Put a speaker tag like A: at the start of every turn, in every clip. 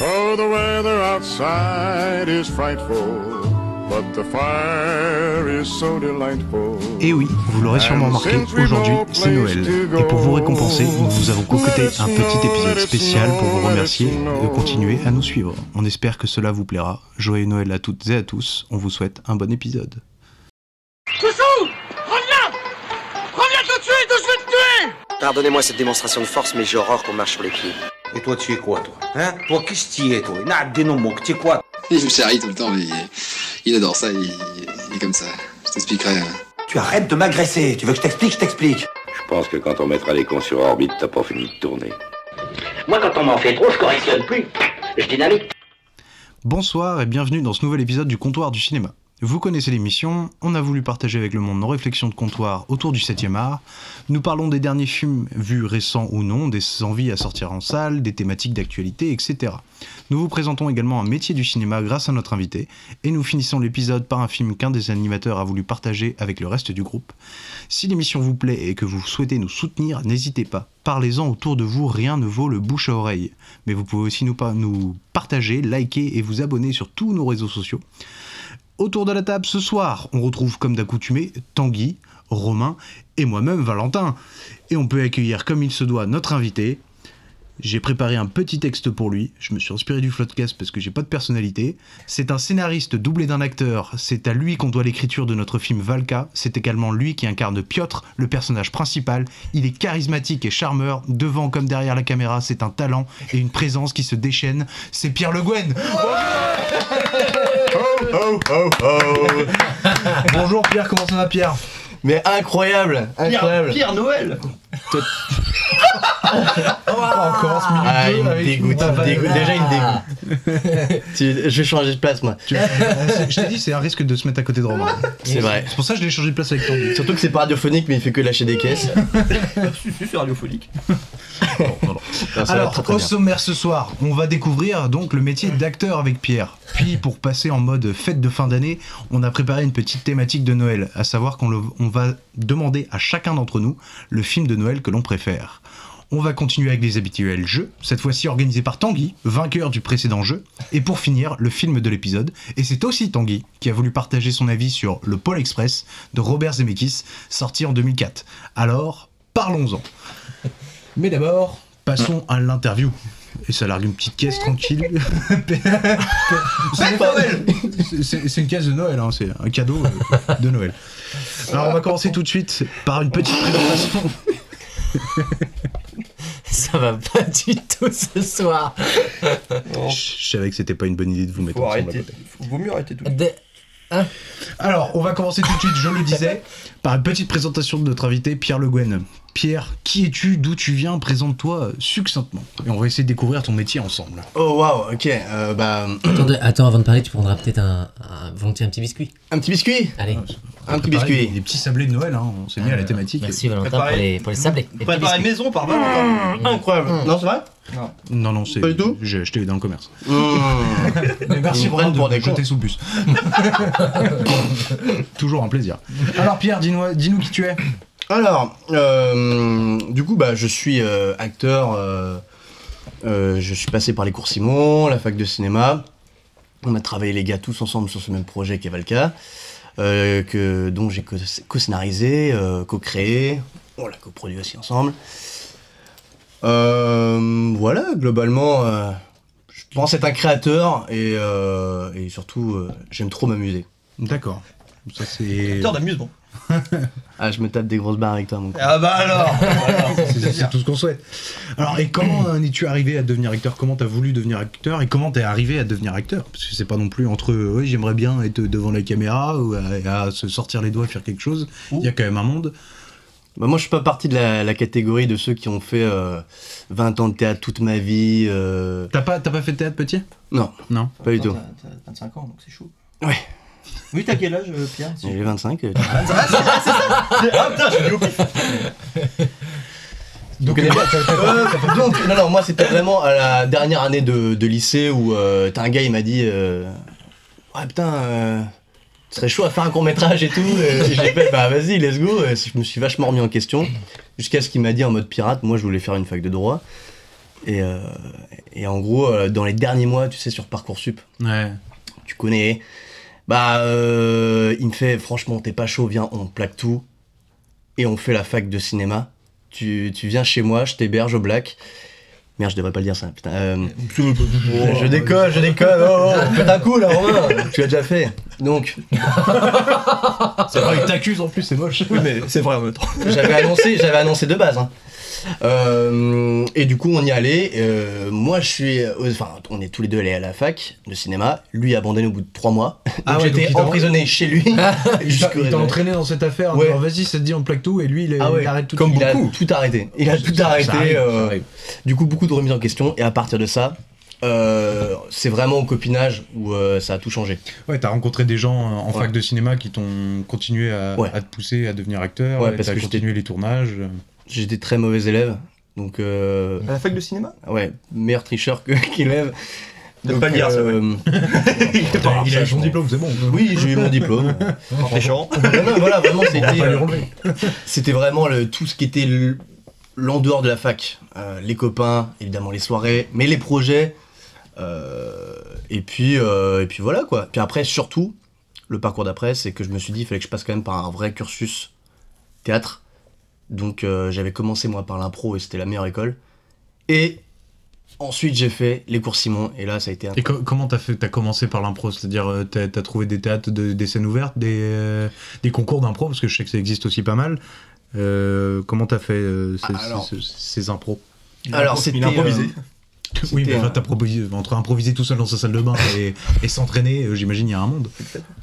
A: Oh, the weather outside is frightful, but the fire is so delightful.
B: Et Eh oui, vous l'aurez sûrement remarqué, aujourd'hui c'est Noël. Et pour vous récompenser, nous vous avons concocté un petit épisode spécial pour vous remercier de continuer à nous suivre. On espère que cela vous plaira. Joyeux Noël à toutes et à tous. On vous souhaite un bon épisode.
C: Chouchou Reviens Reviens tout de suite ou je vais te tuer
D: Pardonnez-moi cette démonstration de force, mais j'ai horreur qu'on marche sur les pieds.
E: Et toi, tu es quoi, toi Hein Toi, qu'est-ce que tu es, toi Nah, dénomme-moi, tu es quoi
F: Il me charrie tout le temps, mais il- il adore ça, il, il est comme ça. Je t'expliquerai. hein.
E: Tu arrêtes de m'agresser. Tu veux que je t'explique, je t'explique.
G: Je pense que quand on mettra les cons sur orbite, t'as pas fini de tourner.
H: Moi, quand on m'en fait trop, je correctionne plus. Je dynamite.
B: Bonsoir et bienvenue dans ce nouvel épisode du Comptoir du cinéma. Vous connaissez l'émission, on a voulu partager avec le monde nos réflexions de comptoir autour du 7 art. Nous parlons des derniers films vus récents ou non, des envies à sortir en salle, des thématiques d'actualité, etc. Nous vous présentons également un métier du cinéma grâce à notre invité, et nous finissons l'épisode par un film qu'un des animateurs a voulu partager avec le reste du groupe. Si l'émission vous plaît et que vous souhaitez nous soutenir, n'hésitez pas. Parlez-en autour de vous, rien ne vaut le bouche à oreille. Mais vous pouvez aussi nous, par- nous partager, liker et vous abonner sur tous nos réseaux sociaux. Autour de la table ce soir, on retrouve comme d'accoutumé Tanguy, Romain et moi-même Valentin. Et on peut accueillir comme il se doit notre invité. J'ai préparé un petit texte pour lui. Je me suis inspiré du Floodcast parce que j'ai pas de personnalité. C'est un scénariste doublé d'un acteur. C'est à lui qu'on doit l'écriture de notre film Valka. C'est également lui qui incarne Piotr, le personnage principal. Il est charismatique et charmeur. Devant comme derrière la caméra, c'est un talent et une présence qui se déchaîne. C'est Pierre Le Guen.
I: Oh, oh, oh.
B: Bonjour Pierre, comment ça va Pierre
I: Mais incroyable, incroyable.
B: Noël
J: encore ce minute
I: Ah, il me
J: avec
I: dégoûte,
J: une
I: il me dégoûte.
J: balle.
I: Déjà, il me dégoûte. Tu- je vais changer de place, moi.
B: Je t'ai dit, c'est un risque de se mettre à côté de Romain.
I: C'est vrai.
B: C'est pour ça que je l'ai changé de place avec Tanguy.
I: Surtout que c'est pas radiophonique, mais il fait que lâcher des caisses.
J: C'est radiophonique.
I: Non, ça va
B: Alors,
I: très, très
B: au
I: bien.
B: sommaire ce soir, on va découvrir donc le métier d'acteur avec Pierre. Puis, pour passer en mode fête de fin d'année, on a préparé une petite thématique de Noël, à savoir qu'on le- on va demander à chacun d'entre nous le film de Noël que l'on préfère. On va continuer avec les habituels jeux, cette fois-ci organisé par Tanguy, vainqueur du précédent jeu, et pour finir, le film de l'épisode. Et c'est aussi Tanguy qui a voulu partager son avis sur Le Pôle Express de Robert Zemeckis, sorti en 2004. Alors, parlons-en. Mais d'abord, passons à l'interview. Et ça largue une petite caisse tranquille. c'est C'est c'est une caisse de Noël, hein, c'est un cadeau euh, de Noël. Alors on va commencer tout de suite par une petite présentation.
J: Ça va pas du tout ce soir.
I: Oh.
B: Je je savais que c'était pas une bonne idée de vous mettre ensemble. à côté.
K: Vaut mieux arrêter tout.
J: De-
B: Alors on va commencer tout de suite, je le disais, par une petite présentation de notre invité Pierre Le Guen. Pierre, qui es-tu, d'où tu viens, présente-toi succinctement. Et on va essayer de découvrir ton métier ensemble.
I: Oh, waouh, ok. euh, bah,
L: Attends, de- attends, avant de parler, tu prendras peut-être un, un- volontiers un petit biscuit.
I: un petit biscuit
L: Allez,
I: Un
B: Préparer
I: petit biscuit. Euh,
B: Des petits sablés de Noël, hein, on s'est mis à la thématique.
L: merci Valentin pour
K: Préparez-
L: les, pour les sablés. Les petits
K: Préparer
L: biscuits.
K: maison par Valentin.
I: Incroyable. Non, c'est vrai
B: Non, non, c'est.
I: Pas du tout
B: J'ai acheté dans le commerce.
I: Mmh.
B: Mais merci
I: Ils
B: Romain
I: prennent
B: de
I: pour
B: me
I: des cons.
B: jeter sous le bus. Toujours un plaisir. Alors Pierre, dis-nous dis-nous qui tu es.
I: Alors, euh, du coup, bah, je suis euh, acteur. euh, euh, je suis passé par les cours Simon, la fac de cinéma. On a travaillé les gars tous ensemble sur ce même projet qui est Valka, euh, que, dont j'ai co- co-scénarisé, euh, co-créé. On l'a coproduit aussi ensemble. Euh, voilà, globalement, euh, je pense être un créateur et, euh, et surtout, euh, j'aime trop m'amuser.
B: D'accord. Ça c'est.
K: Acteur d'amusement.
I: Ah, je me tape des grosses barres avec toi, mon con.
K: Ah bah alors
B: C'est c'est tout ce qu'on souhaite. Alors, et comment en es-tu arrivé à devenir acteur Comment t'as voulu devenir acteur Et comment t'es arrivé à devenir acteur Parce que c'est pas non plus entre euh, oui, j'aimerais bien être devant la caméra ou à, à se sortir les doigts et faire quelque chose. Il y a quand même un monde.
I: Bah, moi, je suis pas partie de la, la catégorie de ceux qui ont fait euh, 20 ans de théâtre toute ma vie. euh,
B: T'as pas, t'as pas fait de théâtre petit
I: Non,
B: Non.
I: pas du tout.
K: T'as t'as 25 ans donc c'est chaud.
I: Ouais.
K: Oui, t'as quel âge, euh, Pierre si-
I: J'ai 25. euh,
K: Ah putain, j'ai dit au pif
B: Donc,
I: Euh, donc, non, non, moi c'était vraiment à la dernière année de, de lycée où euh, t'as un gars, il m'a dit euh, Ouais, putain, euh, tu serais chaud à faire un court métrage et tout. Et j'ai fait Bah vas-y, let's go. Et je me suis vachement remis en question. Jusqu'à ce qu'il m'a dit en mode pirate Moi je voulais faire une fac de droit. Et, euh, et en gros, euh, dans les derniers mois, tu sais, sur Parcoursup,
B: Ouais.
I: tu connais, bah, euh, il me fait, franchement, t'es pas chaud, viens, on plaque tout et on fait la fac de cinéma. Tu, tu viens chez moi, je t'héberge au black. Merde, je devrais pas le dire ça, putain. euh, je décolle, je décolle, oh, oh, fais un coup là, Romain, tu l'as déjà fait. Donc,
B: C'est vrai, il t'accuse en plus, c'est moche.
I: mais c'est vrai en même temps. J'avais annoncé, j'avais annoncé de base. hein. Euh, et du coup, on y allait. euh, moi, je suis, euh, enfin, on est tous les deux allés à la fac de cinéma. Lui a abandonné au bout de trois mois. Donc,
B: Ah ouais, donc
I: j'étais
B: il t'a-
I: emprisonné chez lui.
B: Il t'a-
I: jusqu'au-
B: il t'a entraîné dans cette affaire. en
I: Ouais.
B: disant, Vas-y, ça te dit, on plaque tout. Et lui, il, est-
I: Ah ouais,
B: il arrête tout.
I: comme
B: il a-
I: beaucoup. tout arrêté. Il a tout
B: Ça
I: arrêté.
B: arrive,
I: euh,
B: ça arrive.
I: du coup, beaucoup de remises en question. Et à partir de ça, euh, c'est vraiment au copinage où euh, ça a tout changé.
B: Ouais, t'as rencontré des gens euh, en
I: Ouais.
B: fac de cinéma qui t'ont continué à,
I: Ouais.
B: à te pousser à devenir acteur.
I: Ouais,
B: et
I: parce
B: t'as
I: que j'étais-
B: continué les tournages.
I: J'étais très mauvais élève. Donc, euh,
K: À la fac de cinéma
I: ouais, meilleur tricheur que- qu'élève.
K: De
I: Donc,
K: pas le dire, ça,
I: euh,
B: Putain, il a eu son diplôme, c'est bon.
I: Oui, j'ai eu mon diplôme.
K: En trichant.
I: Non, non, voilà, vraiment,
B: On va
I: c'était.
B: pas lui
I: euh,
B: enlever.
I: C'était vraiment le, tout ce qui était l- l'en dehors de la fac. Euh, les copains, évidemment les soirées, mais les projets. euh, et, puis, euh, et puis voilà quoi. Puis après, surtout, le parcours d'après, c'est que je me suis dit, il fallait que je passe quand même par un vrai cursus théâtre. Donc euh, j'avais commencé moi par l'impro et c'était la meilleure école. Et ensuite j'ai fait les cours Simon et là ça a été un...
B: Et co- comment t'as fait T'as commencé par l'impro, c'est-à-dire euh, t'as t'as trouvé des théâtres, de- des scènes ouvertes, des, euh, des concours d'impro, parce que je sais que ça existe aussi pas mal. Euh, comment t'as fait euh, ces,
I: Ah, alors.
B: ces- ces impros
I: Alors c'était... euh,
K: Il a improvisé.
B: Oui, mais
I: C'était
B: enfin,
I: un-
B: t'as proposé- entre improviser tout seul dans sa salle de bain et, et s'entraîner, euh, j'imagine il y a un monde.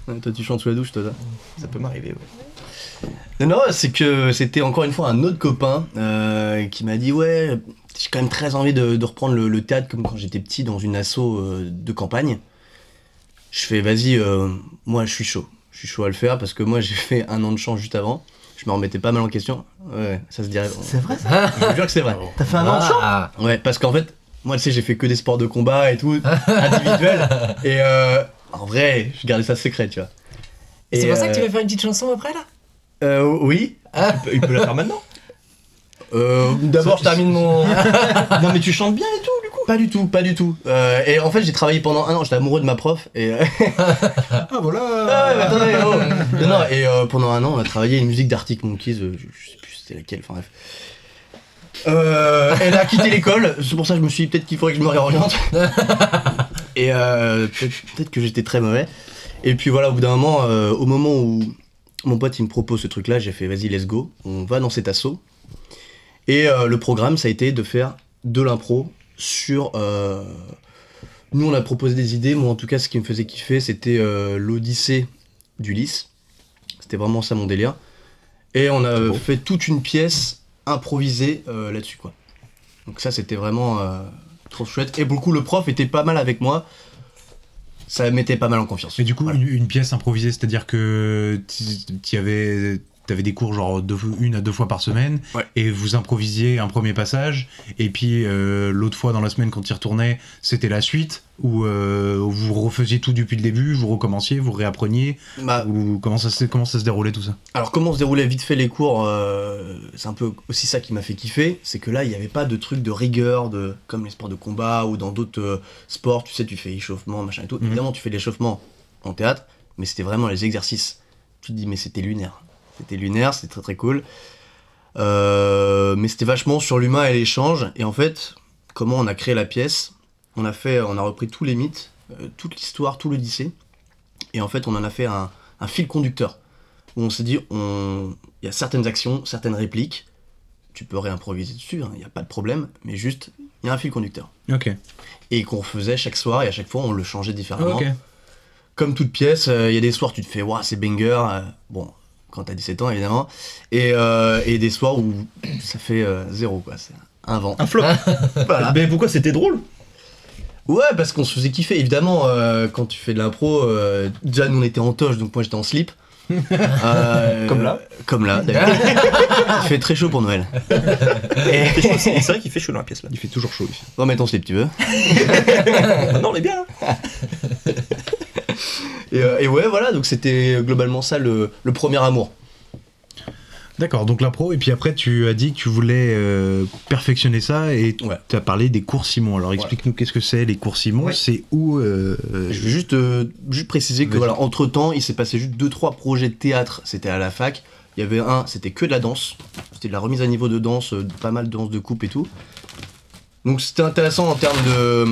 I: euh, Toi tu chantes sous la douche toi là.
K: Ça peut m'arriver, ouais.
I: Non, non, c'est que c'était encore une fois un autre copain euh, qui m'a dit Ouais, j'ai quand même très envie de, de reprendre le, le théâtre comme quand j'étais petit dans une asso euh, de campagne. Je fais Vas-y, euh, moi je suis chaud. Je suis chaud à le faire parce que moi j'ai fait un an de chant juste avant. Je me remettais pas mal en question. Ouais, ça se dirait.
K: C'est vrai, ça
I: Je vous jure que c'est vrai.
K: T'as fait un an de chant
L: Ah,
I: Ouais, parce qu'en fait, moi, tu sais, j'ai fait que des sports de combat et tout, individuels. Et euh, en vrai, je gardais ça secret, tu vois.
L: Et c'est
I: Et,
L: pour ça que tu
I: euh,
L: vas faire une petite chanson après là
I: euh, Oui. Euh,
L: Ah.
I: Il peut la faire maintenant D'abord, je termine mon.
K: Non, mais tu chantes bien et tout, du coup.
I: pas du tout, pas du tout. Euh, et en fait, j'ai travaillé pendant un an. J'étais amoureux de ma prof. Et euh,
B: Ah voilà
I: ah ouais, mais attendez, oh. Non, non, et euh, pendant un an, on a travaillé une musique d'Arctic Monkeys. euh, je, je sais plus c'était laquelle. Enfin bref. Euh, elle a quitté l'école. C'est pour ça que je me suis dit peut-être qu'il faudrait que je me réoriente. et euh, peut-être peut-être que j'étais très mauvais. Et puis voilà, au bout d'un moment, euh, au moment où mon pote il me propose ce truc-là, j'ai fait vas-y, let's go, on va dans cet assaut. Et euh, le programme, ça a été de faire de l'impro sur. euh, Nous, on a proposé des idées. Moi, en tout cas, ce qui me faisait kiffer, c'était euh, l'Odyssée d'Ulysse. C'était vraiment ça mon délire. Et on a fait toute une pièce improvisée euh, là-dessus, quoi. Donc ça, c'était vraiment euh, trop chouette. Et beaucoup, le prof était pas mal avec moi. Ça me mettait pas mal en confiance.
B: Mais du coup,
I: Voilà.
B: une, une pièce improvisée, c'est-à-dire que tu avais t'avais des cours genre deux- une à deux fois par semaine
I: Ouais.
B: et vous improvisiez un premier passage et puis euh, l'autre fois dans la semaine quand il retournait c'était la suite où euh, vous refaisiez tout depuis le début vous recommenciez vous réappreniez
I: Bah,
B: ou comment ça se- comment ça se déroulait tout ça
I: Alors comment se déroulaient vite fait les cours euh, C'est un peu aussi ça qui m'a fait kiffer, c'est que là il n'y avait pas de truc de rigueur, de comme les sports de combat ou dans d'autres euh, sports, tu sais, tu fais échauffement, machin et tout.
B: Mhm.
I: Évidemment, tu fais de l'échauffement en théâtre, mais c'était vraiment les exercices. Tu te dis mais c'était lunaire, c'était lunaire, c'était très très cool. Euh, mais c'était vachement sur l'humain et l'échange. Et en fait, comment on a créé la pièce On a fait, on a repris tous les mythes, euh, toute l'histoire, tout l'Odyssée, et en fait on en a fait un- un fil conducteur où on s'est dit, on... il y a certaines actions, certaines répliques, tu peux réimproviser dessus, hein, il n'y a pas de problème, mais juste, il y a un fil conducteur.
B: ok
I: Et qu'on faisait chaque soir, et à chaque fois, on le changeait différemment.
B: ok
I: Comme toute pièce, euh, il y a des soirs, tu te fais, waouh, c'est banger, euh, bon, quand t'as 17 ans, évidemment, et, euh, et des soirs où ça fait euh, zéro, quoi, c'est un vent.
K: Un flop.
I: Voilà.
K: Mais pourquoi c'était drôle
I: Ouais, parce qu'on se faisait kiffer, évidemment, euh, quand tu fais de l'impro, euh, déjà, nous, on était en toche, donc moi, j'étais en slip. Euh,
K: Comme là.
I: Comme là, d'ailleurs. Il fait très chaud pour Noël.
K: Il
I: Et-
K: fait chaud, C'est c'est vrai qu'il fait chaud dans la pièce là.
B: il fait toujours chaud ici
I: Va mettre ton slip, tu veux.
M: Ah
K: Maintenant on est bien.
I: euh, Et, euh, et ouais, voilà, donc c'était globalement ça le, le premier amour.
B: D'accord, donc l'impro, et puis après tu as dit que tu voulais euh, perfectionner ça et tu as parlé des cours Simon. Alors explique-nous qu'est-ce que c'est les cours Simon,
I: Ouais.
B: c'est où euh,
I: Je vais juste, euh, juste préciser que
B: Vas-y.
I: voilà, entre temps, il s'est passé juste deux trois projets de théâtre. C'était à la fac. Il y avait un, c'était que de la danse. C'était de la remise à niveau de danse, euh, pas mal de danse de coupe et tout. Donc c'était intéressant en termes de,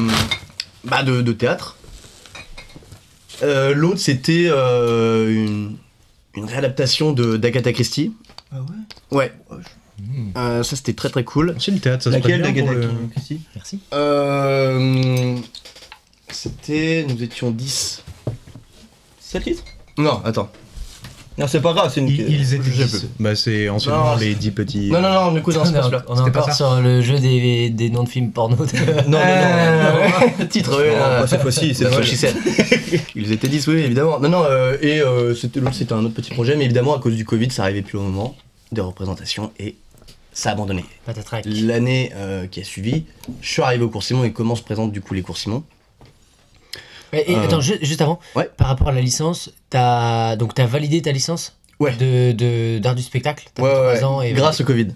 I: bah, de, de théâtre. Euh, L'autre, c'était euh, une, une réadaptation de- d'Agatha Christie.
K: Ah
I: Ouais. Euh, ça c'était très très cool.
B: C'est le théâtre,
K: ça se Laquelle prête bien pour d'Agatha le-
I: Merci. Euh, c'était. Nous étions 10.
K: C'est le titre
I: Non, attends.
K: Non, c'est pas grave, c'est une.
B: Ils étaient
K: Je sais
B: 10. Bah, c'est anciennement
I: Non,
B: les 10 petits.
I: Non, non, non, du coup, non, c'est
L: On est
I: pas
L: en-
I: celui-là.
L: On est
I: C'était pas
L: encore
I: ça.
L: sur le jeu des, des noms de films porno. de-
I: Non, non, non, non, non. Euh, titre, ouais,
L: Non,
I: là.
L: pas cette fois-ci, c'est
I: That's what
L: dommage.
I: she said. Ils étaient 10, oui, évidemment. Non, non, euh, et euh, c'était l'autre, c'était un autre petit projet, mais évidemment, à cause du Covid, ça arrivait plus au moment des représentations et ça a abandonné. L'année euh, qui a suivi, je suis arrivé au cours Simon et comment se présentent du coup les cours Simon
L: Et, et
I: Euh,
L: attends, ju- juste, avant, par rapport à la licence, t'as donc t'as validé ta licence de de- d'art du spectacle. T'as
I: Ouais,
L: trois
I: ouais,
L: ans et
I: grâce au Covid.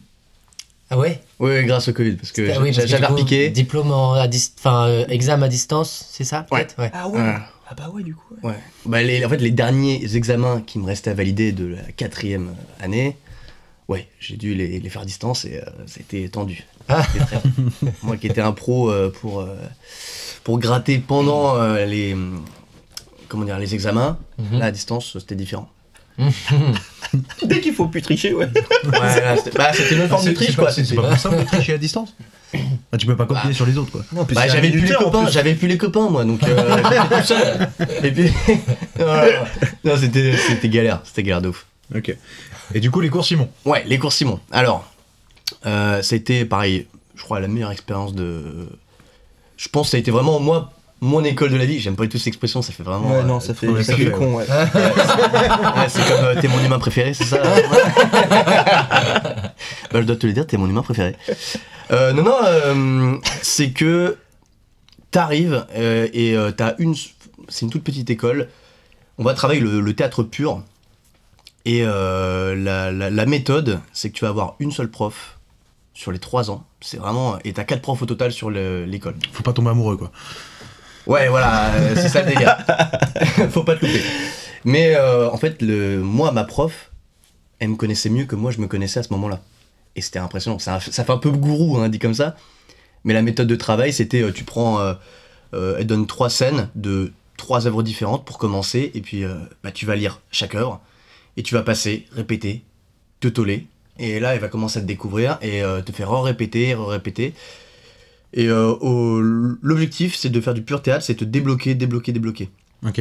L: Ah ouais.
I: Oui, oui, grâce au Covid, parce que
L: Ah oui,
I: j'a-
L: parce que
I: j'avais
L: du coup,
I: repiqué.
L: Diplôme en- à dis- enfin euh, examen à distance, c'est ça peut-être ouais.
I: ouais. Ouais.
K: Ah bah ouais, du coup.
I: Ouais. Bah, les- en fait, les derniers examens qui me restaient à valider de la quatrième euh, année, ouais, j'ai dû les, les faire à distance et euh, c'était tendu. C'était très- Moi qui étais un pro euh, pour, euh, pour gratter pendant euh, les, hum, comment dire, les examens,
K: Mhm.
I: là à distance, c'était différent.
K: Dès qu'il faut plus tricher, ouais.
I: Ouais, là, c'était bah, c'était une autre
B: Ah,
I: forme de
B: c'est-
I: triche
B: c'est pas-
I: quoi.
B: c'est- C'est
I: C'était-
B: pas possible de tricher à distance Bah, Tu peux pas copier sur les autres quoi.
I: Bah, j'avais plus les copains, j'avais plus les copains moi donc euh, j'étais tout seul. Et puis voilà. non, c'était c'était galère, c'était galère de ouf.
B: OK. Et du coup les cours Simon.
I: Ouais, les cours Simon. Alors euh, c'était pareil, je crois la meilleure expérience de je pense que ça a été vraiment moi mon école de la vie, j'aime pas du tout cette expression, ça fait vraiment euh,
K: Ouais, non, ça fait-
I: trop
K: ça fait
I: cul.
K: con, ouais.
I: Ouais, c'est comme euh, t'es mon humain préféré, c'est ça Bah, je dois te le dire, t'es mon humain préféré. Euh, non, non, euh, c'est que t'arrives euh, et euh, t'as une. C'est une toute petite école. On va travailler le, le théâtre pur. Et euh, la, la- la méthode, c'est que tu vas avoir une seule prof sur les trois ans. C'est vraiment. Et t'as quatre profs au total sur le- l'école.
B: Faut pas tomber amoureux quoi.
I: Ouais, voilà, euh, c'est ça le délire. Faut pas te louper. Mais euh, en fait, le, moi, ma prof, elle me connaissait mieux que moi, je me connaissais à ce moment-là. Et c'était impressionnant. Ça, ça fait un peu gourou, hein, dit comme ça. Mais la méthode de travail, c'était euh, tu prends. euh, euh, elle donne trois scènes de trois œuvres différentes pour commencer. Et puis, euh, bah, tu vas lire chaque œuvre. Et tu vas passer, répéter, te toller. Et là, elle va commencer à te découvrir et euh, te faire répéter, répéter. Et euh, au- l'objectif, c'est de faire du pur théâtre, c'est te débloquer, débloquer, débloquer.
B: OK.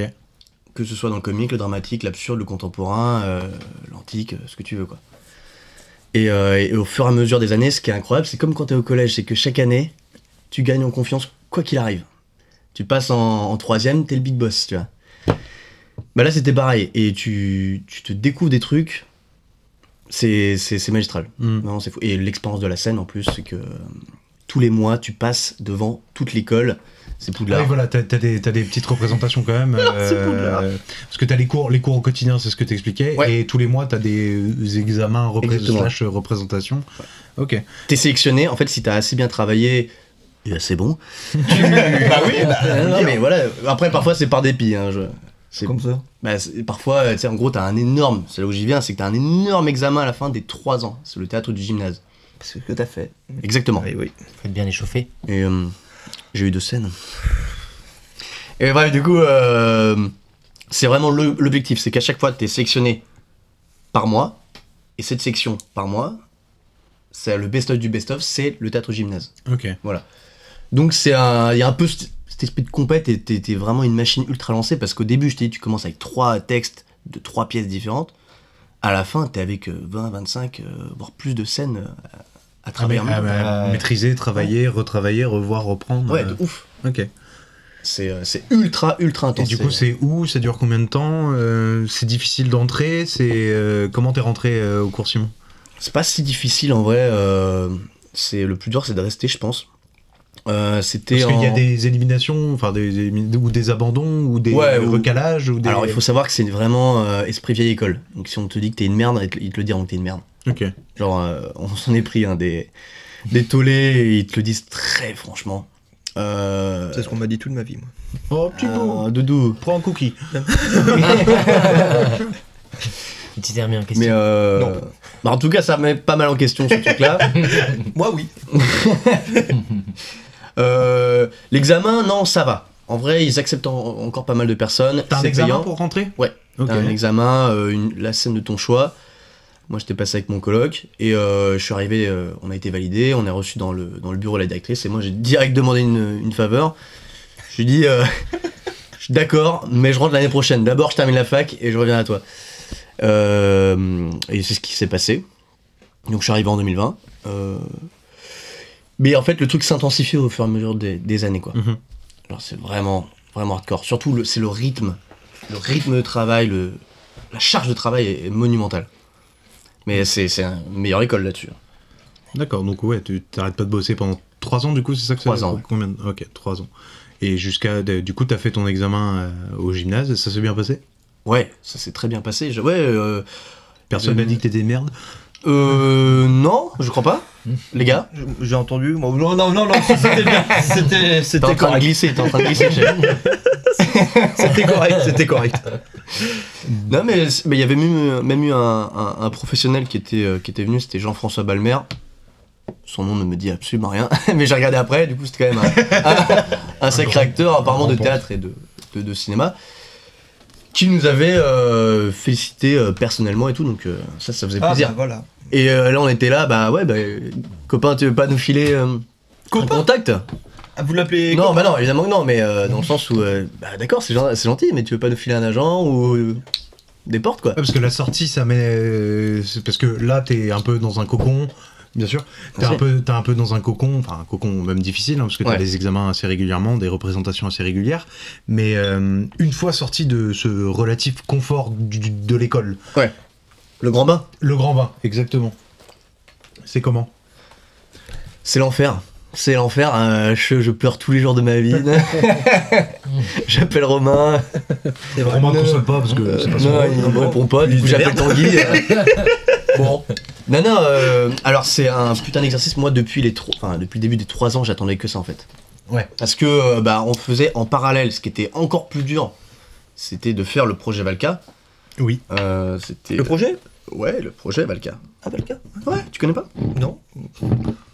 I: Que ce soit dans le comique, le dramatique, l'absurde, le contemporain, euh, l'antique, euh, ce que tu veux, quoi. Et, euh, et au fur et à mesure des années, ce qui est incroyable, c'est comme quand t'es au collège, c'est que chaque année, tu gagnes en confiance, quoi qu'il arrive. Tu passes en, en troisième, t'es le big boss, tu vois. Bah là, c'était pareil. Et tu, tu te découvres des trucs, c'est, c'est, c'est magistral.
B: Mm.
I: Vraiment, c'est fou. Et l'expérience de la scène, en plus, c'est que euh, tous les mois, tu passes devant toute l'école. C'est
B: Ah
I: Poudlard.
B: oui, voilà, t'as t'as des, t'as des petites représentations quand même. euh, parce que t'as les cours, les cours au quotidien, c'est ce que t'expliquais, et tous les mois t'as des examens repré-
I: Exactement.
B: slash euh, représentations. Ok.
I: T'es sélectionné, en fait, si t'as assez bien travaillé, et assez bon. bah oui, non, mais voilà. Après, parfois, c'est par dépit. Hein, je... C'est comme
K: ça.
I: Bah, c'est- parfois, euh, tu sais, en gros, t'as un énorme. C'est là où j'y viens, c'est que t'as un énorme examen à la fin des 3 ans. C'est le théâtre du gymnase.
K: C'est ce que t'as fait. Ah
I: Exactement.
K: Oui, oui.
L: Faut être bien échauffé.
I: Et euh, j'ai eu deux scènes. Et bref, du coup, euh, c'est vraiment le- l'objectif. C'est qu'à chaque fois, tu es sélectionné par mois. Et cette section par mois, c'est le best-of du best-of, c'est le théâtre gymnase.
B: Ok. Ah,
I: Voilà. Donc, c'est un- il y a un peu cet cet esprit de compète et t'es t'es vraiment une machine ultra lancée parce qu'au début, je t'ai dit, tu commences avec trois textes de trois pièces différentes. À la fin, t'es avec euh, 20, 25, euh, voire plus de scènes euh, à, à travers.
B: Ah, mais- ah, mais maîtriser, travailler, retravailler, revoir, reprendre.
I: Ouais, de
B: euh,
I: ouf.
B: Ok.
I: C'est ultra, ultra
B: Et
I: intense.
B: du coup, c'est où Ça dure combien de temps Euh, C'est difficile d'entrer C'est euh, comment t'es rentré euh, au cours Simon
I: C'est pas si difficile en vrai. euh, c'est le plus dur, c'est de rester, je pense. Euh, C'était
B: Parce qu'il y a
I: en-
B: des éliminations, enfin des, des- ou des abandons, ou des
I: Ouais, ou-
B: recalages, ou des.
I: Alors il faut savoir que c'est vraiment euh, esprit vieille école. Donc si on te dit que t'es une merde, ils te, ils te le diront que t'es une merde.
B: Ok.
I: Genre euh, on s'en est pris hein, des des tollés, et ils te le disent très franchement. Euh,
K: C'est ce qu'on m'a dit toute ma vie, moi.
B: Oh, petit
I: euh, doudou.
B: Prends un cookie.
L: Il t'y remis en question.
I: Mais euh,
K: Non.
I: bah, en tout cas, ça met pas mal en question ce truc-là.
K: Moi, oui.
I: Euh, L'examen, non, ça va. En vrai, ils acceptent en- encore pas mal de personnes.
B: T'as un
I: C'est
B: examen
I: payant.
B: pour rentrer
I: Ouais.
B: Ok.
I: T'as un examen, euh, une- la scène de ton choix. Moi, j'étais passé avec mon coloc et euh, je suis arrivé. euh, on a été validé, on est reçu dans le, dans le bureau de la directrice et moi, j'ai direct demandé une, une faveur. Je lui ai dit, euh, je suis d'accord, mais je rentre l'année prochaine. D'abord, je termine la fac et je reviens à toi. Euh, et c'est ce qui s'est passé. Donc, je suis arrivé en 2020. euh, mais en fait, le truc s'intensifie au fur et à mesure des, des années, quoi.
B: Mhm.
I: Alors, c'est vraiment, vraiment hardcore. Surtout, le- c'est le rythme. Le rythme de travail, le, la charge de travail est, est monumentale. Mais c'est c'est un- une meilleure école là-dessus. hein.
B: D'accord, donc ouais, tu t'arrêtes pas de bosser pendant 3 ans du coup, c'est ça que
I: Trois
B: ça
I: ans, ouais.
B: Combien de- Ok, 3 ans. Et jusqu'à. Du coup, t'as fait ton examen euh, au gymnase et ça s'est bien passé
I: Ouais, ça s'est très bien passé. Je- ouais, euh,
B: Personne
I: Euh,
B: n'a dit que t'étais une merde
I: euh, non, je crois pas. Les gars,
K: J'ai entendu. moi- Non, non, non, non, c'était bien. C'était,
I: t'es en
K: c'était
I: train de
K: correct.
I: glisser, t'es en train de glisser. Jeff.
K: C'était correct, c'était correct.
I: Non, mais mais il y avait même, même eu un, un- un professionnel qui était, euh, qui était venu, c'était Jean-François Balmer. Son nom ne me dit absolument rien, mais j'ai regardé après, du coup, c'était quand même un, un- un sacré acteur, apparemment de théâtre et de, de- de cinéma, qui nous avait euh, félicité euh, personnellement et tout, donc euh, ça, ça faisait
K: Ah,
I: plaisir.
K: bah, voilà.
I: Et euh, là, on était là, bah ouais, bah, euh, copain, tu veux pas nous filer euh, un contact
K: Ah, Vous l'appelez
I: Non, bah non, évidemment que non, mais euh, dans le sens où, euh, bah d'accord, c'est gen- c'est gentil, mais tu veux pas nous filer un agent ou euh, des portes, quoi
B: Ouais, Ah, parce que la sortie, ça met. euh, c'est Parce que là, t'es un peu dans un cocon, bien sûr. T'es un,
I: Merci.
B: peu- t'es un peu dans un cocon, enfin un cocon même difficile, hein, parce que t'as
I: Ouais.
B: des examens assez régulièrement, des représentations assez régulières. Mais euh, une fois sorti de ce relatif confort du- du- de l'école,
I: Ouais. Le grand bain,
B: le grand bain, exactement. C'est comment
I: c'est l'enfer. C'est l'enfer. euh, je, je pleure tous les jours de ma vie. J'appelle Romain.
K: C'est vrai.
B: Romain
I: non,
B: consomme pas, parce que c'est pas
I: Euh,
B: son
I: non,
B: rôle.
I: il ne répond pas. Du coup, j'appelle Tanguy. euh. bon. Non, non. euh, alors, c'est un putain d'exercice. Moi, depuis les trois, enfin, depuis le début des trois ans, j'attendais que ça en fait.
B: Ouais.
I: Parce que euh, bah, on faisait en parallèle, ce qui était encore plus dur, c'était de faire le projet Valka.
B: Oui.
I: Euh, c'était.
K: Le projet
I: Ouais, le projet Valka.
K: Ah, bah, le cas.
I: Ouais, tu connais pas
K: Non.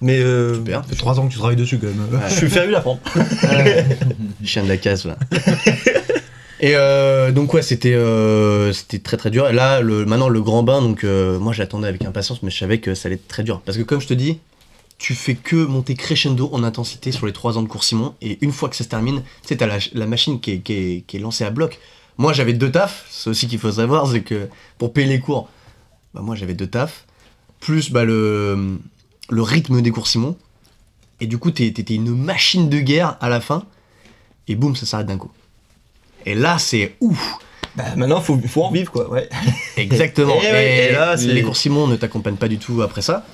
K: Mais euh,
I: Super.
B: Ça fait trois ans que tu travailles dessus, quand même. hein.
K: je suis féru d'apprendre.
I: Chien de la casse, là. Et euh, donc ouais, c'était euh, c'était très très dur. Et là, le, maintenant le grand bain, donc euh, moi j'attendais avec impatience, mais je savais que ça allait être très dur. Parce que comme je te dis, tu fais que monter crescendo en intensité sur les trois ans de cours Simon, et une fois que ça se termine, tu sais, t'as la, la machine qui est, qui, est, qui est lancée à bloc. Moi j'avais deux tafs, c'est aussi qu'il faut savoir, c'est que pour payer les cours, bah, moi j'avais deux tafs, plus bah, le, le rythme des cours Simon, et du coup t'es- t'étais une machine de guerre à la fin, et boum, ça s'arrête d'un coup. Et là, c'est ouf
K: Bah, maintenant, faut, faut en vivre, quoi. Ouais.
I: Exactement.
K: Et Eh ouais, et là, c'est-
I: les cours Simon ne t'accompagnent pas du tout après ça.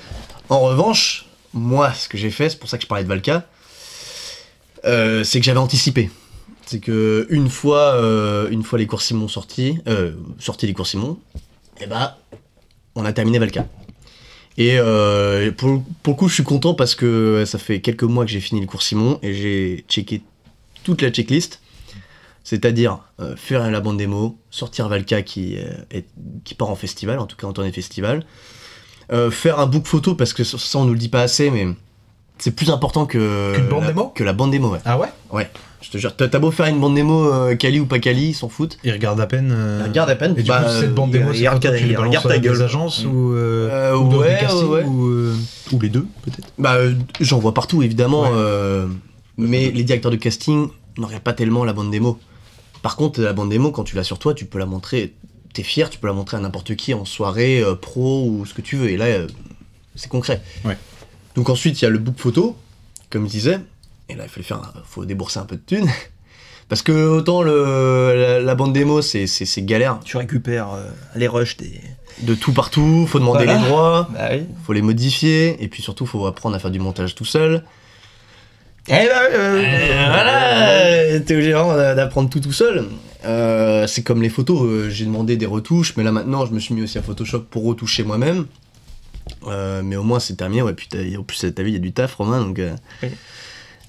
I: En revanche, moi, ce que j'ai fait, c'est pour ça que je parlais de Valka, euh, c'est que j'avais anticipé. C'est que une fois, euh, une fois les cours Simon sortis, euh, sortis les cours Simon, eh ben, on a terminé Valka. Et euh, pour, pour le coup, je suis content parce que ça fait quelques mois que j'ai fini le cours Simon et j'ai checké toute la checklist. C'est-à-dire euh, faire la bande démo, sortir Valka qui, euh, est- qui part en festival, en tout cas en tournée festival, Euh, faire un book photo parce que ça ça, on nous le dit pas assez, mais c'est plus important que,
B: Qu'une bande
I: la,
B: démo
I: que la bande démo. Ouais.
B: Ah ouais
I: ouais, je te jure, t'as t'as beau faire une bande démo euh, Kali ou pas Kali, ils s'en foutent.
B: Il regarde à peine. euh,
I: Il regarde à peine,
B: Et du
I: bah,
B: coup, cette bande démo,
K: il
B: c'est quoi, toi,
K: regarde-
B: tu les
K: il
B: balances
K: regarde ta
B: à des
K: gueule.
B: agences ou, euh,
I: Euh,
B: ou dans des
I: ouais,
B: castings,
I: ouais.
B: Ou, euh, ou les deux, peut-être.
I: Bah, euh, j'en vois partout, évidemment.
B: Ouais.
I: euh, mais les directeurs de casting n'en regardent pas tellement la bande démo. Par contre, la bande démo, quand tu l'as sur toi, tu peux la montrer. T'es fier, tu peux la montrer à n'importe qui en soirée, euh, pro ou ce que tu veux. Et là, euh, c'est concret.
B: Ouais.
I: Donc ensuite, il y a le book photo, comme je disais. Et là, il faut, le faire, un- faut débourser un peu de thunes. Parce que autant le, la, la bande démo, c'est- c'est c'est galère.
K: Tu récupères euh, les rushs des.
I: De tout partout, faut demander
K: Voilà.
I: les droits
K: Bah oui.
I: faut les modifier, et puis surtout, faut apprendre à faire du montage tout seul. Eh ben, euh, voilà, t'es obligé vraiment d'a- d'apprendre tout tout seul. Euh, c'est comme les photos, euh, j'ai demandé des retouches, mais là maintenant je me suis mis aussi à Photoshop pour retoucher moi-même. Euh, mais au moins c'est terminé, ouais, putain, en plus t'as vu, il y a du taf, Romain, donc. euh,
L: Oui.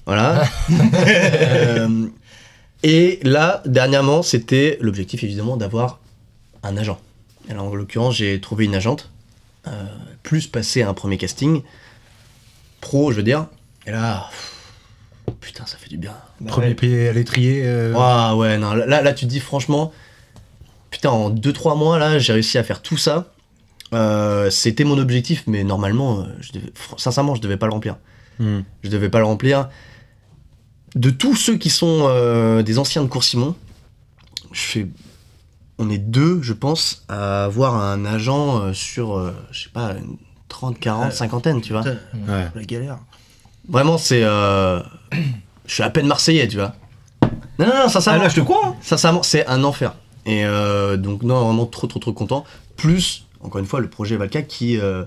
I: Voilà. Euh, et là, dernièrement, c'était l'objectif évidemment d'avoir un agent. Alors en l'occurrence, j'ai trouvé une agente, euh, plus passé à un premier casting, pro, je veux dire. Et là, pff, putain, ça fait du bien.
B: Premier pied à l'étrier. euh,
I: Ouah, Bah ouais, non, là, là, tu te dis franchement, putain, en 2-3 mois, là, j'ai réussi à faire tout ça. Euh, C'était mon objectif, mais normalement, euh, je devais- fr- sincèrement, je devais pas le remplir.
B: hmm.
I: Je devais pas le remplir. De tous ceux qui sont euh, des anciens de Coursimon, je fais. On est deux, je pense, à avoir un agent euh, sur, euh, je sais pas, une 30, 40, cinquantaine, tu vois.
B: Ouais.
I: Euh, La galère. Vraiment, c'est. euh, je suis à peine Marseillais, tu vois. Non, non, non, sincèrement.
K: Ah, là, je te crois, hein.
I: Sincèrement, c'est un enfer. Et euh, donc, non, vraiment trop, trop, trop content. Plus, encore une fois, le projet Valka qui. euh,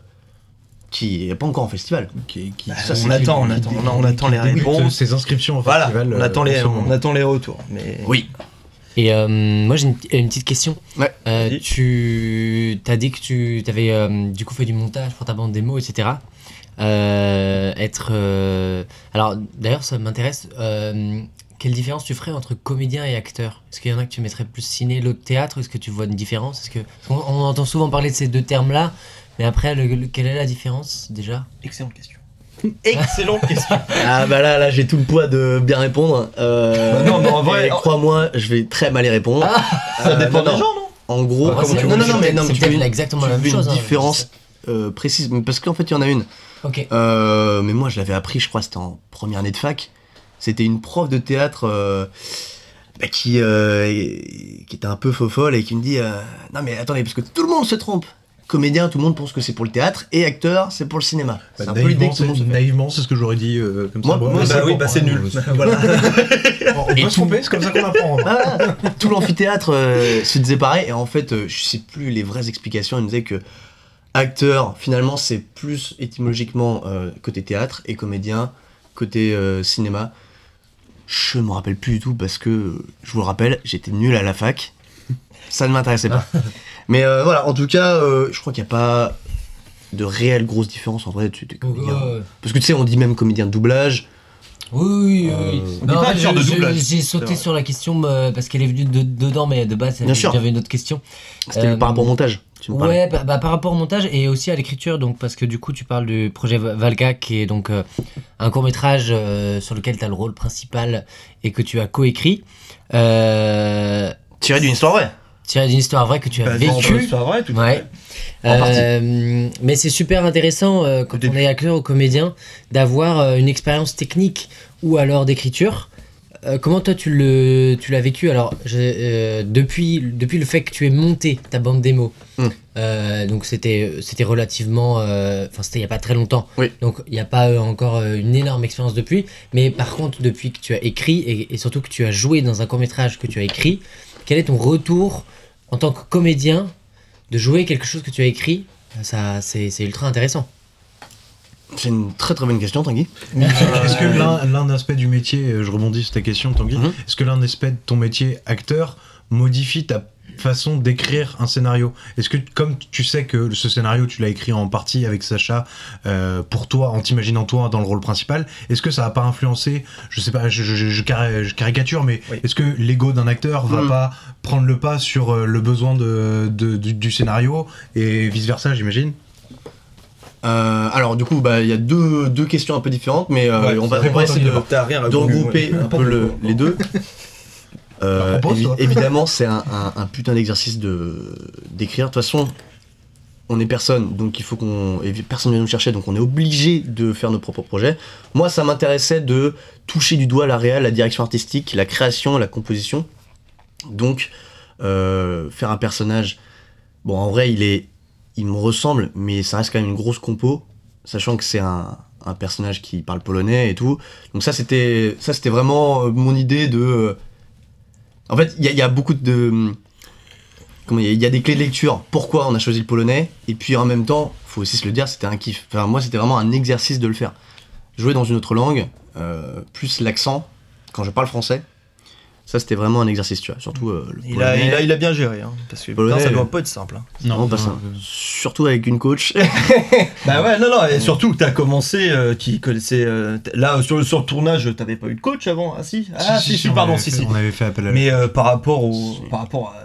I: qui est pas encore en festival. Qui, qui,
K: on attend, on attend, on attend les
B: euh,
K: réponses.
I: Ces inscriptions au
K: Voilà, on attend les, on attend les retours. Mais...
I: Oui.
L: Et euh, moi j'ai une, une petite question.
I: Ouais.
L: Euh, tu as dit que tu avais du coup fait du montage pour ta bande démo, etc. Euh, être. euh, Alors d'ailleurs ça m'intéresse. euh, quelle différence tu ferais entre comédien et acteur Est-ce qu'il y en a que tu mettrais plus ciné, l'autre théâtre Est-ce que tu vois une différence Est-ce que on, on entend souvent parler de ces deux termes-là, mais après le- le- quelle est la différence déjà
K: Excellente question. Excellente question.
I: Ah bah là, là j'ai tout le poids de bien répondre. Euh,
K: Bah non, mais en vrai,
I: et crois-moi, je vais très mal y répondre. Euh,
K: ça dépend des gens,
I: non En gros,
L: Bah, comment tu
I: non,
L: veux
I: non,
L: dire
I: non, mais
L: C'est
I: non, mais tu
L: peut-être
I: veux une-
L: exactement
I: tu
L: la même
I: veux
L: chose, hein,
I: Une
L: je
I: différence euh, précise, mais parce qu'en fait, il y en a une.
L: Ok.
I: Euh, mais moi, je l'avais appris, je crois, c'était en première année de fac. C'était une prof de théâtre euh, bah, qui, euh, qui était un peu folle et qui me dit euh, Non, mais attendez, parce que tout le monde se trompe. Comédien, tout le monde pense que c'est pour le théâtre et acteur, c'est pour le cinéma.
B: Bah,
I: C'est un peu
B: naïvement,
I: l'idée que tout le monde
B: c'est-
I: se fait.
B: naïvement, c'est ce que j'aurais dit euh, comme
I: Moi-
B: ça.
I: moi, c'est bon, hein,
M: Ah,
K: voilà.
B: On peut se tromper, c'est comme ça qu'on apprend.
I: Voilà. Ah. tout l'amphithéâtre euh, se disait pareil. Et en fait, euh, je sais plus les vraies explications. Il me disait que acteur, finalement, c'est plus étymologiquement euh, côté théâtre et comédien côté euh, cinéma. Je me rappelle plus du tout parce que, euh, je vous le rappelle, j'étais nul à la fac. Ça ne m'intéressait pas. Mais euh, voilà, en tout cas, euh, je crois qu'il n'y a pas de réelle grosse différence en vrai. Tu, t'es comédien.
L: Ouais, ouais.
I: Parce que tu sais, on dit même comédien de doublage.
L: Oui, oui, oui.
I: Euh,
L: Non,
I: on dit pas
L: en fait,
I: acteur de
L: je- je-
I: doublage.
L: J'ai
I: C'est
L: sauté
I: vrai.
L: sur la question euh, parce qu'elle est venue de- dedans, mais de base,
I: Bien sûr.
L: j'avais une autre question.
I: C'était
L: Euh,
I: par rapport au montage. Tu me parlais.
L: Ouais, bah- bah, par rapport au montage et aussi à l'écriture, donc parce que du coup, tu parles du projet Va- Valga, qui est donc euh, un court métrage sur lequel tu as le rôle principal et que tu as coécrit. Euh,
I: Tiré d'une histoire vraie.
L: Tiré d'une histoire vraie que tu as
K: Bah, dans- dans
L: vécue.
K: l'histoire vraie, tout à
L: Ouais.
K: En
L: Euh, mais c'est super intéressant euh, quand on est acteur ou comédien d'avoir euh, une expérience technique ou alors d'écriture. Euh, comment toi tu le tu l'as vécu alors je- euh, depuis depuis le fait que tu aies monté ta bande démo
I: Hmm.
L: euh, donc c'était c'était relativement euh, enfin c'était il y a pas très longtemps
I: Oui.
L: donc il n'y a pas euh, encore euh, une énorme expérience depuis mais par contre depuis que tu as écrit et, et surtout que tu as joué dans un court métrage que tu as écrit quel est ton retour en tant que comédien de jouer quelque chose que tu as écrit ça c'est c'est ultra intéressant
I: C'est une très très bonne question, Tanguy.
B: Est-ce
I: Euh,
B: que l'un l'un aspect du métier, euh, je rebondis sur ta question, Tanguy,
I: Mhm.
B: est-ce que l'un aspect de ton métier acteur modifie ta façon d'écrire un scénario Est-ce que, comme tu sais que ce scénario, tu l'as écrit en partie avec Sacha euh, pour toi, en t'imaginant toi dans le rôle principal, est-ce que ça n'a pas influencé Je sais pas, je, je- je cari- je caricature, mais est-ce que l'ego d'un acteur va
I: Mhm.
B: pas prendre le pas sur euh, le besoin de, de- du, du scénario et vice-versa, j'imagine
I: Euh, alors du coup, bah, il y a deux, deux questions un peu différentes, mais euh,
K: Ouais,
I: on
K: ça
I: va, on
K: dépend
I: va essayer
K: de- t'as rien
I: de,
K: à
I: de
K: répondre.
I: regrouper
K: Ouais.
I: un peu le- les deux. Euh,
K: Bah, propose,
I: évi-
K: toi.
I: évidemment, c'est un, un- un putain d'exercice de d'écrire. De toute façon, on est personne, donc il faut qu'on et personne ne vient nous chercher, donc on est obligé de faire nos propres projets. Moi, ça m'intéressait de toucher du doigt la réelle, la direction artistique, la création, la composition. Donc, euh, faire un personnage. Bon, en vrai, il est, il me ressemble, mais ça reste quand même une grosse compo, sachant que c'est un, un personnage qui parle polonais et tout. Donc ça, c'était, ça, c'était vraiment euh, mon idée de. euh, En fait, il y, a- il y a beaucoup de. hum, Comment il y a- il y a des clés de lecture. Pourquoi on a choisi le polonais Et puis en même temps, faut aussi se le dire, c'était un kiff. Enfin, moi, c'était vraiment un exercice de le faire. Jouer dans une autre langue, euh, plus l'accent quand je parle français. Ça, c'était vraiment un exercice, tu vois. Surtout euh, le
M: Il a,
I: polonais.
M: il, a, il a bien géré, hein, parce que putain,
I: Polonais,
M: ça
I: euh,
M: doit pas être simple. hein.
I: Non, pas simple. Surtout avec une coach.
M: bah ouais, non, non, et surtout, t'as commencé, euh, qui connaissait. euh, t- là, euh, sur le, sur le tournage, t'avais pas eu de coach avant Ah si Ah si, si,
B: on
M: pardon,
B: avait
M: si,
B: fait-
M: si.
B: On avait fait appel à
M: Mais euh, par rapport au. Par rapport à-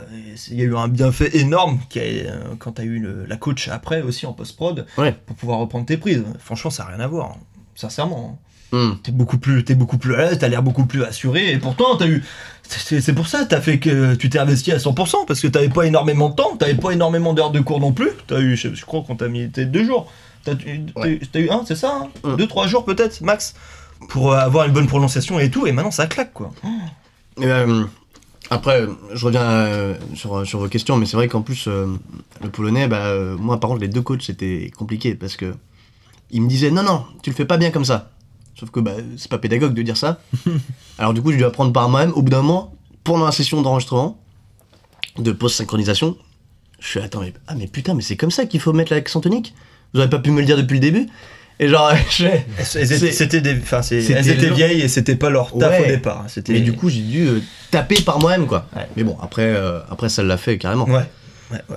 M: Il y a eu un bienfait énorme qui a- euh, quand t'as eu le- la coach après aussi en post-prod pour pouvoir reprendre tes prises. Franchement, ça n'a rien à voir, hein. sincèrement. hein.
I: Hum.
M: T'es beaucoup plus, t'es beaucoup plus à l'aise, t'as l'air beaucoup plus assuré, et pourtant t'as eu, c'est c'est pour ça, t'as fait que tu t'es investi à 100% parce que t'avais pas énormément de temps, t'avais pas énormément d'heures de cours non plus. T'as eu, je, je crois qu'on t'a mis t'as eu deux jours, t'as eu, t'as eu- t'as eu un, c'est ça, hein deux trois jours peut-être max pour euh, avoir une bonne prononciation et tout, et maintenant ça claque quoi.
I: Et, euh, après, euh, je reviens euh, sur, sur vos questions, mais c'est vrai qu'en plus, euh, le polonais, bah, euh, moi par contre, les deux coachs, c'était compliqué parce que ils me disaient non, non, tu le fais pas bien comme ça. Sauf que bah, c'est pas pédagogue de dire ça. Alors du coup, je dû apprendre par moi-même. Au bout d'un moment, pendant la session d'enregistrement, de post-synchronisation, je suis attends, mais, ah, mais putain, mais c'est comme ça qu'il faut mettre l'accent tonique Vous auriez pas pu me le dire depuis le début Et genre, je-
M: Elles étaient- C'était des, enfin c'est-
I: c'était
M: elles étaient
I: long.
M: vieilles et c'était pas leur taf
I: Ouais.
M: au départ. hein, C'était.
I: Mais du coup, j'ai dû euh, taper par moi-même, quoi. Mais bon, après, euh, après ça l'a fait carrément.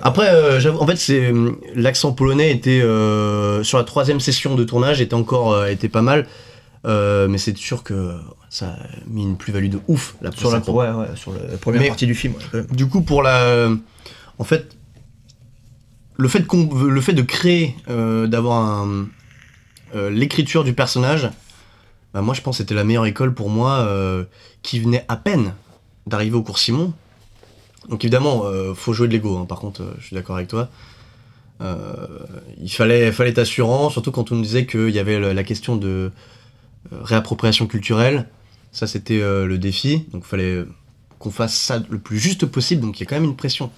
I: Après, euh, j'avoue- en fait, c'est hum, l'accent polonais était euh, sur la troisième session de tournage était encore euh, était pas mal, Euh, mais c'est sûr que ça a mis une plus-value de ouf la
M: sur la,
I: post-synchro.
M: ouais, ouais, sur la première
I: Mais-
M: partie du film. ouais, quand même.
I: Du coup, pour la, en fait, le fait qu'on, le fait de créer, euh, d'avoir un- euh, l'écriture du personnage, bah, moi je pense que c'était la meilleure école pour moi, euh, qui venait à peine d'arriver au cours Simon. Donc évidemment, euh, faut jouer de l'ego. hein. Par contre, euh, je suis d'accord avec toi. Euh, il fallait, fallait être assurant, surtout quand on nous disait qu'il y avait la, la question de euh, réappropriation culturelle. Ça, c'était euh, le défi. Donc, fallait euh, qu'on fasse ça le plus juste possible. Donc, il y a quand même une pression.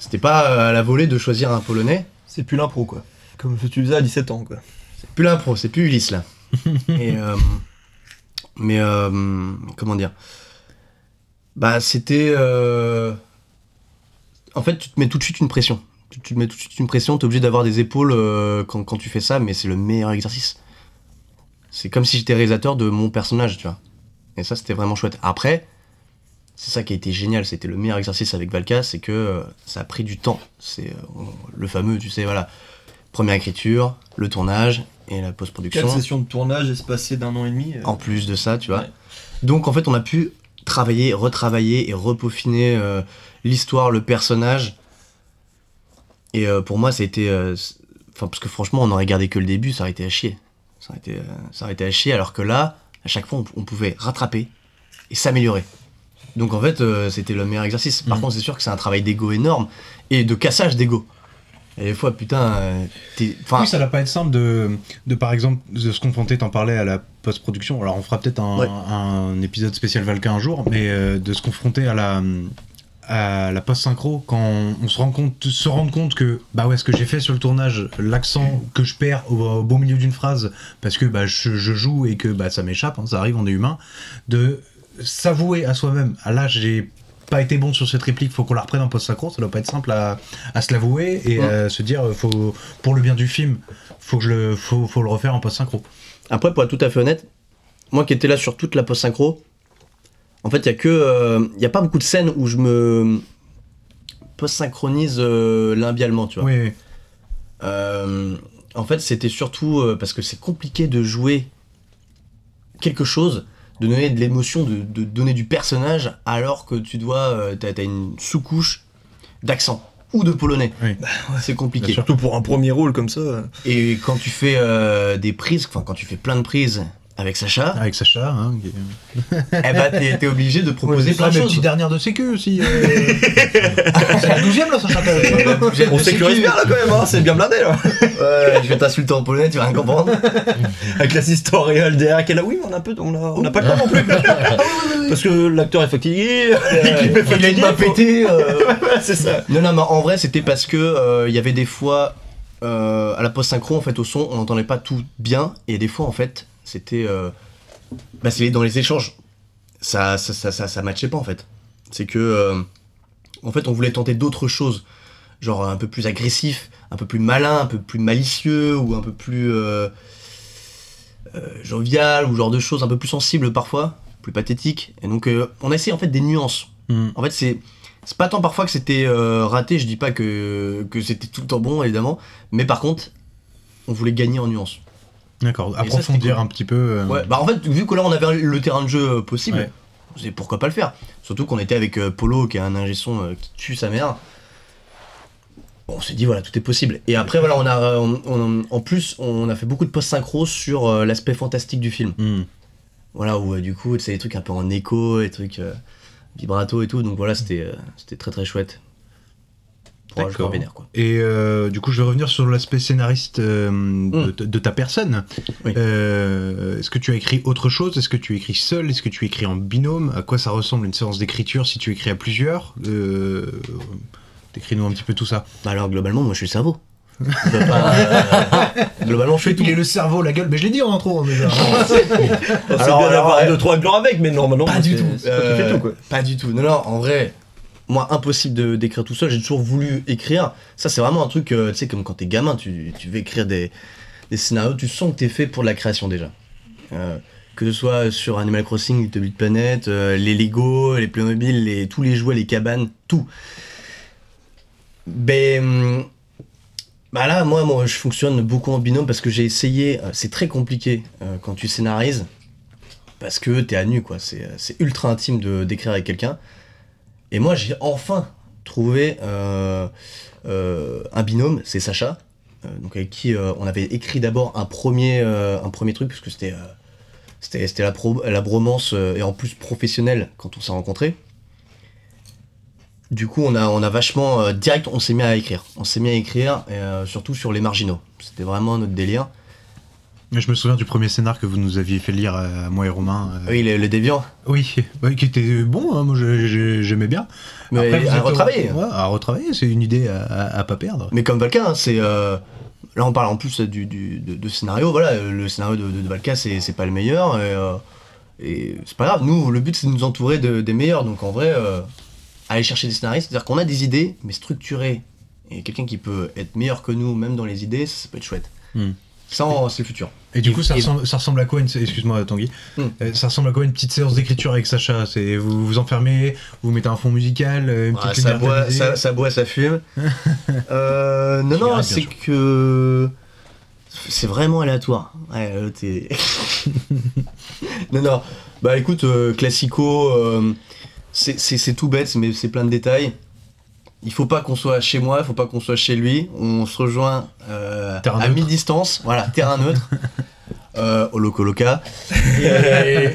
I: C'était pas euh, à la volée de choisir un Polonais.
M: C'est plus l'impro, quoi. Comme tu faisais à 17 ans, quoi.
I: C'est plus l'impro, c'est plus Ulysse, là. Et, euh, mais, euh, comment dire Bah, c'était. euh, En fait, tu te mets tout de suite une pression. Tu tu te mets tout de suite une pression, t'es obligé d'avoir des épaules euh, quand, quand tu fais ça, mais c'est le meilleur exercice. C'est comme si j'étais réalisateur de mon personnage, tu vois. Et ça, c'était vraiment chouette. Après, c'est ça qui a été génial, c'était le meilleur exercice avec Valka, c'est que euh, ça a pris du temps. C'est euh, on- le fameux, tu sais, voilà, première écriture, le tournage et la
M: Quatre
I: post-production.
M: sessions de tournage espacées d'un an et demi. euh,
I: En plus de ça, tu vois. Donc en fait, on a pu travailler, retravailler et repaufiner euh, l'histoire, le personnage. Et euh, pour moi, ça a été. euh, c- Enfin, parce que franchement, on aurait gardé que le début, ça aurait été à chier. Ça aurait été, euh, ça aurait été à chier, alors que là, à chaque fois, on, on pouvait rattraper et s'améliorer. Donc en fait, euh, c'était le meilleur exercice. Par contre, c'est sûr que c'est un travail d'ego énorme et de cassage d'ego. Et des fois, putain, euh, t'es. Enfin,
B: oui, ça va pas être simple de, de par exemple, de se confronter, t'en parlais à la post-production. Alors, on fera peut-être un,
I: Ouais.
B: un épisode spécial Valka un jour, mais euh, de se confronter à la à la post-synchro quand on, on se rend compte se rendre compte que bah ouais ce que j'ai fait sur le tournage l'accent que je perds au, au beau milieu d'une phrase parce que bah je, je joue et que bah ça m'échappe hein, ça arrive on est humain de s'avouer à soi-même ah là j'ai pas été bon sur cette réplique faut qu'on la reprenne en post-synchro ça doit pas être simple à, à se l'avouer et à se dire faut pour le bien du film faut que je le faut, faut le refaire en post-synchro
I: Après, pour être tout à fait honnête, moi qui étais là sur toute la post-synchro, en fait, il n'y a que. euh, Il a pas beaucoup de scènes où je me. post-synchronise euh, limbialement, tu vois.
B: Oui, oui.
I: Euh, en fait, c'était surtout euh, parce que c'est compliqué de jouer quelque chose, de donner de l'émotion, de, de donner du personnage, alors que tu dois. euh, t'as t'as une sous-couche d'accent ou de polonais. Bah, C'est compliqué.
M: Surtout pour un premier rôle comme ça. euh.
I: Et quand tu fais euh, des prises, enfin quand tu fais plein de prises avec Sacha.
B: Avec Sacha, hein.
I: Eh bah t'es t'es obligé de proposer plein de
B: mes
I: choses.
B: petites dernières de sécu aussi euh. c'est la douzième là ça s'appelle
I: On sécurise bien là quand même, hein. c'est bien blindé là. Ouais, je vais t'insulter en polonais, tu vas rien comprendre.
M: Avec l'assistant réel derrière qui est là, oui, mais on a un peu, on a, on a pas le temps non plus. Parce que l'acteur est fatigué, l'équipe est
I: Il a
M: fatiguée.
I: une main pétée. euh.
M: c'est ça.
I: Non, non, mais en vrai, c'était parce que euh, il y avait des fois euh, à la post-synchro, en fait, au son, on n'entendait pas tout bien, et des fois, en fait, c'était. euh, bah, c'est dans les échanges. Ça, ça, ça, ça, ça matchait pas, en fait. C'est que. euh, en fait, on voulait tenter d'autres choses, genre un peu plus agressif, un peu plus malin, un peu plus malicieux, ou un peu plus. euh, euh, joviales ou genre de choses un peu plus sensibles parfois, plus pathétiques. Et donc euh, on a essayé en fait des nuances.
B: Hmm.
I: En fait c'est c'est pas tant parfois que c'était euh, raté, je dis pas que, que c'était tout le temps bon évidemment, mais par contre on voulait gagner en nuances.
B: D'accord,
I: Et ça, c'était
B: approfondir
I: cool.
B: un petit peu. euh,
I: Ouais, bah en fait, vu que là on avait le terrain de jeu euh, possible,
B: Ouais.
I: on se dit, pourquoi pas le faire Surtout qu'on était avec euh, Polo, qui est un ingé son euh, qui tue sa mère. Bon, on s'est dit, voilà, tout est possible. Et après, voilà, on a, euh, on- on- en plus, on a fait beaucoup de post-synchro sur euh, l'aspect fantastique du film.
B: hmm.
I: Voilà, où euh, du coup, c'est des trucs un peu en écho, des trucs euh, vibrato et tout. Donc voilà, c'était euh, c'était très très chouette. Pour un jeu
B: D'accord.
I: vénère, quoi.
B: Et euh, du coup, je vais revenir sur l'aspect scénariste euh,
I: Hmm.
B: de, ta- de ta personne. Euh, Est-ce que tu as écrit autre chose Est-ce que tu écris seul Est-ce que tu écris en binôme À quoi ça ressemble une séance d'écriture si tu écris à plusieurs euh, Décris-nous un petit peu tout ça.
I: Bah, Alors, globalement, moi je suis le cerveau. Je peux pas, euh, globalement, je fais tout.
B: Il est le cerveau, la gueule. Mais je l'ai dit en intro hein, déjà.
K: Ah, c'est bien d'avoir
I: euh,
K: deux, trois grands mecs, mais normalement.
I: Pas
K: c'est-
I: du tout.
K: c'est toi qui fais
I: Euh,
K: tout, quoi.
I: Pas du tout. Non, non, en vrai, moi, impossible de- d'écrire tout seul. J'ai toujours voulu écrire. Ça, c'est vraiment un truc, euh, tu sais, comme quand t'es gamin, tu, tu veux écrire des, des scénarios, tu sens que t'es fait pour de la création déjà. Euh, que ce soit sur Animal Crossing, Little Big Planet, euh, les Lego, les Playmobil, les, tous les jouets, les cabanes, tout. Ben. hum, Bah là, moi, moi, je fonctionne beaucoup en binôme parce que j'ai essayé. euh, C'est très compliqué euh, quand tu scénarises parce que t'es à nu, quoi. C'est euh, c'est ultra intime de d'écrire avec quelqu'un. Et moi, j'ai enfin trouvé euh, euh, un binôme, c'est Sacha, euh, donc avec qui euh, on avait écrit d'abord un premier, euh, un premier truc, puisque c'était euh, c'était c'était la, pro- la bromance euh, et en plus professionnelle quand on s'est rencontrés. Du coup, on a, on a vachement euh, direct, on s'est mis à écrire. On s'est mis à écrire, et, euh, surtout sur les marginaux. C'était vraiment notre délire.
B: Je me souviens du premier scénar que vous nous aviez fait lire euh, à moi et Romain. euh,
I: Oui, le, le déviant.
B: Oui, ouais, qui était bon, hein, moi je- je- j'aimais bien.
I: Mais
B: vous
I: à
B: êtes au-
I: retravailler.
B: Ouais, à retravailler, c'est une idée à, à- à pas perdre.
I: Mais comme Valka, hein, c'est. euh, là, on parle en plus du, du- de, de scénario. Voilà, euh, le scénario de, de, de Valka, c'est c'est pas le meilleur. Et, euh, et c'est pas grave. Nous, le but, c'est de nous entourer de- des meilleurs. Donc, en vrai, euh, aller chercher des scénaristes, c'est-à-dire qu'on a des idées, mais structurées. Et quelqu'un qui peut être meilleur que nous, même dans les idées, ça, ça peut être chouette.
B: Hmm.
I: Ça, on- c'est le futur.
B: Et du coup, ça
I: Et- Hmm.
B: ressemble, ça ressemble à quoi une... Excuse-moi, Tanguy. Euh, Ça ressemble à quoi une petite séance d'écriture avec Sacha C'est vous vous enfermez, vous mettez un fond musical, euh, une
I: Ouais,
B: petite
I: Ah, ça,
B: lumière
I: boit,
B: tamisée.
I: ça, ça boit, ça fume. Euh, non, non, c'est que. C'est vraiment aléatoire. Ouais, là, t'es- non, non. Bah écoute, euh, classico, euh, c'est- c'est c'est tout bête, mais c'est plein de détails. Il faut pas qu'on soit chez moi, il faut pas qu'on soit chez lui. On se rejoint euh,
B: Terrain
I: à
B: neutre.
I: mi-distance. Voilà, terrain neutre. euh, au locoloca. Et,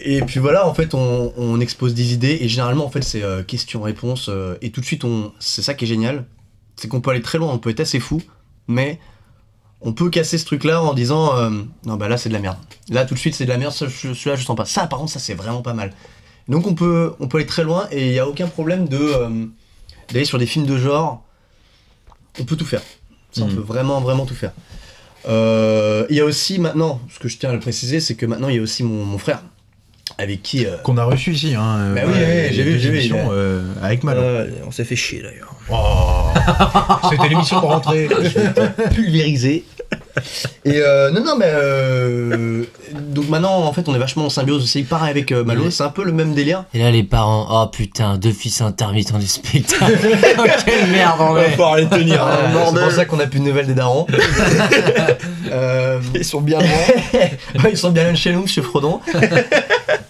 I: et puis voilà, en fait, on, on expose des idées et généralement, en fait, c'est euh, question-réponse euh, et tout de suite, on, c'est ça qui est génial, c'est qu'on peut aller très loin, on peut être assez fou, mais on peut casser ce truc-là en disant euh, non bah là c'est de la merde, là tout de suite c'est de la merde, ça, je- celui-là je sens pas. Ça, par contre, ça c'est vraiment pas mal. Donc on peut, on peut aller très loin et il y a aucun problème de euh, d'aller sur des films de genre. On peut tout faire. Ça, on
M: Hmm.
B: Mhm.
I: peut vraiment, vraiment tout faire. Euh, Il y a aussi maintenant, ce que je tiens à le préciser, c'est que maintenant il y a aussi mon, mon frère, avec qui. euh,
B: Qu'on a reçu ici. Hein, euh,
I: Bah oui,
B: voilà,
I: oui,
B: les
I: j'ai vu,
B: deux
I: j'ai vu,
B: émissions,
I: il a-
B: euh, avec Mal.
M: on s'est fait chier d'ailleurs.
B: C'était l'émission de rentrée.
I: pulvérisé. Et euh, non, non, mais euh, donc maintenant, en fait, on est vachement en symbiose aussi. Pareil avec euh, Malo, c'est un peu le même délire.
L: Et là, les parents, oh putain, deux fils intermittents du spectacle. oh, quelle merde, en vrai.
I: les tenir. hein. c'est pour ça qu'on a plus de nouvelles des darons. ils sont bien loin. ils sont bien loin de chez nous, monsieur Frodon.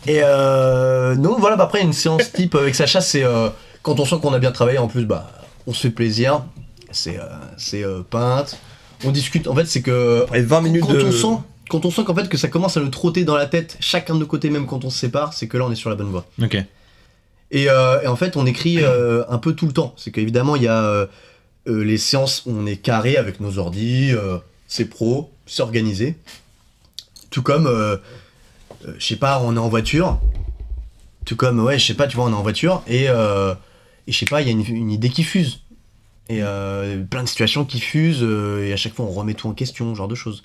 I: Et euh, non, voilà, bah, après, une séance type avec Sacha, c'est euh, quand on sent qu'on a bien travaillé, en plus, bah, on se fait plaisir. C'est euh, c'est euh, peinte. On discute. En fait, c'est que.
M: 20 minutes
I: quand
M: de-
I: on sent. Quand on sent qu'en fait que ça commence à nous trotter dans la tête, chacun de nos côtés, même quand on se sépare, c'est que là on est sur la bonne voie.
B: Ok.
I: Et, euh, et en fait, on écrit euh, un peu tout le temps. C'est qu'évidemment, il y a euh, euh, les séances où on est carré avec nos ordis, euh, c'est pro, c'est organisé. Tout comme, euh, euh, je sais pas, on est en voiture. Tout comme, ouais, je sais pas, tu vois, on est en voiture et, euh, et je sais pas, il y a une, une idée qui fuse. Et euh, plein de situations qui fusent euh, et à chaque fois, on remet tout en question, ce genre de choses.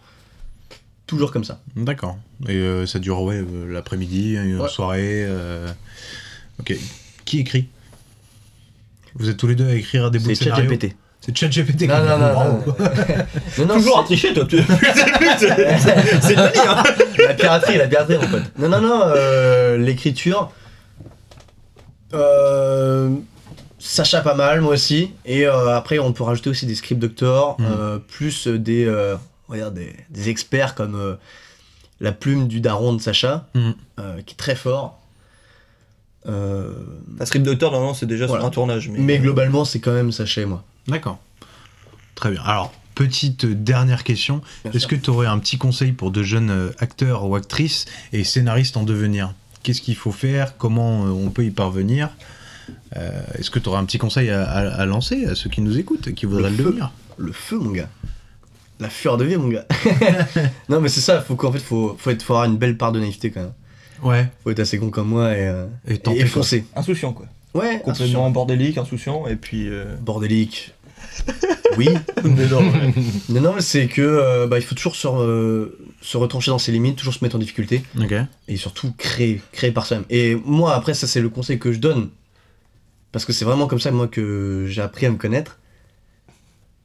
I: Toujours comme ça.
B: D'accord. Et euh, ça dure ouais, euh, l'après-midi, une
I: Ouais.
B: soirée. euh, Ok. Qui écrit Vous êtes tous les deux à écrire des bouts de
I: C'est
B: scénario
I: ChatGPT.
B: C'est ChatGPT
K: Non,
B: qui
K: non,
B: dit,
K: non,
B: waouh.
K: Toujours à tricher, toi. tu-
B: C'est
K: dingue, hein.
I: La piraterie, la piraterie, mon pote. Non, non, non, euh, l'écriture. Euh, Sacha pas mal, moi aussi. Et euh, après, on peut rajouter aussi des script doctors,
K: Mm.
B: Mhm.
I: euh, plus des, euh, on va dire des, des experts comme euh, la plume du daron de Sacha,
K: Mm.
B: Mhm.
I: euh, qui est très fort. Euh,
M: La script doctor, normalement, c'est déjà
I: Voilà.
M: sur un tournage. Mais, euh,
I: mais globalement, c'est quand même Sacha et moi.
B: D'accord. Très bien. Alors, petite euh, dernière question.
I: Bien
B: Est-ce
I: sûr.
B: que tu aurais un petit conseil pour de jeunes euh, acteurs ou actrices et scénaristes en devenir Qu'est-ce qu'il faut faire Comment euh, on peut y parvenir Euh, Est-ce que tu aurais un petit conseil à, à- à lancer à ceux qui nous écoutent et qui voudraient le,
I: feu.
B: devenir
I: Le feu, mon gars. La fureur de vie, mon gars. non, mais c'est ça, faut qu'en fait, faut, faut, être, faut avoir une belle part de naïveté quand même.
B: Ouais.
I: Faut être assez con comme moi et, euh,
B: Et
I: et,
B: tenter,
I: et foncer.
M: Insouciant, quoi.
I: Ouais,
M: Complètement bordélique, insouciant, et puis. euh,
I: Bordélique. Oui.
M: mais non, ouais.
I: non, non, mais c'est que euh, bah, il faut toujours se, re- se retrancher dans ses limites, toujours se mettre en difficulté.
B: Ok.
I: Et surtout créer, créer par soi-même. Et moi, après, ça, c'est le conseil que je donne. Parce que c'est vraiment comme ça, moi, que j'ai appris à me connaître.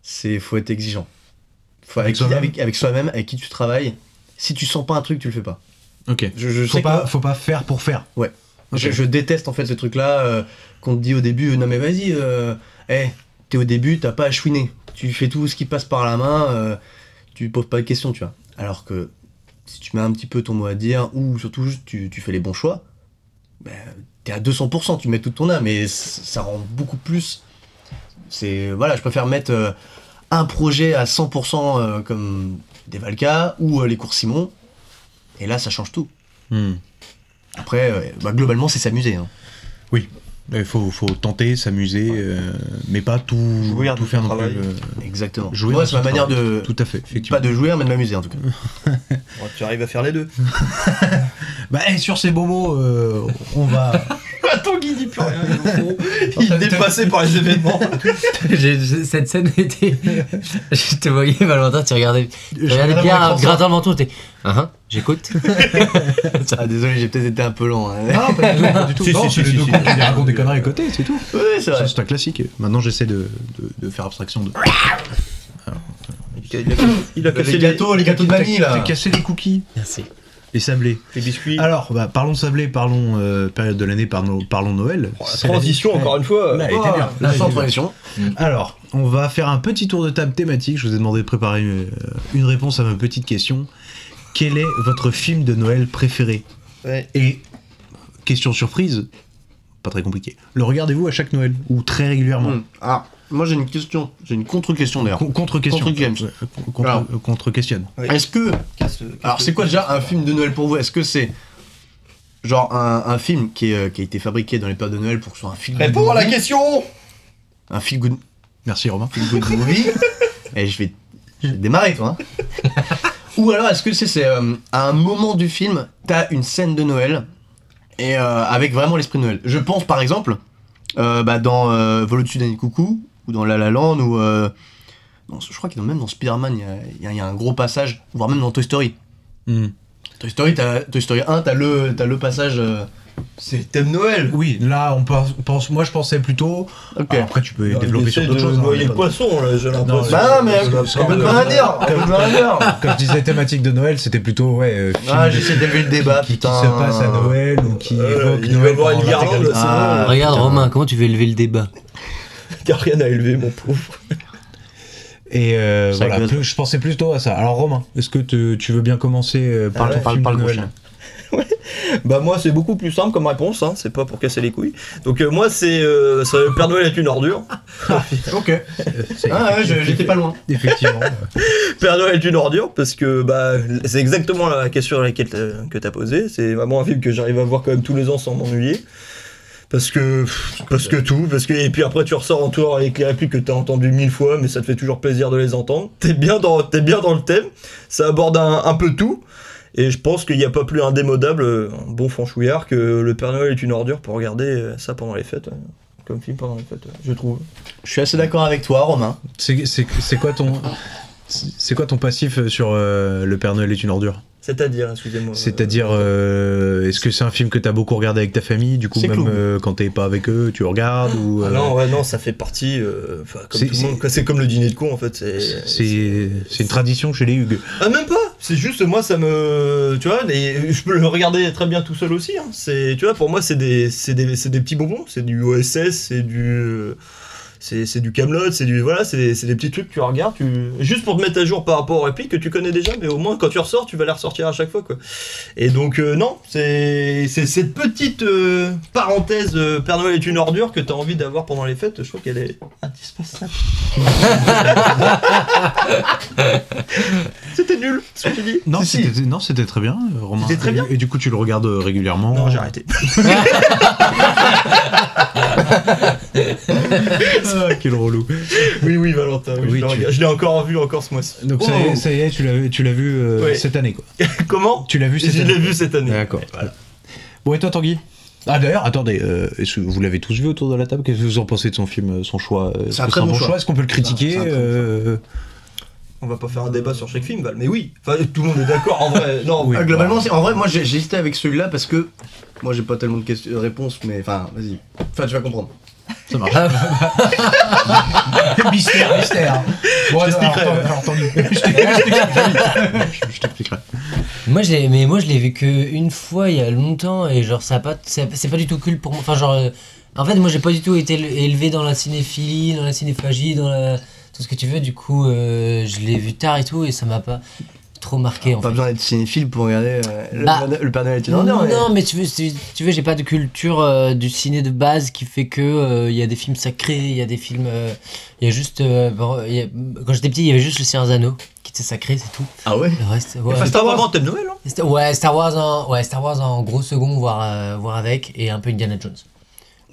I: C'est faut être exigeant. Faut
B: Avec
I: avec,
B: soi-même.
I: avec, avec soi-même, avec qui tu travailles. Si tu sens pas un truc, tu le fais pas.
B: Ok.
I: Je, je
B: faut,
I: sais
B: pas,
I: que-
B: faut pas faire pour faire.
I: Ouais.
B: Ok.
I: Je, je déteste en fait ce truc-là euh, qu'on te dit au début, euh, non mais vas-y, euh, eh, t'es au début, t'as pas à chouiner. Tu fais tout ce qui passe par la main, euh, tu poses pas de questions, tu vois. Alors que si tu mets un petit peu ton mot à dire, ou surtout juste tu, tu fais les bons choix, ben, t'es à 200%, tu mets toute ton âme, et c- ça rend beaucoup plus. C'est voilà, je préfère mettre euh, un projet à 100% euh, comme des Valka ou euh, les cours Simon, et là ça change tout.
B: Hmm.
I: Après, euh, bah, globalement, c'est s'amuser. hein.
B: Oui. Il faut, faut tenter, s'amuser, euh, mais pas tout,
I: Jouir de
B: tout faire
I: son
B: non plus.
I: travail.
B: euh,
I: Exactement.
B: jouir
I: Moi,
B: de
I: c'est
B: son
I: ma manière
B: travail.
I: de.
B: Tout à fait, effectivement.
I: Pas de jouer, mais de m'amuser en tout cas.
M: Bon, tu arrives à faire les deux.
B: Bah, eh, sur ces beaux mots, euh, on va.
M: Attends, Guy dit plus rien. Il est dépassé par les événements.
L: J'ai- j'ai- cette scène était. je te voyais, Valentin, tu regardais, tu
I: Je
L: regardais
I: regardais
L: bien,
I: mon écran,
L: grattant le menton, t'es. Ah, ah, j'écoute.
I: ah, désolé, j'ai peut-être été un peu lent. hein.
B: Non, pas du tout, pas du tout.
I: Si,
B: Non,
I: si,
B: c'est
I: si,
B: les deux
I: si, si.
B: cons qui racontent des conneries à côté, c'est tout.
I: Oui, c'est vrai.
B: Ça, c'est un classique. Maintenant, j'essaie de, de- de faire abstraction de.
M: Il a, il a cassé
I: Les gâteaux, les gâteaux de mamie
B: T'as
I: là.
B: cassé les cookies.
L: Merci.
B: Les sablés.
M: les biscuits.
B: Alors, bah, parlons sablés, parlons euh, période de l'année, parlons, parlons Noël.
M: la
B: C'est
M: transition, encore une fois. Ah.
B: Là, elle
I: Oh,
B: était bien.
I: La
B: Là,
I: sans
B: elle était bien.
I: transition.
B: Alors, on va faire un petit tour de table thématique. Je vous ai demandé de préparer euh, une réponse à ma petite question. Quel est votre film de Noël préféré
M: Ouais.
B: Et question surprise, pas très compliqué. Le regardez-vous à chaque Noël ou très régulièrement
I: Hmm. Ah, moi j'ai une question. J'ai une contre-question d'ailleurs.
B: Con- Contre-question.
I: Contre James. Alors.
B: Contre- Contre-questionne.
I: Est-ce que.
M: Casse- casse-
I: Alors, c'est quoi déjà un film de Noël pour vous Est-ce que c'est. Genre un, un film qui, est, euh, qui a été fabriqué dans les périodes de Noël pour que ce soit un film.
M: Réponds à la question
I: Un film good.
B: Merci Romain.
I: feel good movie. Et je vais, je vais te démarrer, toi. hein. Ou alors, est-ce que c'est c'est, euh, à un moment du film, t'as une scène de Noël et euh, avec vraiment l'esprit de Noël. Je pense par exemple euh, bah, dans euh, Vol au-dessus d'un nid de coucou ou dans La La Land ou euh, dans- je crois qu'il y a même dans Spider-Man, il y a- il y a- il y, a un gros passage, voire même dans Toy Story.
B: Hmm.
I: Toy Story, t'as- Toy Story 1, t'as le, t'as le passage. euh,
M: C'est le thème Noël.
B: Oui, là, on pense, pense- moi je pensais plutôt.
I: Ok.
B: Alors, après, tu peux
M: Il
B: développer
M: essaie
B: sur d'autres
M: de
B: choses. hein,
M: noyer
B: mais
M: le
B: pas-
M: poisson, là, j'ai
B: Ah,
M: l'impression.
I: bah non, mais
M: Je
I: comme
M: l'absorbe.
I: je peux rien dire, comme je peux rien dire.
B: Quand je disais thématique de Noël, c'était plutôt ouais. euh, film
I: Ah,
B: de-
I: j'essaie d'élever le débat,
B: qui, qui
I: putain.
B: se passe à Noël ou qui
M: Euh,
B: évoque
M: il va
B: Noël.
M: avoir une
B: pendant
M: guirlande,
B: l'intégralité.
M: c'est bon.
I: Ah,
L: Regarde,
I: putain.
L: Romain, comment tu veux élever le débat
M: Il y a rien à élever, mon pauvre.
B: Et euh,
I: Ça
B: voilà,
I: gueule.
B: plus- je pensais plutôt à ça. Alors Romain, est-ce que te- tu veux bien commencer euh, par ton
M: Ah ouais.
B: film
I: Parle-
B: de
I: parle
B: Noël
I: prochain.
M: Bah moi c'est beaucoup plus simple comme réponse, hein, c'est pas pour casser les couilles. Donc euh, moi c'est euh, ça- Père Noël est une ordure.
I: Ok.
B: C'est-
I: Ah ouais, je- j'étais pas loin.
B: Effectivement.
M: Père Noël est une ordure parce que bah c'est exactement la question à laquelle t'as- que t'as posée. C'est vraiment un film que j'arrive à voir quand même tous les ans sans m'ennuyer. Parce que pff, parce que tout, parce que et puis après tu ressors en tour avec les répliques que t'as entendues mille fois, mais ça te fait toujours plaisir de les entendre. T'es bien dans t'es bien dans le thème, ça aborde un, un peu tout. Et je pense qu'il n'y a pas plus indémodable, euh, un bon franchouillard, que le Père Noël est une ordure pour regarder euh, ça pendant les fêtes. ouais. Comme film pendant les fêtes, ouais, je trouve.
I: Je suis assez d'accord avec toi, Romain.
B: C'est- C'est c'est quoi ton c'est c'est quoi ton passif sur euh, le euh, Père Noël est une ordure
M: C'est-à-dire, excusez-moi.
B: C'est-à-dire, euh, est-ce que c'est un film que t'as beaucoup regardé avec ta famille Du coup,
M: C'est
B: même
M: Clou.
B: euh, quand t'es pas avec eux, tu regardes ou,
M: Ah
B: euh,
M: non, ouais, non, ça fait partie. euh, enfin, comme
B: C'est-
M: tout le monde, quoi, c'est comme le dîner de con en fait. c'est-
B: C'est c'est une tradition chez les Hugues.
M: Ah même pas C'est juste moi ça me... Tu vois, les- je peux le regarder très bien tout seul aussi. hein. C'est, tu vois, pour moi c'est des, c'est des, c'est des petits bonbons, c'est du OSS, c'est du... C'est, c'est du Camelot, c'est du voilà, c'est, des- c'est des petits trucs que tu regardes, tu juste pour te mettre à jour par rapport aux répliques que tu connais déjà, mais au moins quand tu ressors, tu vas les ressortir à chaque fois quoi. Et donc euh, non, c'est, c'est cette petite euh, parenthèse euh, Père Noël est une ordure que tu as envie d'avoir pendant les fêtes, je trouve qu'elle est indispensable. C'était nul ce que tu dis.
B: Non, c'était non, c'était très bien, euh, Romain.
M: C'était très bien.
B: Et, et du coup, tu le regardes euh, régulièrement. Non, j'ai
M: arrêté.
B: quel relou.
M: Oui, oui, Valentin. oui,
B: Oui,
M: je l'ai
B: tu-
M: regardé. je l'ai encore vu encore ce mois-ci. Oh,
B: Donc ça, y est, ça y est, tu l'as tu l'as vu euh,
M: Ouais.
B: cette année, quoi.
M: Comment
B: Tu l'as vu cette
M: Je
B: année
M: l'ai vu cette année.
B: D'accord. Bon, et toi, Tanguy ah d'ailleurs, attendez, euh, est-ce que vous l'avez tous vu autour de la table Qu'est-ce que vous en pensez de son film, euh, son choix euh, est-ce
M: un
B: que
M: très
B: un
M: bon
B: bon
M: choix.
B: Est-ce qu'on peut le critiquer
M: C'est un très bon
B: euh,
M: On va pas faire un débat sur chaque film, Val, mais oui. Enfin, tout le monde est d'accord en vrai. Non,
I: Ah, globalement, c'est- en vrai, moi j'ai j'ai hésité avec celui-là parce que moi j'ai pas tellement de questions- de réponses, mais enfin, vas-y. Enfin, tu vas comprendre.
B: Ça marche.
L: Ah,
I: mystère, mystère.
B: Bon,
I: je t'expliquerai.
L: Moi, je l'ai- mais moi, je l'ai vu que une fois il y a longtemps et genre ça a pas, c'est c'est pas du tout cool pour moi. Enfin genre, euh, en fait, moi, j'ai pas du tout été éle- élevé dans la cinéphilie, dans la cinéphagie, dans la tout ce que tu veux. Du coup, euh, je l'ai vu tard et tout et ça m'a pas trop marqué. En
I: Pas
L: fait.
I: besoin d'être cinéphile pour regarder euh, le,
L: Bah,
I: Père Noël- le Père Noël est une
L: Non,
I: ordure, mais-
L: mais tu veux, tu, tu veux, j'ai pas de culture euh, du ciné de base qui fait que euh, il y a des films sacrés, il y a des films, euh, il y a juste, euh, bon, il y a- quand j'étais petit, il y avait juste le Seigneur des Anneaux qui était sacré, c'est tout.
I: Ah ouais.
L: Le reste, ouais.
M: Enfin, Star Wars en thème Noël, hein
L: Sta- Ouais, Star Wars en, ouais, Star Wars en gros second, voire, euh, voire avec, et un peu Indiana Jones.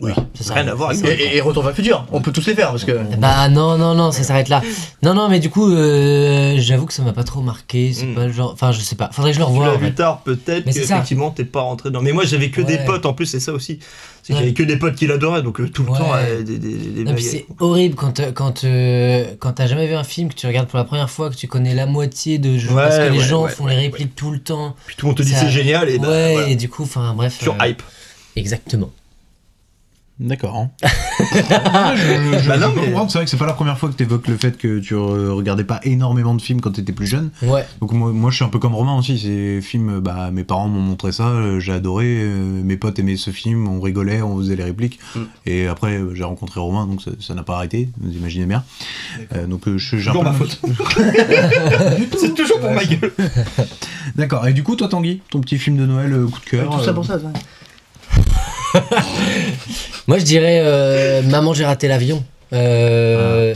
I: Oui,
L: ça
I: rien
L: s'arrête-
I: à voir
B: Ah,
L: ça
I: avec.
L: s'arrête
I: Et, et retour vers le futur, on peut tous les faire parce que.
L: Bah non, non, non, ça s'arrête là. Non, non, mais du coup, euh, j'avoue que ça m'a pas trop marqué, c'est pas le genre. Enfin, je sais pas, faudrait que je le revoie.
M: Hmm. Tu l'as
L: en
M: vu
L: fait.
M: tard, peut-être.
L: Mais c'est ça.
M: Effectivement, t'es pas rentré dedans. Mais moi, j'avais que des
L: Ouais.
M: potes en plus, c'est ça aussi. C'est que
L: Ouais.
M: j'avais que des potes qui l'adoraient, donc euh, tout le
L: Ouais.
M: temps, euh, des, des, des, des
L: Non, puis
M: baguettes.
L: c'est horrible quand euh, quand euh, quand t'as jamais vu un film que tu regardes pour la première fois que tu connais la moitié de
M: Ouais,
L: parce que les
M: ouais,
L: gens
M: ouais,
L: font les répliques tout le temps.
M: Puis tout le monde te dit c'est génial et bah,
L: ouais
M: voilà.
L: et du coup enfin bref. euh,
M: Sur hype.
L: Exactement.
B: D'accord. hein. Ah, Je- je- je
L: Bah non,
B: peux
L: mais-
B: comprendre, c'est vrai que c'est pas la première fois que tu évoques le fait que tu euh, regardais pas énormément de films quand t'étais plus jeune.
L: Ouais.
B: Donc moi, moi, je suis un peu comme Romain aussi, ces films, bah mes parents m'ont montré ça, euh, j'ai adoré, euh, mes potes aimaient ce film, on rigolait, on faisait les répliques, et après euh, j'ai rencontré Romain, donc ça- ça n'a pas arrêté, vous imaginez bien. Euh, donc euh, je j'ai un
M: Toujours
B: peu
M: ma
B: le-
M: faute. c'est toujours pour ma gueule.
B: D'accord, et du coup toi Tanguy, ton petit film de Noël euh, coup de cœur
I: Tout ça
B: euh,
I: pour ça. ça.
L: Moi, je dirais euh, Maman, j'ai raté l'avion.
B: Ah,
L: Euh,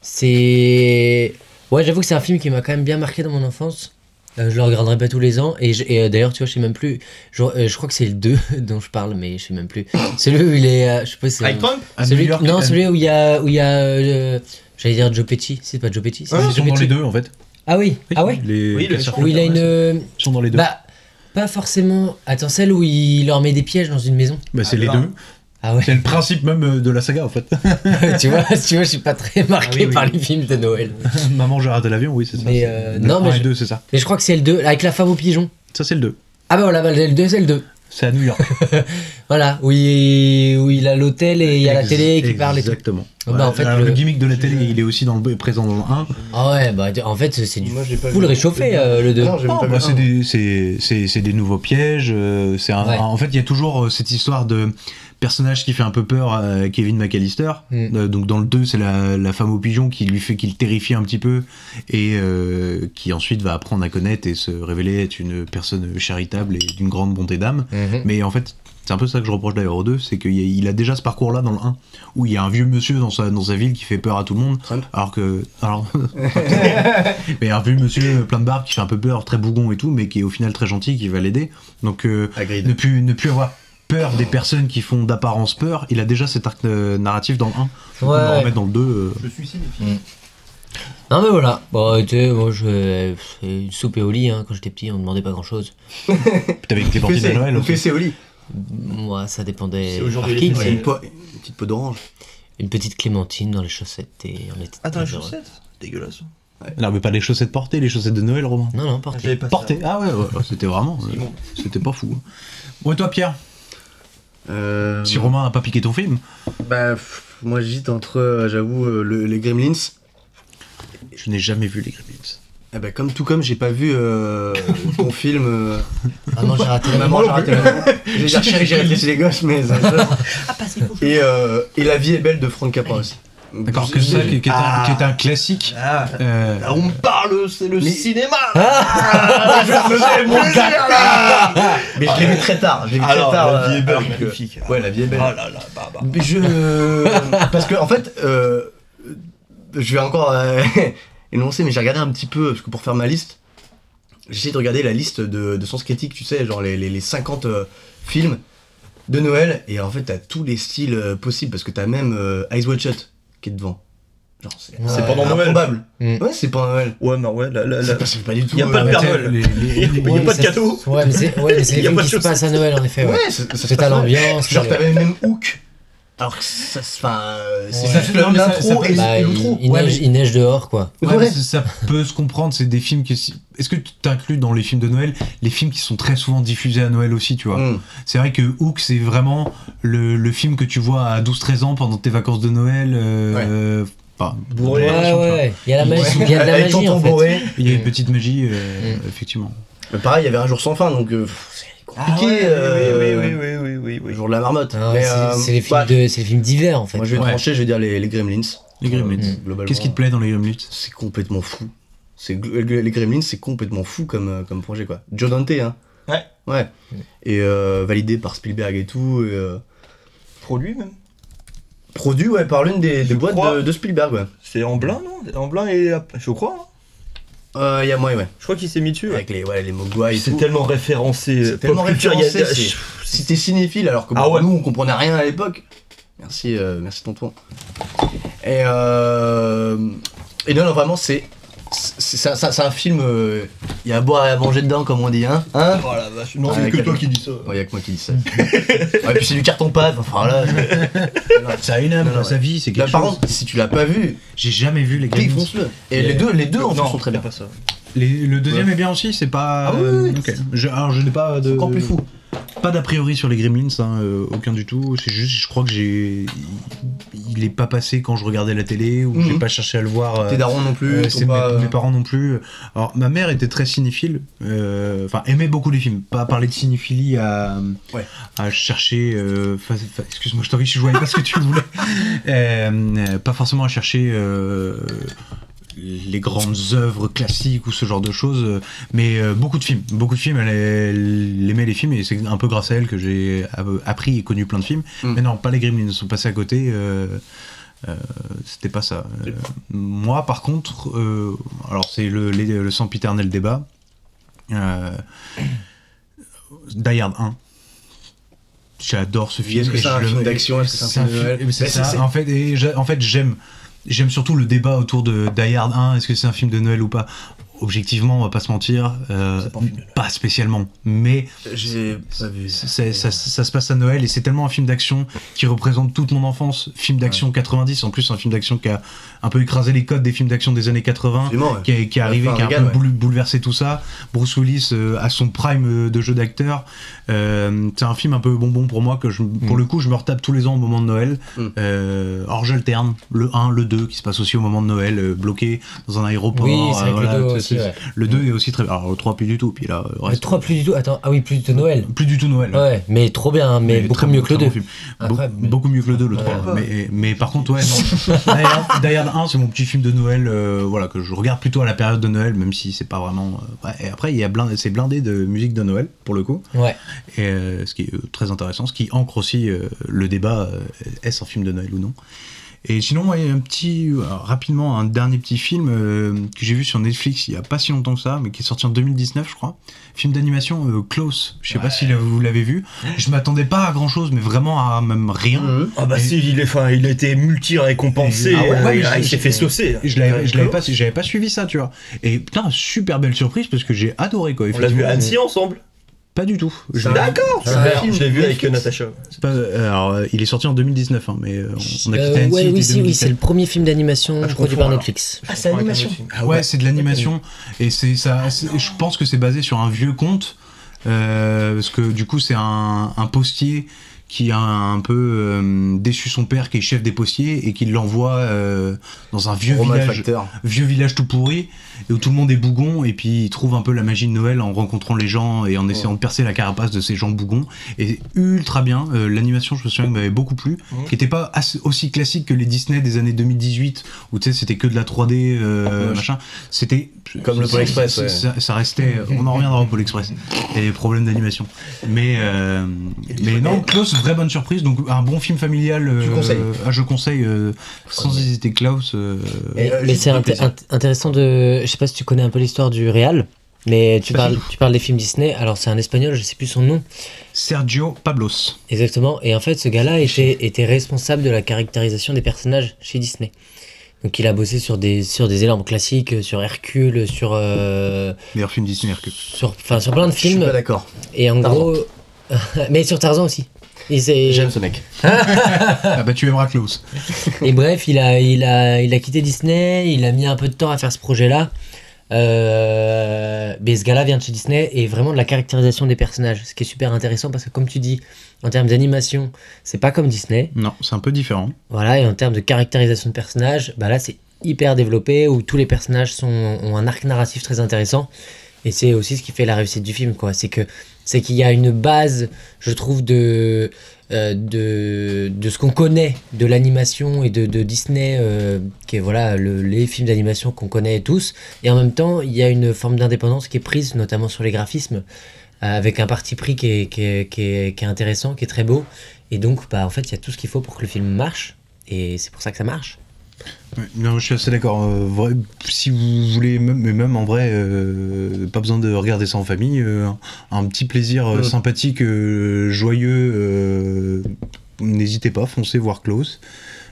L: C'est. Ouais, j'avoue que c'est un film qui m'a quand même bien marqué dans mon enfance. Euh, je le regarderai pas tous les ans. Et, je- et, euh, d'ailleurs, tu vois, je sais même plus. Je, euh, je crois que c'est le 2 dont je parle, mais je sais même plus. celui où il est. euh, je sais pas si c'est.
M: Avec Trump
B: À
L: celui,
B: New York,
L: Non,
B: euh,
L: celui où il y a. Où il y a euh, J'allais dire Joe Pesci. C'est pas Joe Pesci. c'est
B: Ah,
L: Joe
B: ils sont dans
L: Pesci.
B: les deux en fait.
L: Ah oui, ah ouais
B: Les
L: Oui, le
B: casseurs
L: méchant. Où il a
B: fantômes,
L: une.
B: Ils sont dans les deux.
L: Bah, pas forcément. Attends, celle où il leur met des pièges dans une maison
B: Bah, c'est les deux.
L: Ah ouais.
B: C'est le principe même euh, de la saga en fait.
L: tu vois, tu vois, je suis pas très marqué par les films de Noël.
B: Maman, j'ai raté l'avion, oui, c'est ça.
L: Mais,
B: c'est-
L: euh,
B: le
L: non, mais
B: un et
L: je-
B: deux, c'est ça.
L: Mais je crois que c'est le 2, avec la femme au pigeon.
B: Ça, c'est le 2.
L: Ah bah voilà, bah, le 2, c'est le 2.
B: C'est à New York.
L: voilà, où il, où il a l'hôtel et il y a la
B: Ex-
L: télé qui parle et tout.
B: Exactement.
L: Ah
B: Voilà.
L: bah, en fait,
B: Alors, le...
L: le-
B: gimmick de la télé, il est aussi dans le présent dans le 1.
L: Ah ouais, bah en fait, c'est du
I: pas
L: full
I: vu.
L: réchauffé, euh, le 2.
I: Non, j'ai même pas vu.
B: c'est des, c'est- c'est- c'est des nouveaux pièges. euh, c'est un-
L: Ouais.
B: un- en fait, il y a toujours euh, cette histoire de personnage qui fait un peu peur à Kevin McAllister.
L: Mm.
B: Euh, donc dans le 2, c'est la, la femme au pigeon qui lui fait, qui le terrifie un petit peu et euh, qui ensuite va apprendre à connaître et se révéler être une personne charitable et d'une grande bonté d'âme.
I: Mm.
L: Mhm.
B: Mais en fait, c'est un peu ça que je reproche d'ailleurs au 2, c'est qu'il y a, il a déjà ce parcours-là dans le 1, où il y a un vieux monsieur dans sa, dans sa ville qui fait peur à tout le monde, alors que... Alors, mais un vieux monsieur euh, plein de barbe qui fait un peu peur, très bougon et tout, mais qui est au final très gentil, qui va l'aider. Donc euh, ne, plus, ne plus avoir peur des personnes qui font d'apparence peur, il a déjà cet arc euh, narratif dans le 1. Donc, on
L: Ouais.
B: le remet dans le 2. euh,
L: Non mais voilà, bon, tu sais, moi, je, c'est une soupe et au lit, hein. quand j'étais petit, on demandait pas grand-chose.
B: T'avais une
I: On fait- on fait ses au lit.
L: Moi, ça dépendait
I: C'est aujourd'hui les fêtes.
L: par qui. mais-
I: Une po- une petite peau d'orange.
L: Une petite clémentine dans les chaussettes et on était
M: Attends,
L: très
M: Ah, les
L: heureux.
M: chaussettes Dégueulasse.
B: Non, mais pas les chaussettes portées, les chaussettes de Noël, Romain.
L: Non, non, portées.
M: J'avais pas ça.
B: Portées, ah ouais, ouais, ouais, c'était vraiment. euh, C'était pas fou. Bon, et toi, Pierre Si Romain a pas piqué ton film
I: Euh, Bah, pff, moi j'hésite entre, euh, j'avoue, euh, le- les Gremlins.
B: Je n'ai jamais vu les Gremlins.
I: Eh ben, comme tout comme, j'ai pas vu euh, ton film. euh,
L: Maman, j'ai raté
I: Maman, j'ai raté la maman. J'ai
L: J'ai
I: cherché, j'ai raté chez les gosses, mais. ça- et, euh, et La vie est belle de Franck Capra aussi.
B: D'accord, que ça, qui, qui est, un- qui est un classique. euh,
M: Là, on me parle, c'est le cinéma
I: Ah,
M: Je me fais mon
I: plaisir,
M: là
I: Mais je l'ai vu très tard, je l'ai vu
M: Alors,
I: très tard.
M: La vie est belle,
I: magnifique. Ouais, la vie est belle.
M: Ah là là, bah bah.
I: Mais Je... parce que en fait, euh, je vais encore euh, énoncer, mais j'ai regardé un petit peu, parce que pour faire ma liste, j'ai essayé de regarder la liste de, de Sens Critique, tu sais, genre les, les, les 50 euh, films de Noël, et en fait, t'as tous les styles euh, possibles, parce que t'as même euh, Eyes Watch Shut qui est devant. Genre, c'est
M: C'est pendant Noël.
I: improbable. Ouais, c'est pendant Noël.
M: Ah. Ouais, mais ouais, là, là, là.
I: C'est pas, c'est pas du tout.
M: Y a pas de
I: euh,
M: Père Noël.
I: les-
M: Y a- y a pas de cadeau.
L: Ouais, mais c'est ouais, mais c'est les
M: Y a
L: films
M: pas de
L: qui se
M: chaussettes.
L: passent à Noël, en effet.
I: Ouais,
L: Ouais,
I: ça- ça se
L: c'est
I: passe
L: à
I: mal.
L: l'ambiance.
I: Genre,
L: c'est-
I: t'avais même Hook. Alors que ça se. Enfin, euh, c'est
L: Ouais.
I: juste l'intro et
L: Bah,
I: et
L: il-
I: l'outro.
L: Il
I: Ouais,
L: neige-
I: mais-
L: il neige dehors, quoi.
B: Ouais,
I: Ouais.
B: mais Ça peut se comprendre, c'est des films que. si- Est-ce que tu t'inclus dans les films de Noël les films qui sont très souvent diffusés à Noël aussi, tu vois
I: Mm.
B: C'est vrai que Hook, c'est vraiment le, le film que tu vois à 12-13 ans pendant tes vacances de Noël. euh, enfin,
L: Bourré.
B: dans la relation,
L: Ouais,
B: tu vois.
L: ouais. Il y a la magie- il
I: Eh,
L: y a de la
B: Avec
L: magie,
B: Tonton
L: en fait.
B: Bourré. Il y a une
L: Mm.
B: petite magie, euh, effectivement.
I: Mais pareil, il y avait un jour sans fin, donc euh, pff, c'est compliqué. euh,
M: oui, oui,
I: Le jour de la marmotte.
L: Ah ouais,
I: Mais,
L: c'est-
I: euh,
L: C'est les films de- c'est les films d'hiver, en fait.
I: Moi, je vais
L: Ouais. Mm.
I: trancher, je vais dire les, les Gremlins. euh,
B: Les Gremlins. Qu'est-ce qui te plaît dans les Gremlins
I: C'est complètement fou. C'est gl- les Gremlins, c'est complètement fou comme, euh, comme projet quoi. Joe Dante, hein.
M: Ouais.
I: Ouais. Et euh, validé par Spielberg et tout. et, euh,
M: Produit même.
I: produit ouais par l'une des, des boîtes
M: crois.
I: de, de Spielberg ouais.
M: C'est en blanc, non En blanc et. Je crois. hein.
I: Euh, Il y a moyen ouais.
M: Je crois qu'il s'est mis dessus. ouais.
I: Avec les ouais les Mogwai et
M: C'est
I: tout.
M: tellement référencé.
I: C'est
M: euh,
I: tellement
M: pop culture, il y a-
I: référencé. c'est- Si t'es cinéphile alors que
M: Ah
I: bon,
M: ouais.
I: nous on comprenait rien à l'époque. Merci, euh, merci tonton. Et, euh, et non, non, vraiment, c'est. C'est c'est un, c'est un- c'est un film. euh, Il y a à boire et à manger dedans, comme on dit, hein, hein
M: Oh la vache, non,
I: Ouais,
M: c'est que
I: quel-
M: toi qui dis ça.
I: Ouais, y a que moi qui dis ça. ouais, et puis c'est du carton pâte, enfin là.
B: Ça a une âme
I: Non, non,
B: dans sa vie, c'est
I: Là,
B: quelque
I: par
B: chose.
I: contre, si tu l'as pas vu,
B: J'ai jamais vu les Gremlins.
I: défonce-le. Et les deux, les deux en fait, sont très bien.
M: Pas ça.
B: Les- le deuxième est bien aussi, c'est pas.
I: Ah oui, oui,
B: euh,
I: oui.
B: ok. Je, alors je n'ai pas de.
I: encore plus fou.
B: Pas d'a priori sur les Gremlins, hein, euh, aucun du tout. C'est juste, je crois que j'ai. Il il est pas passé quand je regardais la télé ou j'ai
I: Mhm.
B: pas cherché à le voir. euh,
I: Tes darons non plus,
B: euh,
I: ils sont
B: c'est
I: pas,
B: mes,
I: euh,
B: mes parents non plus. Alors ma mère était très cinéphile, euh, enfin aimait beaucoup les films. Pas parler de cinéphilie à,
I: Ouais.
B: à chercher. euh, fa- fa- Excuse-moi, je t'en prie, je voyais pas ce que tu voulais. Euh, euh, pas forcément à chercher. euh, les grandes œuvres classiques ou ce genre de choses, euh, mais euh, beaucoup de films. Beaucoup de films, elle, elle aimait les films et c'est un peu grâce à elle que j'ai euh, appris et connu plein de films.
I: Mm.
B: Mais non, pas les Gremlins, ils sont passés à côté. euh, euh, c'était pas ça. Euh, moi, par contre, euh, alors c'est le, les- le sempiternel débat. Euh, Die Hard 1. J'adore ce film.
I: Est-ce que
B: et
I: c'est
B: je
I: un
B: le-
I: film d'action Est-ce que c'est un film de
B: fi-
I: Noël
B: mais c'est
I: Mais
B: ça.
I: c'est- c'est-
B: En fait, et j'a- en fait j'aime. J'aime surtout le débat autour de Die Hard 1, est-ce que c'est un film de Noël ou pas Objectivement, on va pas se mentir, euh, pas spécialement. Mais
I: J'ai pas vu.
B: c'est-
M: euh,
B: ça, ça se passe à Noël et c'est tellement un film d'action qui représente toute mon enfance. Film d'action 90, en plus un film d'action qui a un peu écrasé les codes des films d'action des années 80,
I: Absolument, ouais.
B: qui, est- qui est
I: La
B: arrivé,
I: fin
B: qui a un
I: régale,
B: peu boule- bouleversé tout ça. Bruce Willis euh, à son prime euh, de jeu d'acteur. Euh, c'est un film un peu bonbon pour moi que je-
M: Mm.
B: pour le coup je me retape tous les ans au moment de Noël. Euh, or j'alterne le 1, le 2 qui se passe aussi au moment de Noël, euh, bloqué dans un aéroport. euh,
L: Oui, c'est vrai que le
B: voilà,
L: 2
B: c'est-
L: aussi,
B: c'est-
L: ouais. Mm.
B: le 2 est aussi très Alors le 3 plus du tout. Puis là, euh,
L: Le
B: reste-
L: 3 plus du tout. Attends, ah oui, plus du tout Noël.
B: plus du tout Noël.
L: Ouais, mais trop bien, hein, mais
B: Mais
L: beaucoup
B: très
L: mieux
B: bon-
L: que le
B: très
L: 2.
B: bon film. Beaucoup- Beaucoup mieux que le 2, le 3. Mais, mais par contre, ouais, non. Die Hard- Die Hard 1, c'est mon petit film de Noël, euh, voilà, que je regarde plutôt à la période de Noël, même si c'est pas vraiment. euh, ouais. Et après, il y a blindé, c'est blindé de musique de Noël, pour le coup.
L: Ouais.
B: Et, euh, ce qui est euh, très intéressant, ce qui ancre aussi euh, le débat euh, est-ce un film de Noël ou non et sinon, ouais, un petit, euh, rapidement, un dernier petit film euh, que j'ai vu sur Netflix il y a pas si longtemps que ça, mais qui est sorti en 2019, je crois. Film d'animation euh, Close. Je sais pas si là, vous l'avez vu. Je m'attendais pas à grand chose, mais vraiment à même rien.
M: Ah bah
B: Et-
M: si, il, est, enfin, il a été multi-récompensé,
B: Ah ouais,
M: euh,
B: ouais,
M: il-
B: mais
M: il
B: je-
M: s'est fait saucer. hein.
B: Je l'avais, je l'avais
M: Close.
B: pas, j'avais pas suivi ça, tu vois. Et putain, super belle surprise parce que j'ai adoré quoi.
M: On l'a vu
B: effectivement.
M: à Annecy ensemble.
B: Pas du tout. Je-
M: D'accord, c'est un film, je l'ai vu avec
B: Netflix.
M: Natacha.
B: C'est pas- alors, euh, il est sorti en 2019, hein, mais euh, on a quitté
L: Euh,
B: Annecy, il
L: ouais,
B: était
L: oui, si, oui,
B: 2017.
L: c'est le premier film d'animation produit par Netflix.
M: Ah, c'est l'animation.
B: Ah ouais, c'est de l'animation et c'est ça. c'est- Je pense que c'est basé sur un vieux conte euh, parce que du coup c'est un, un postier qui a un peu euh, déçu son père qui est chef des postiers et qui l'envoie euh, dans un vieux
I: Roman
B: village,
I: Facteur.
B: vieux village tout pourri et où tout le monde est bougon et puis il trouve un peu la magie de Noël en rencontrant les gens et en essayant de percer la carapace de ces gens bougons et ultra bien. Euh, L'animation, je me souviens, que m'avait beaucoup plu,
M: Mhm.
B: qui n'était pas assez- aussi classique que les Disney des années 2018 où tu sais c'était que de la 3D euh,
I: Ouais.
B: machin. C'était
I: Comme le Pôle
B: ça-
I: Express,
B: ça-
I: ouais.
B: Ça, ça restait. On en reviendra au Pôle Express. Et les problèmes d'animation. Mais euh, mais non, Klaus, vraie bonne surprise. Donc un bon film familial.
L: Tu
B: euh,
L: conseilles.
B: ah, je conseille euh, sans hésiter Klaus. euh,
L: Et,
B: euh,
L: mais c'est
B: un
L: int-
B: plaisir.
L: int- intéressant de. Je sais pas si tu connais un peu l'histoire du Real, mais tu
B: Pas
L: parles,
B: sûr.
L: tu parles des films Disney. Alors c'est un espagnol, je sais plus son nom.
B: Sergio Pablos.
L: Exactement. Et en fait, ce gars-là était, était responsable de la caractérisation des personnages chez Disney. Donc il a bossé sur des sur des énormes classiques, sur Hercule, sur euh,
B: meilleur film Disney Hercule.
L: Sur enfin sur plein de films.
I: pas d'accord.
L: Et en
I: Tarzan.
L: gros, mais sur Tarzan aussi. J'aime
I: ce mec.
B: ah bah tu aimeras Klaus.
L: Et bref, il a, il, a, il a quitté Disney, il a mis un peu de temps à faire ce projet-là. Euh, mais ce gars-là vient de chez Disney et vraiment de la caractérisation des personnages, ce qui est super intéressant parce que comme tu dis, en termes d'animation, c'est pas comme Disney.
B: Non, c'est un peu différent.
L: Voilà, et en termes de caractérisation de personnages, bah là c'est hyper développé où tous les personnages sont, ont un arc narratif très intéressant. Et c'est aussi ce qui fait la réussite du film, quoi. C'est que c'est qu'il y a une base, je trouve, de euh, de, de ce qu'on connaît de l'animation et de, de Disney, euh, qui est voilà le- les films d'animation qu'on connaît tous. Et en même temps, il y a une forme d'indépendance qui est prise, notamment sur les graphismes, euh, avec un parti pris qui est, qui, est, qui, est, qui est intéressant, qui est très beau. Et donc, bah, en fait, il y a tout ce qu'il faut pour que le film marche. Et c'est pour ça que ça marche.
B: Ouais, Non, je suis assez d'accord. Euh, vrai- si vous voulez, même, mais même en vrai, euh, pas besoin de regarder ça en famille. euh, un, un petit plaisir euh,
I: Mm.
B: sympathique, euh, joyeux. euh, N'hésitez pas, foncez voir Klaus.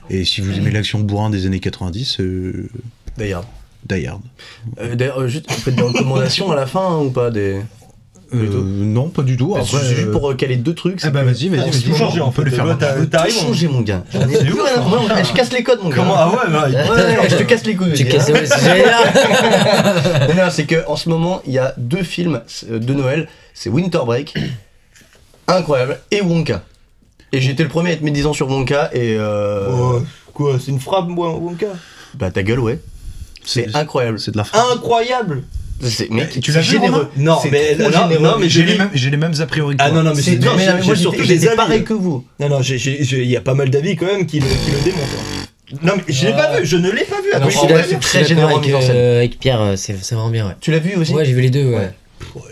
B: Et si vous aimez l'action bourrin des années 90, euh,
I: Die Hard.
B: Die Hard.
I: Euh, D'ailleurs, euh, juste, vous faites des recommandations à la fin hein, ou pas des...
B: Euh, non, pas du tout.
I: Parce que
B: Après,
I: c'est juste
B: euh,
I: pour euh, caler deux trucs.
B: Ah bah vas-y, vas-y, vas-y.
I: vas
B: On peut les faire maintenant.
I: Tout
M: hein.
I: changer, mon gars. J'en ai
B: C'est
I: plus
B: ouf,
I: rien à-
B: hein.
I: Moi, on- Je casse les codes, mon gars.
M: Comment- ah ouais, bah,
I: ouais, je te casse les couilles.
M: Tu
I: je
M: casses-
I: dis, hein.
M: ouais, c'est génial.
I: Mais non, c'est que en ce moment, il y a deux films euh, de Noël. C'est Winter Break, incroyable, et Wonka. Et j'étais le premier à être médisant sur Wonka et. euh,
M: Quoi, c'est une frappe, moi, Wonka
I: Bah ta gueule, ouais. C'est incroyable.
B: C'est de la
M: Incroyable
I: C'est mec,
B: Tu
I: c'est
B: l'as vu,
I: généreux.
B: Romain
I: Non,
B: C'est
I: mais
B: trop
I: non,
B: généreux.
I: non, mais
B: j'ai
I: je
B: les
I: l'ai-
B: mêmes, j'ai les mêmes a priori. que
M: Ah
B: toi.
M: non, non, mais c'est
I: Non, mais non, mais moi,
M: j'ai
I: j'étais-
M: surtout
I: j'étais
M: des avis. hein.
I: pareil que vous.
M: Non, non, j'ai- j'ai- j'ai- il y a pas mal d'avis quand même qui le, qui le démontent. hein. Non, mais je l'ai
I: Euh,
M: pas vu, je ne l'ai pas vu.
L: Alors,
M: Après,
L: je
M: on
L: suis
M: va
L: d'accord-
M: dire.
L: je suis d'accord avec, euh, avec Pierre, euh, c'est c'est vraiment bien. Ouais.
I: Tu l'as vu aussi
L: Ouais, j'ai vu les deux. ouais.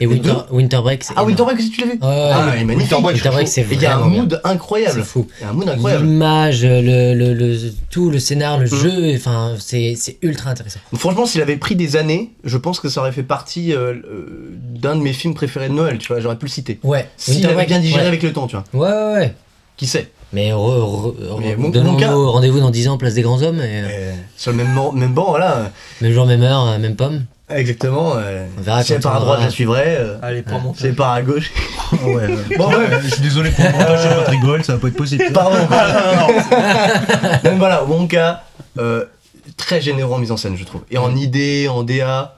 L: Et Winter, Winter Break, c'est.
I: Ah, Winter
L: énorme.
I: Break aussi, tu l'as vu
L: Ah,
I: mais il est magnifique.
L: Winter Break, Winter Break, c'est
I: Et Il y a un
L: vraiment
I: mood incroyable.
L: C'est fou.
I: Il y a un mood incroyable.
L: L'image, euh, le, le- le- tout, le scénar, le jeu, enfin, c'est c'est ultra intéressant.
I: Franchement, s'il avait pris des années, je pense que ça aurait fait partie euh, euh, d'un de mes films préférés de Noël, tu vois, j'aurais pu le citer.
L: Ouais.
I: S'il
L: Winter
I: avait
L: Break,
I: bien digéré
L: ouais.
I: avec le temps, tu vois.
L: Ouais, ouais, ouais.
I: Qui sait
L: Mais, re, re-
I: Mais
L: re-
I: mon-
L: donnons-nous
I: mon cas-
L: rendez-vous dans 10 ans, place des grands hommes. Et... euh,
I: Euh, Sur le même, ban- même banc, voilà.
L: Même jour, même heure, euh, même pomme.
I: Exactement. euh,
L: On verra
I: si
L: quand
I: elle part à
L: on
I: droite,
L: aura-
I: je la suivrai. euh,
M: Allez, prends mon
I: si elle part à gauche. Bon,
B: Euh,
I: bref.
B: Je suis désolé pour le montage sur Patrick Boel, ça va pas être possible.
I: Pardon. Donc voilà, Wonka, euh, très généreux en mise en scène, je trouve. Et en idée, en DA,
M: Ah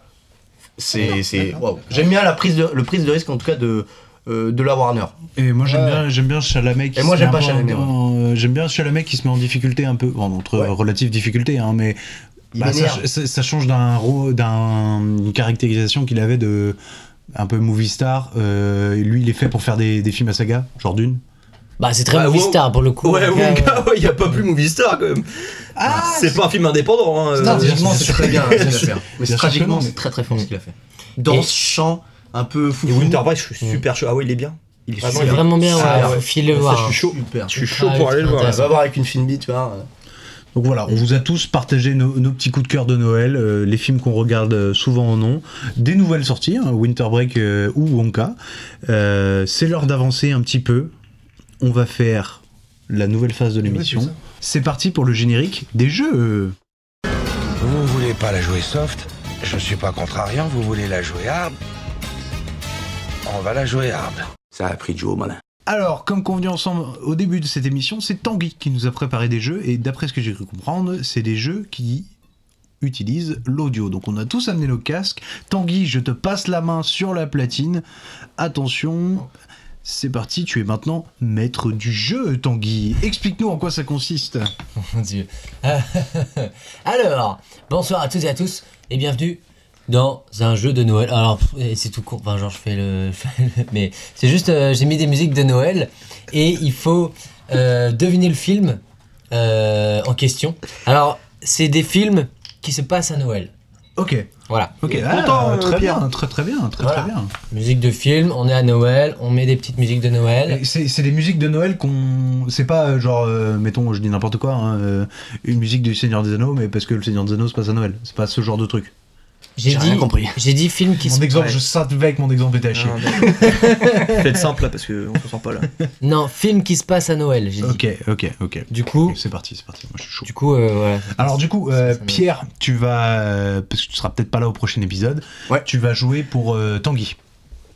I: c'est. c'est- waouh. J'aime bien la prise de, le prise de risque, en tout cas, de, euh, de la Warner.
B: Et moi j'aime bien j'aime bien Chalamet qui
I: Et moi,
B: se
I: j'aime
B: met
I: pas
B: un peu
I: Chalamet,
B: en- euh, j'aime bien Chalamet qui se met en difficulté un peu bon, entre euh, relative difficulté hein, mais
I: Il
B: bah, ça,
I: m'énerve.
B: ça- ça change d'un ro- d'un- d'une caractérisation qu'il avait de un peu movie star Euh, lui il est fait pour faire des, des films à saga genre d'une
L: Bah, c'est très
M: Ouais,
L: movie
M: Wong-
L: star pour le coup.
M: Ouais,
L: Donc, euh,
M: Wonka, ouais, il n'y a pas plus Movie Star quand même. Ah, c'est pas un film indépendant. Hein, euh,
I: Tragiquement, c'est
M: sûr.
I: très bien. hein, ce qu'il
M: Bien
I: a fait,
M: sûr.
I: hein.
M: Bien
I: Mais
M: sûr que
I: tragiquement,
M: non,
I: c'est
M: mais-
I: très très fort ce qu'il a fait. Dans
M: Et-
I: ce chant un peu fou.
M: Et Winter Break, je suis super chaud. Ah ouais, il est bien.
I: Il est
M: Vraiment,
I: super.
M: il est-
L: vraiment bien, ouais.
M: Ah
L: Faut filer le
M: Ça,
L: voir. hein. Ah
M: Je suis chaud.
I: Super.
M: Je suis chaud pour aller le voir.
I: On va voir avec une Finbi, tu vois.
B: donc voilà on vous a tous partagé nos, nos petits coups de cœur de Noël euh, les films qu'on regarde euh, souvent en nom des nouvelles sorties hein, Winter Break euh, ou Wonka Euh, c'est l'heure d'avancer un petit peu on va faire la nouvelle phase de l'émission. C'est parti pour le générique des jeux.
N: Vous voulez pas la jouer soft Je suis pas contrariant, vous voulez la jouer hard
E: On va la jouer hard. Ça a pris Joe malin.
B: Alors, comme convenu ensemble au début de cette émission, c'est Tanguy qui nous a préparé des jeux, et d'après ce que j'ai cru comprendre, c'est des jeux qui utilisent l'audio. Donc on a tous amené nos casques. Tanguy, je te passe la main sur la platine. Attention, c'est parti, tu es maintenant maître du jeu, Tanguy. Explique-nous en quoi ça consiste.
L: Mon dieu. Alors, bonsoir à toutes et à tous et bienvenue dans un jeu de Noël. Alors, pff, et c'est tout court, enfin, genre je fais le. je fais le- Mais c'est juste, euh, j'ai mis des musiques de Noël et il faut euh, deviner le film euh, en question. Alors, c'est des films qui se passent à Noël.
B: Ok.
L: Voilà.
B: Ok, ah, très bien, très très bien, très
L: Voilà.
B: très bien.
L: Musique de film, on est à Noël, on met des petites musiques de Noël.
B: Et C'est c'est des musiques de Noël qu'on. C'est pas euh, genre, euh, mettons, je dis n'importe quoi, hein, euh, une musique du Seigneur des Anneaux, mais parce que le Seigneur des Anneaux se passe à Noël. C'est pas ce genre de truc.
L: J'ai dit- J'ai dit film qui
B: Mon
L: se-
B: exemple,
L: Ouais.
B: je savais que mon exemple était à chier.
M: Faites simple là parce qu'on s'en sort pas là.
L: Non, film qui se passe à Noël, j'ai dit.
B: Ok, ok, ok.
L: Du coup.
B: c'est parti, c'est parti. Moi, je suis chaud.
L: Du coup, euh, voilà.
B: Alors, du coup, euh, Pierre, tu vas. euh, parce que tu seras peut-être pas là au prochain épisode. Tu vas jouer pour euh, Tanguy.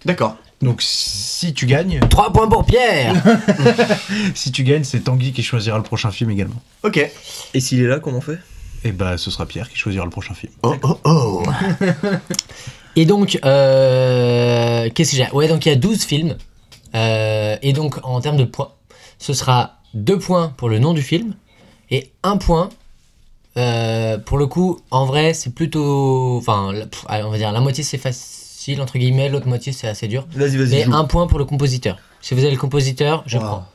I: D'accord.
B: Donc, si tu gagnes.
L: 3 points pour Pierre
B: Si tu gagnes, c'est Tanguy qui choisira le prochain film également.
I: Ok.
M: Et s'il est là, comment on fait
B: Et bah, ce sera Pierre qui choisira le prochain film.
I: Oh oh oh
L: Et donc, euh, qu'est-ce que j'ai Ouais, donc il y a 12 films. Euh, et donc, en termes de points, ce sera 2 points pour le nom du film et 1 point. euh, pour le coup, en vrai, c'est plutôt. Enfin, la- pff, allez, on va dire la moitié c'est facile, entre guillemets, l'autre moitié c'est assez dur.
M: Vas-y, vas-y,
L: Mais
M: joue.
L: un point pour le compositeur. Si vous avez le compositeur, je
M: Wow.
L: prends.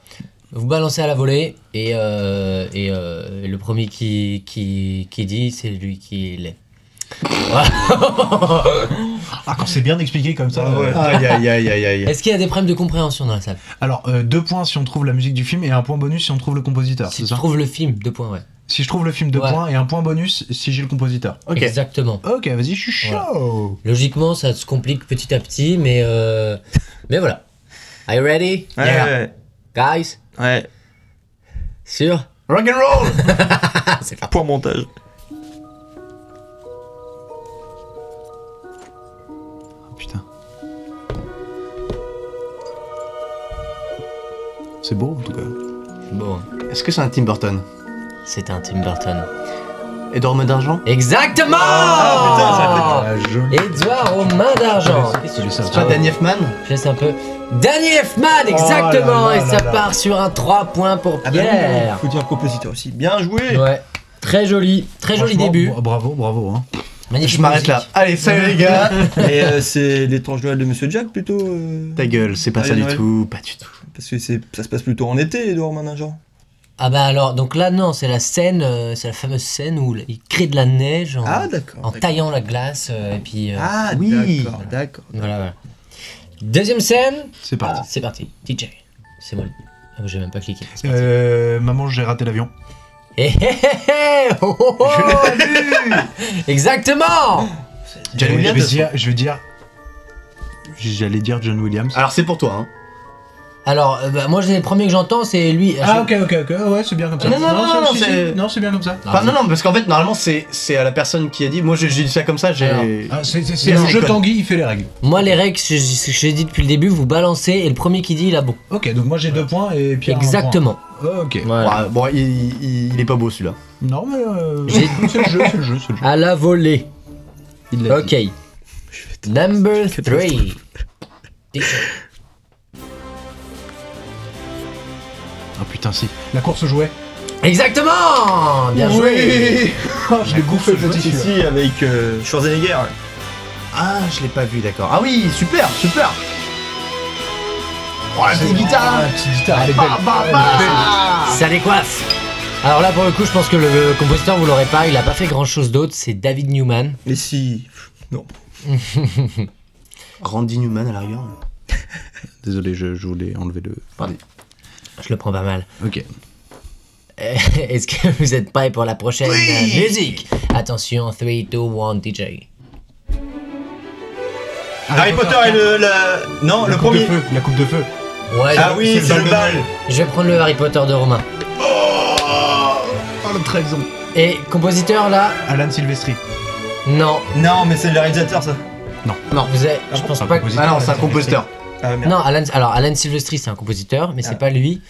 L: Vous balancez à la volée et, euh, et euh, le premier qui, qui, qui dit, c'est lui qui l'est.
B: Ah, quand c'est bien expliqué comme ça. euh,
L: Ah
I: Aïe, aïe, aïe, aïe, aïe.
L: Est-ce qu'il y a des problèmes de compréhension dans la salle
B: Alors, euh, deux points si on trouve la musique du film et un point bonus si on trouve le compositeur. Si
L: je trouve le film, deux points, ouais.
B: Si je trouve le film, deux
L: Ouais.
B: points et un point bonus si j'ai le compositeur.
L: Exactement.
B: Ok, vas-y, je suis chaud.
L: Logiquement, ça se complique petit à petit, mais euh, mais voilà. Are you ready?
M: Ouais, ouais.
L: Guys?
M: Ouais.
L: Sûr?
M: Rock and roll
L: C'est
M: Pour montage.
B: C'est beau en tout cas.
L: Bon.
I: Est-ce que c'est un Tim Burton
L: C'est un Tim Burton.
I: Et d'Orme d'argent
L: Exactement
I: Ah,
L: Edouard aux mains
M: Ah,
L: d'argent.
I: C'est pas Danny Elfman
L: Je laisse un peu. Danny Elfman, exactement!
M: Oh là là
L: et ça
M: là là.
L: part sur un 3 points pour
M: Ah bah oui,
L: Pierre.
M: faut dire compositeur aussi. Bien joué
L: Ouais. Très joli, très joli
M: Franchement,
L: début.
B: Bravo, bravo. Hein.
L: Magnifique
I: Je m'arrête là. Allez, salut les gars
M: Et euh, c'est l'étrange Noël de Monsieur Jack plutôt euh,
I: Ta gueule, c'est pas
M: Ah,
I: ça du
M: Noël.
I: tout, pas du tout.
M: Parce que c'est- ça se passe plutôt en été, Edouard Maningeant.
L: Ah bah alors, donc là non, c'est la scène, euh, c'est la fameuse scène où il crée de la neige en,
M: Ah, d'accord,
L: en taillant la glace euh, et puis... euh,
M: Ah, oui D'accord, d'accord.
L: Voilà, voilà. Deuxième scène
B: C'est parti.
L: C'est parti, DJ. C'est bon. Ah, J'ai même pas cliqué. Eh,
B: Euh, maman, j'ai raté l'avion.
L: Hé hé hé hé Oh, oh, oh Exactement
B: J'allais- Je
I: Williams,
B: vais
I: de toute
B: dire, je vais dire. J'allais dire John Williams.
I: Alors c'est pour toi. Hein.
L: Alors, euh, bah, moi j'ai- le premier que j'entends, c'est lui.
B: Ah ok ok ok ouais c'est bien comme ça.
I: Non, non, non, non,
B: si, si,
I: c'est-
B: si. non c'est bien comme ça.
I: Enfin, non, non, parce qu'en fait, normalement, c'est c'est à la personne qui a dit. Moi, j'ai j'ai dit ça comme ça, j'ai.
B: Ah, c'est- c'est- c'est
I: Yes,
B: le jeu
I: icône.
B: Tanguy, il fait les règles.
L: Moi les règles, je- je- ce que j'ai dit depuis le début, vous balancez et le premier qui dit, il a bon.
B: Ok donc moi j'ai deux points et Pierre. un point.
L: Exactement.
B: Ok.
I: Ouais, bon, il, il- il est pas beau celui-là.
B: Non mais euh,
L: J'ai-
B: c'est le jeu c'est le jeu c'est le jeu.
L: À la volée. ok. Number 3.
B: Ah putain si. La course jouait.
L: Exactement Bien joué
B: Je l'ai bouffé le petit
M: ici avec euh, Schwarzenegger.
I: Ah, je l'ai pas vu, d'accord. Ah oui, super, super Oh, la petite guitare
B: La Ah, petite guitare, elle est
I: Bah, bah, bah
L: Ça décoiffe Alors là, pour le coup, je pense que le, le compositeur, vous l'aurez pas, il a pas fait grand chose d'autre, c'est David Newman.
M: Mais si. Non.
I: Randy Newman à l'arrière.
B: Désolé je, je voulais enlever le. Pardon.
L: Je le prends pas mal.
B: Ok.
L: Euh, Est-ce que vous êtes prêts pour la prochaine euh, musique Attention, 3, 2, 1, DJ.
M: Harry Potter et le. La... Non, le premier.
B: La coupe de feu.
L: Ouais,
M: Ah
L: je-
M: oui, c'est le bal.
L: Je vais prendre le Harry Potter de Romain.
B: Oh la trahison.
L: Et compositeur là
B: Alan Silvestri.
L: Non.
M: Non, mais c'est le réalisateur ça. Ah,
L: Non, vous avez, je pense
B: c'est un
L: pas que. Ah,
B: compositeur, Ah non, c'est un Alan Silvestri. compositeur.
M: merde.
L: Non, Alan, alors Alan Silvestri, c'est un compositeur,
M: Ah.
L: mais c'est pas lui.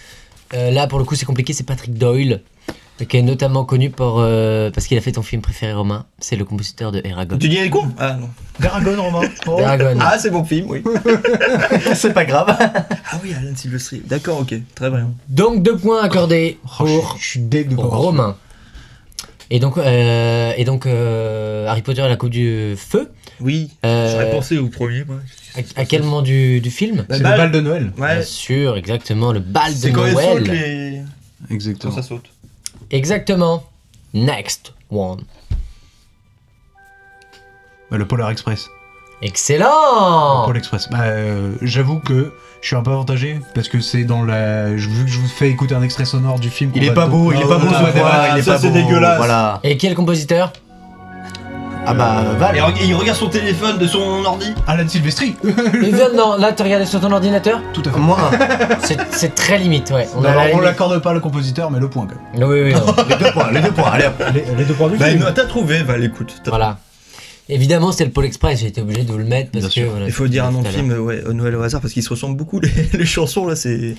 L: Euh, là, pour le coup, c'est compliqué, c'est Patrick Doyle, euh, qui est notamment connu pour, euh, parce qu'il a fait ton film préféré, Romain. C'est le compositeur de Eragon.
M: Tu dis les cons Ah non.
I: Dragon Romain.
L: Eragon.
M: Ah, c'est mon film, oui.
I: c'est pas grave.
M: Ah oui, Alan Silvestri. D'accord, ok, très bien.
L: Donc deux points accordés pour, pour Romain. Et donc, euh, et donc euh, Harry Potter et la Coupe du Feu. euh,
M: Oui. J'aurais pensé au premier, moi.
L: À, à quel moment du, du film
M: C'est le balle- bal
I: de Noël.
M: Bah, Ouais.
L: Bien sûr, exactement, le bal de
M: C'est quand ils
L: Noël.
M: sautent les.
B: Exactement.
M: Quand ça saute.
L: Exactement. Next one.
B: Bah, le Polar Express.
L: Excellent
B: Le Pôle Express. Bah, euh, J'avoue que je suis un peu avantagé parce que c'est dans la. je- Vu que je vous fais écouter un extrait sonore du film.
I: Il est pas beau, il est pas beau,
B: Ah,
I: ce Watteau, il est pas beau, voilà.
L: Et quel compositeur
I: Ah bah, Val.
M: Et reg- il regarde son téléphone de son ordi.
B: Alan Silvestri.
L: Evan, non, là, tu regardais sur ton ordinateur
B: Tout à fait.
I: Moi.
L: C'est c'est très limite, ouais.
B: On
L: est à la
B: on
L: limite.
B: l'accorde pas le compositeur, mais le point quand même.
L: Oui, oui, oui.
I: les deux points, les deux points, allez hop.
B: Les, les deux points du
M: Bah,
B: film.
M: non, t'as trouvé, bah l'écoute.
L: Voilà. Évidemment, c'était le Pôle Express, j'ai été obligé de vous le mettre parce que. voilà,
M: Il faut
L: je
M: dire
L: l'ai
M: un
L: dit
M: nom de
L: tout à l'heure.
M: film, euh, ouais, euh, Noël au hasard, parce qu'ils se ressemblent beaucoup, les, les chansons, là, c'est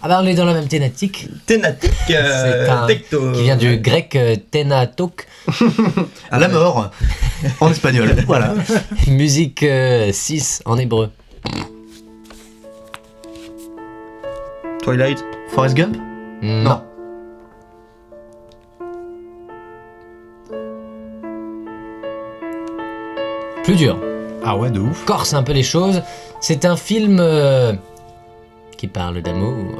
L: Ah bah, on est dans la même thématique.
M: thématique, euh,
L: C'est un-
M: tecto.
L: Qui vient du grec euh, tenatok,
I: À la mort. En espagnol, voilà.
L: musique euh, 6 en hébreu.
M: Twilight.
I: Forrest Gump
L: Non. Plus dur.
B: Ah ouais, de ouf.
L: Corse un peu les choses. C'est un film euh, qui parle d'amour.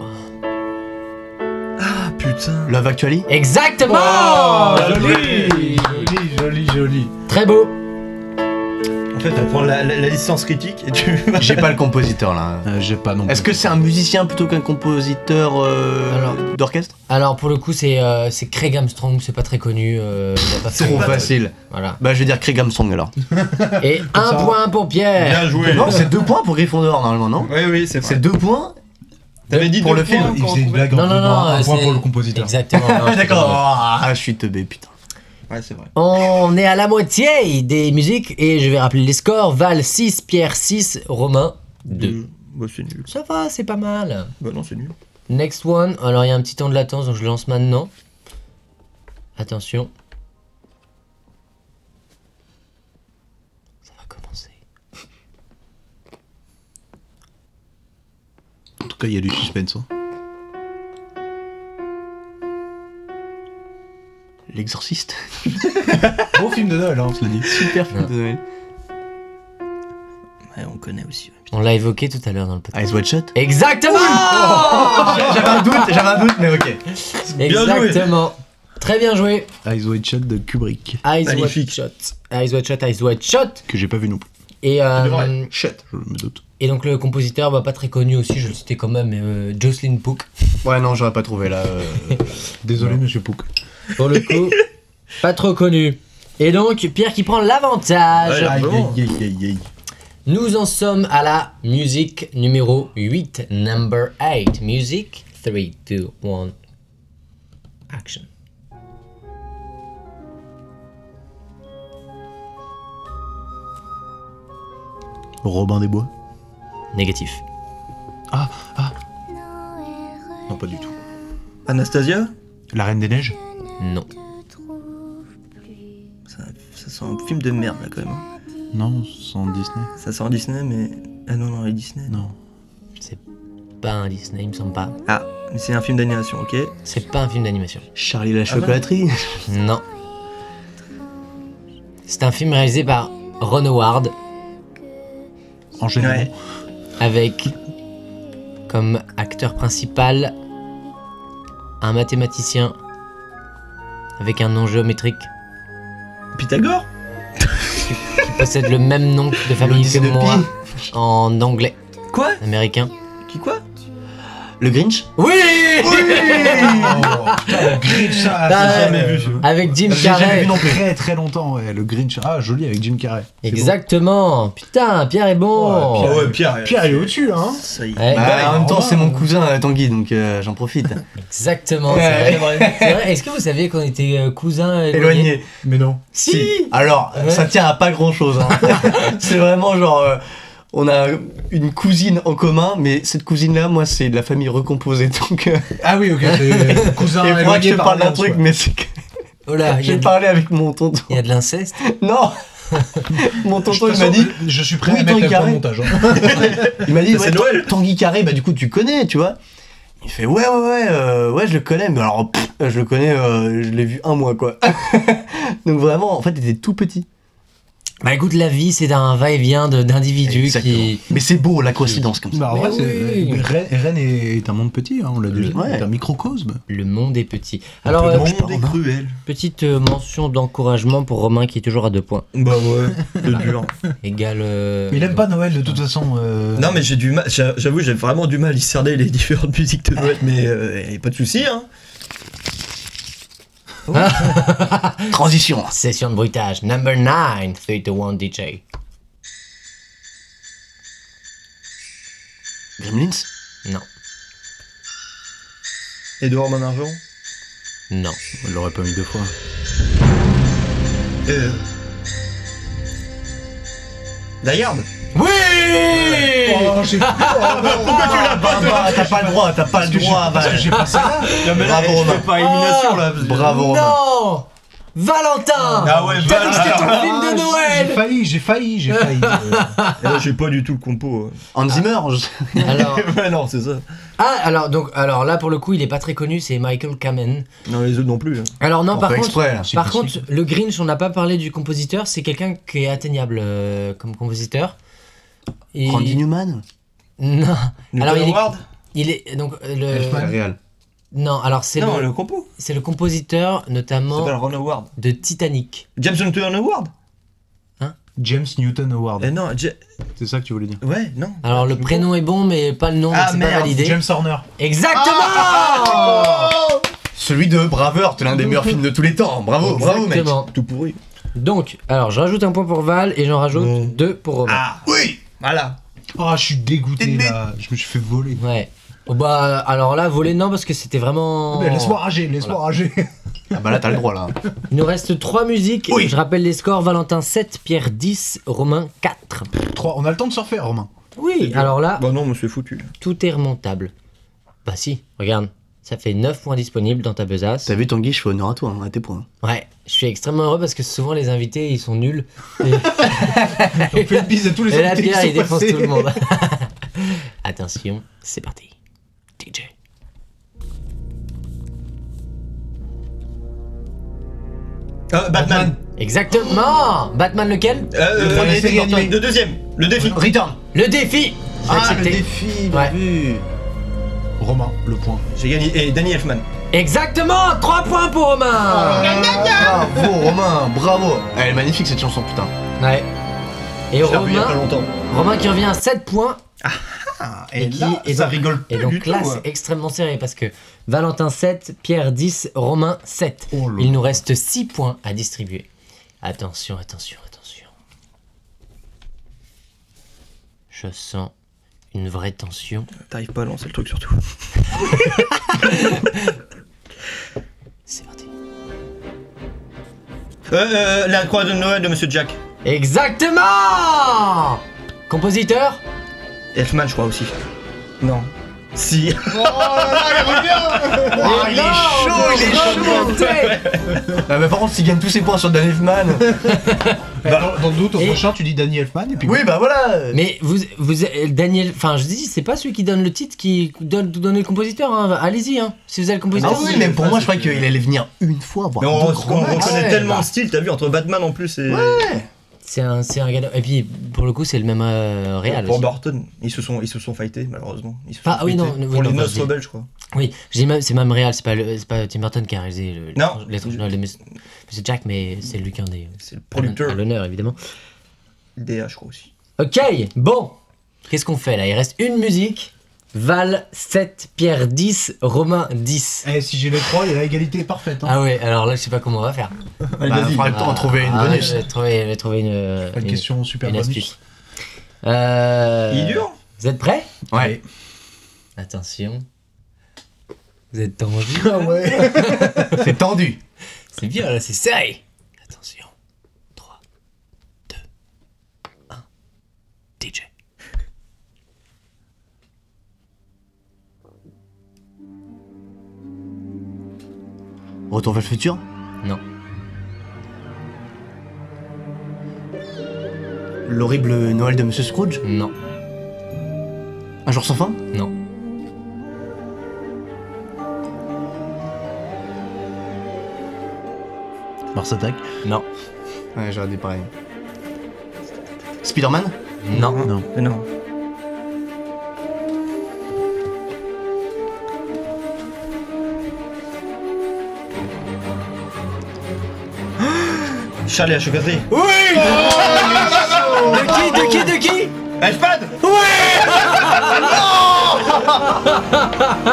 M: Ah putain.
I: Love Actually
L: Exactement
B: Ah, Oh, joli, joli, joli, joli.
L: Très beau.
M: En fait, on prend la, la- la licence critique et tu.
I: J'ai pas le compositeur là.
B: Euh, J'ai pas non plus.
I: Est-ce que c'est un musicien plutôt qu'un compositeur euh,
L: Alors.
I: d'orchestre
L: Alors pour le coup c'est euh, c'est Craig Armstrong, c'est pas très connu. euh, il a pas fait-
I: Trop facile.
L: Voilà.
I: Bah je vais dire Craig Armstrong alors.
L: Et un
B: ça.
L: point pour Pierre.
M: Bien joué.
I: Non, c'est deux points pour Gryffondor normalement, non
M: Oui, oui, c'est vrai.
I: C'est deux points
M: T'avais dit
I: pour
M: deux
I: le film,
M: points
B: Il
M: quand on
B: faisait une
M: trouvait-
B: blague en
L: Non non
B: disant
L: non.
B: un
L: euh,
B: point
L: c'est-
B: pour le compositeur.
L: Exactement. non,
I: Ah
L: c'est
I: d'accord.
L: vrai.
I: Ah, je suis teubé putain.
M: Ouais, c'est vrai.
L: On est à la moitié des musiques et je vais rappeler les scores. Val 6, Pierre 6, Romain 2.
M: Deux. Bah, c'est nul.
L: Ça va, c'est pas mal.
M: Bah, non, c'est nul.
L: Next one. Alors il y a un petit temps de latence donc je lance maintenant. Attention. Ça va commencer.
B: En tout cas, il y a du suspense. hein.
I: L'exorciste.
B: Bon film de Noël, hein, on se l'a dit.
I: Super film
L: Non.
I: de Noël.
M: Ouais, on connaît aussi. ouais.
L: On l'a évoqué tout à l'heure dans le podcast.
I: Eyes Wide Shut.
L: Exactement
I: J'avais un doute, j'avais un doute, mais ok.
L: Exactement. Très bien joué.
B: Eyes Wide Shut de Kubrick,
L: Eyes Wide
M: Magnifique.
L: Shot. Eyes Wide Shut, Eyes Wide Shot.
B: que j'ai pas vu non plus.
L: Et, euh,
I: Shut.
B: Je me doute.
L: et donc le compositeur, bah, pas très connu aussi, je le citais quand même, mais, euh, Jocelyn Pook.
I: Ouais, non, j'aurais pas trouvé là. euh,
B: Désolé, monsieur Pouk.
L: Pour le coup, pas trop connu. Et donc, Pierre qui prend l'avantage.
M: Ah,
B: Aïe,
M: bon.
B: aïe, aïe, aïe, aïe.
L: Nous en sommes à la musique numéro 8, number 8. Musique 3, 2, 1, action.
I: Robin des Bois
L: Négatif.
B: Non, pas du tout.
M: Anastasia
B: La Reine des Neiges
L: Non.
M: ça, ça sent un film de merde, là, quand même. hein.
B: Non, sans Disney.
M: Ça sent Disney, mais. Ah non, non, il est Disney.
B: Non.
L: C'est pas un Disney, il me semble pas.
M: Ah, mais c'est un film d'animation, ok
L: C'est pas un film d'animation.
I: Charlie la chocolaterie.
L: Non. C'est un film réalisé par Ron Howard
B: En général.
M: Ouais.
L: avec comme acteur principal un mathématicien avec un nom géométrique
M: Pythagore
L: qui possède le même nom de famille que
I: L'Odyssée de
L: moi en anglais
M: Quoi
L: américain.
M: Qui quoi
I: Le Grinch
L: Oui,
B: le Grinch, ah,
L: Ah,
B: j'ai
L: ouais.
B: jamais vu.
L: Avec Jim
B: J'ai jamais
L: Carrey.
B: vu non plus. Très très longtemps, ouais, le Grinch. Ah, joli avec Jim Carrey. C'est Ah
L: Exactement. Putain, Pierre est bon.
B: Ouais, Oh, Pierre-
M: Ah ouais, Pierre.
B: bon. Pierre, il est au-dessus, là. hein.
M: Ça y est.
L: Ouais,
I: Bah, en même temps,
B: Robin,
I: c'est mon
B: euh,
I: cousin euh, Tanguy, donc euh, j'en profite.
L: Exactement.
I: Ouais.
L: c'est vrai. C'est vrai. Est-ce que vous saviez qu'on était euh, cousins éloignés
I: Éloigné.
B: Mais non.
L: Si.
I: Alors,
L: Ouais.
I: ça tient à pas grand chose. c'est hein. vraiment genre. euh, on a une cousine en commun, mais cette cousine-là, moi, c'est de la famille recomposée. Donc, euh,
N: Ah oui, ok, c'est cousin
I: Et il faudra que je
N: éloigné
I: te
N: par
I: parle d'un
N: alliance,
I: truc,
N: quoi.
I: mais c'est que.
N: Oh
L: Ah,
N: là, il y a
I: J'ai
N: du-
I: parlé avec mon tonton.
L: Il y a de l'inceste
I: Non Mon tonton,
N: De
I: il
N: toute
I: m'a dit.
N: façon, Je suis prêt
I: Oui,
N: à mettre
I: Tanguy
N: un point
I: Carré.
N: montage. hein.
I: Il m'a dit,
N: Ça,
I: ouais,
N: c'est Noël.
I: Tan- Tanguy Carré, bah du coup tu connais, tu vois. Il fait ouais ouais ouais euh, ouais je le connais mais alors pff, je le connais euh, je l'ai vu un mois quoi donc vraiment en fait il était tout petit
L: Bah écoute, la vie, c'est un va-et-vient de- d'individus qui.
I: Mais c'est beau la coïncidence comme
B: Bah, en vrai, c'est-
L: oui.
B: Rennes, Rennes est est un monde petit, hein, on l'a dit.
L: ouais.
B: C'est un microcosme.
L: Le monde est petit.
B: Un
L: Alors,
B: peu
L: euh,
B: dans le
M: hein.
B: monde est
M: cruel.
L: Petite euh, mention d'encouragement pour Romain qui est toujours à deux points.
M: Bah ouais,
L: le
M: dur.
L: Égal. euh,
N: Mais il aime pas Noël de toute façon. euh.
M: Non mais j'ai du mal, j'a- j'avoue j'ai vraiment du mal à discerner les différentes musiques de Noël, mais euh, y a pas de souci hein.
I: Transition.
L: Session de bruitage. Number 9, 31 DJ.
I: Gremlins
L: Non.
M: Edouard Manargeon
L: Non.
B: On l'aurait pas mis deux fois.
M: euh... Dayard
L: Oui
N: Oh, j'ai-
M: Pourquoi tu l'as Ah, bah, pas toi
I: t'as pas le droit t'as pas le droit
N: parce que j'ai pas ça.
M: Non mais là,
I: Bravo,
M: je
I: Romain.
M: fais pas élimination là. parce que-
I: bravo Romain
L: Non Valentin
M: Ah ouais,
L: T'as dit que c'était
M: Valentin.
L: ton film de
N: J'ai
L: Noël
N: failli, j'ai failli, j'ai failli.
M: Et là, Ah, J'ai pas du tout le compo. hein.
I: Hans Zimmer je-
L: Alors.
M: Ouais, non, c'est ça.
L: Ah, alors, donc, alors là, pour le coup, il est pas très connu, c'est Michael Kamen.
M: Non, les autres non plus. hein.
L: Alors, non,
I: On
L: par
I: fait
L: contre,
I: exprès, là, si
L: par contre,
I: possible.
L: le Grinch, on n'a pas parlé du compositeur, c'est quelqu'un qui est atteignable euh, comme compositeur. Et-
I: Randy Newman
L: Non.
M: Newton
L: alors, il est,
M: Howard
L: il est. Donc, euh, le.
I: Elfman.
L: Non, alors c'est
M: Non,
L: le,
M: le compo.
L: c'est le compositeur
M: Ça s'appelle
L: notamment
M: Ron Howard.
L: de Titanic.
M: James Newton Howard
B: James Newton
M: Eh
B: Howard.
M: non, Ja-
B: C'est ça que tu voulais dire.
M: ouais, non.
L: Alors le prénom est bon mais pas le nom,
M: Ah,
L: donc c'est pas
M: merde,
L: validé.
N: James Horner.
I: Ah
L: Exactement
I: celui de Braveheart l'un des meilleurs films de tous les temps bravo bravo mec
L: Exactement.
M: Tout pourri.
L: Donc, alors je rajoute un point pour Val et j'en rajoute
M: Bon.
L: deux pour Romain.
M: Ah oui Voilà.
N: Oh, je suis dégoûté là. Je me suis fait voler.
L: Ouais. Oh, bah alors là, voler non parce que c'était
B: Eh ben,
L: vraiment...
N: Mais Eh ben, Laisse-moi rager, laisse-moi rager.
I: ah bah là t'as le droit là
L: Il nous reste trois musiques.
I: Oui.
L: Je rappelle les scores. Valentin 7, Pierre 10, Romain 4.
N: Trois, on a le temps de se refaire, Romain.
L: Oui, alors là,
M: Bah non, mais c'est foutu.
L: tout est remontable. Bah si, regarde. Ça fait 9 points disponibles dans ta besace.
I: t'as vu Tanguy je fais honneur à toi hein, à tes points
L: Ouais, je suis extrêmement heureux parce que souvent les invités ils sont nuls.
N: On fait une bise à tous les
L: Et là
N: invités qui
L: Pierre
N: sont
L: il défonce
N: passés.
L: tout le monde. Attention, c'est parti. DJ.
M: Euh, Batman.
L: Exactement Batman lequel
M: Euh,
N: Le premier,
M: euh,
N: c'est
M: Batman.
N: animé.
M: Le deuxième. Le défi.
I: Return
L: Le défi J'ai
M: Ah,
L: accepté.
I: Ah, défi
L: Ah, bien Ouais.
I: vu
N: Romain, le point.
M: J'ai gagné. Et Danny Elfman.
L: Exactement 3 points pour
M: Ah.
L: Romain
I: Bravo Romain, bravo Elle est magnifique cette chanson putain.
L: Ouais. Et
M: J'ai revu il y a pas
L: Romain,
M: longtemps.
L: Romain qui revient à 7 points
M: Et,
L: qui
M: là,
L: est
M: ça
L: donc-
M: rigole
L: Et
M: plus du
L: donc
M: tout.
L: là,
M: hein.
L: c'est extrêmement serré parce que Valentin 7, Pierre 10, Romain 7.
N: Oh là
L: Il nous reste 6 points à distribuer. Attention, attention, attention. Je sens une vraie tension.
M: T'arrives pas à lancer le truc surtout.
L: C'est parti.
M: Euh, euh, la croix de Noël de Monsieur Jack.
L: Exactement Compositeur
M: Elfman, je crois aussi. Non. Si. Oh,
I: Ah, il est chaud, il est chaud Ah mais par contre s'il gagne tous ses points sur Dan Elfman
N: Eh,
B: Bah,
N: dans, dans le doute, au
L: Et-
N: prochain, tu dis Danny Elfman et puis.
I: Oui bah voilà
L: Mais vous, vous, euh, Daniel, enfin je dis, c'est pas celui qui donne le titre qui donne, donne le compositeur. hein. Allez-y, hein. si vous avez le
I: Ah
L: compositeur.
I: oui
L: vous-
I: mais pour moi je crois qu'il allait venir une fois voir
M: Mais on,
I: deux
M: on
I: grands max.
M: reconnaît
L: ouais,
M: tellement
L: bah.
M: le style, t'as vu, entre Batman en plus et.
L: C'est un, c'est un gars. de- Et puis pour le coup, c'est le même euh, réal.
M: Pour
L: aussi.
M: Burton, ils se sont, ils se sont fightés malheureusement. Ils se sont
L: Ah, oui,
M: fightés.
L: non, oui,
M: pour les
L: non, bah,
M: noces
L: je dis-
M: rebelles, je crois.
L: Oui, je dis même, c'est même réel, c'est pas, le- c'est pas Tim Burton qui a réalisé le-
M: Non.
L: l'étrange Noël de Monsieur Monsieur Jack, mais c'est lui qui en est.
M: C'est le producteur.
L: à l'honneur, évidemment.
M: DA, je crois aussi.
L: Ok, bon. Qu'est-ce qu'on fait là Il reste une musique. Val 7, Pierre 10, Romain 10.
N: Eh, si j'ai les trois, il y a l'égalité parfaite. hein.
L: Ah ouais, alors là, je sais pas comment on va faire.
I: Bah, faudra le temps d'en trouver une
L: Ah,
I: bonus.
L: Je vais trouver, je vais trouver une,
N: Pas de
L: une-
N: question super
L: une
N: bonus.
L: astuce. Euh,
M: Il est dur
L: Vous êtes prêts
I: Ouais.
L: Attention. Vous êtes tendu.
N: Ah ouais.
I: C'est tendu.
L: C'est bien là, c'est serré. Attention. 3, 2, 1. DJ.
I: Retour vers le futur
L: Non.
I: L'horrible Noël de Monsieur Scrooge
L: Non.
I: Un jour sans fin
L: Non.
I: Mars Attack
L: Non.
I: Ouais, j'aurais dit pareil. Spider-Man
L: Non.
M: Non. Non. Charlie Achocasley. Oui
C: De qui, de qui, de
M: qui Elfpad Oui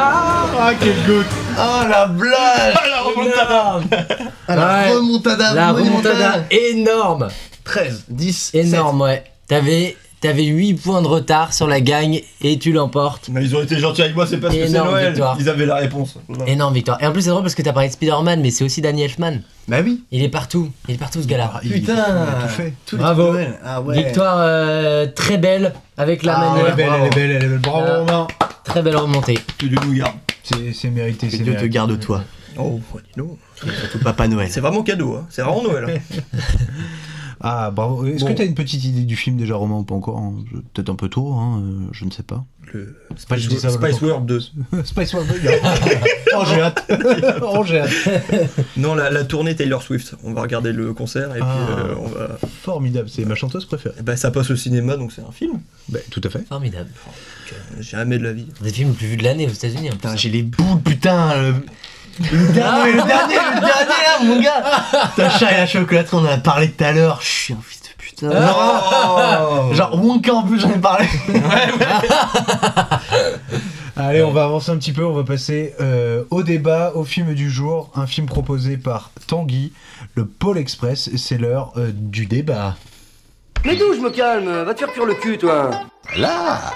N: Ah, quel goût
I: Ah, la blague
M: Ah, la remontada
I: Ah, la
L: Ouais.
I: remontada
L: La
I: monumentale.
L: remontada énorme
I: 13, 10,
L: Énorme, ouais. T'avais, t'avais 8 points de retard sur la gagne et tu l'emportes.
M: Mais ils ont été gentils avec moi, c'est parce que c'est
L: Énorme
M: Noël.
L: victoire.
M: Ils avaient la réponse.
L: Énorme victoire. Et en plus, c'est drôle parce que t'as parlé de Spider-Man, mais c'est aussi Danny Elfman.
I: Bah oui.
L: Il est partout. Il est partout, ce gars-là.
I: Putain Tous les
L: Bravo.
I: trucs de Noël. Ah ouais.
L: Victoire euh, très belle avec la
N: Ah,
L: manière.
N: elle est belle, elle est belle, elle est belle. Bravo,
L: Voilà.
N: Romain.
L: Très belle remontée.
M: Que Dieu nous garde.
N: C'est c'est mérité,
I: Que
N: c'est
I: Dieu te
N: mérité.
I: garde toi.
M: Oh, ouais, dis donc.
I: Surtout Papa Noël.
M: C'est vraiment cadeau, hein. c'est vraiment Noël. hein.
B: Ah, bravo. Est-ce
M: Bon.
B: que t'as une petite idée du film déjà, Romain, ou pas encore hein Je- Peut-être un peu tôt, hein, euh, je ne sais pas.
M: Le
B: pas
M: Spice,
B: que je dis ça,
M: Spice
B: je
M: World 2.
N: Spice World Oh, j'ai hâte. Oh, j'ai hâte.
M: Non, la, la tournée Taylor Swift. On va regarder le concert et
B: Ah.
M: puis euh, on va.
N: Formidable, c'est ma chanteuse préférée.
M: Eh ben, ça passe au cinéma, donc c'est un film.
B: Bah, tout à fait.
L: Formidable.
M: Euh, Jamais de la vie.
L: Des films les plus vus de l'année aux États-Unis. en plus.
I: Putain, j'ai les boules, putain le... le dernier, le dernier, le dernier là, mon gars Putain, chat et la chocolaterie, on en a parlé tout à l'heure. Je suis un fils de putain.
M: Oh.
I: Genre, genre Wonka en plus, j'en ai parlé.
N: Allez, on va avancer un petit peu, on va passer euh, au débat, au film du jour, un film proposé par Tanguy, le Pôle Express, c'est l'heure euh, du débat.
D: Mais d'où je me calme Va te faire cuire le cul, toi
O: Là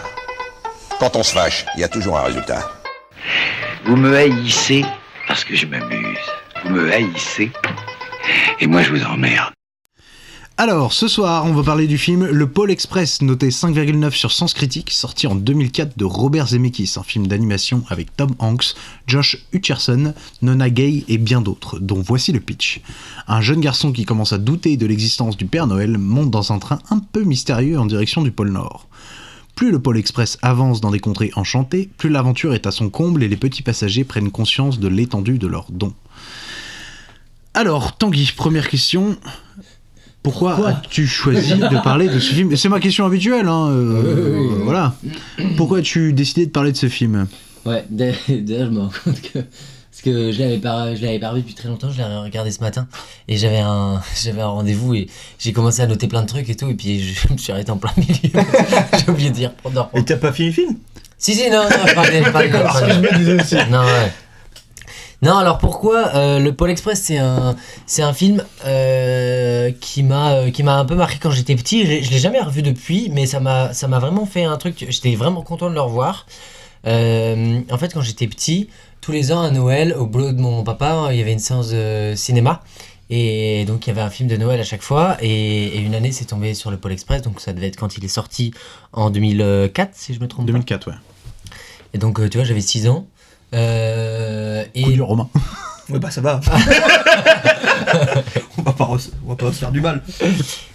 O: Quand on se fâche, il y a toujours un résultat.
P: Vous me haïssez parce que je m'amuse. Vous me haïssez et moi je vous emmerde.
B: Alors, ce soir, on va parler du film Le Pôle Express, noté 5,9 sur Sens Critique, sorti en 2004 de Robert Zemeckis, un film d'animation avec Tom Hanks, Josh Hutcherson, Nona Gay et bien d'autres, dont voici le pitch. Un jeune garçon qui commence à douter de l'existence du Père Noël monte dans un train un peu mystérieux en direction du pôle Nord. Plus le Pôle Express avance dans des contrées enchantées, plus l'aventure est à son comble et les petits passagers prennent conscience de l'étendue de leurs dons. Alors, Tanguy, première question. Pourquoi, as-tu choisi de parler de ce film C'est ma question habituelle, hein, euh,
Q: Oui, oui, oui.
B: voilà. Pourquoi as-tu décidé de parler de ce film
L: Ouais, d'a- d'ailleurs, je me rends compte que. Parce que je l'avais pas, je l'avais pas revu depuis très longtemps, je l'avais regardé ce matin. Et j'avais un, j'avais un rendez-vous et j'ai commencé à noter plein de trucs et tout. Et puis je me suis arrêté en plein milieu. j'ai oublié de dire.
M: Et t'as pas fini le film
L: Si, si, non, non, je parlais, je parlais, je
M: D'accord,
L: parlais.
M: je me disais aussi.
L: Non, ouais. Non, alors pourquoi euh, le Pôle Express c'est un c'est un film euh, qui m'a euh, qui m'a un peu marqué quand j'étais petit. Je, je l'ai jamais revu depuis, mais ça m'a ça m'a vraiment fait un truc. J'étais vraiment content de le revoir. Euh, en fait, quand j'étais petit, tous les ans à Noël, au boulot de mon papa, il y avait une séance de cinéma. Et donc il y avait un film de Noël à chaque fois. Et, et une année, c'est tombé sur le Pôle Express. Donc ça devait être quand il est sorti en 2004, si je me trompe
B: 2004, ouais.
L: Et donc euh, tu vois, j'avais 6 ans. Euh, et...
B: dur, Romain.
M: Ouais, bah ça va. on, va pas re- on va pas se faire du mal.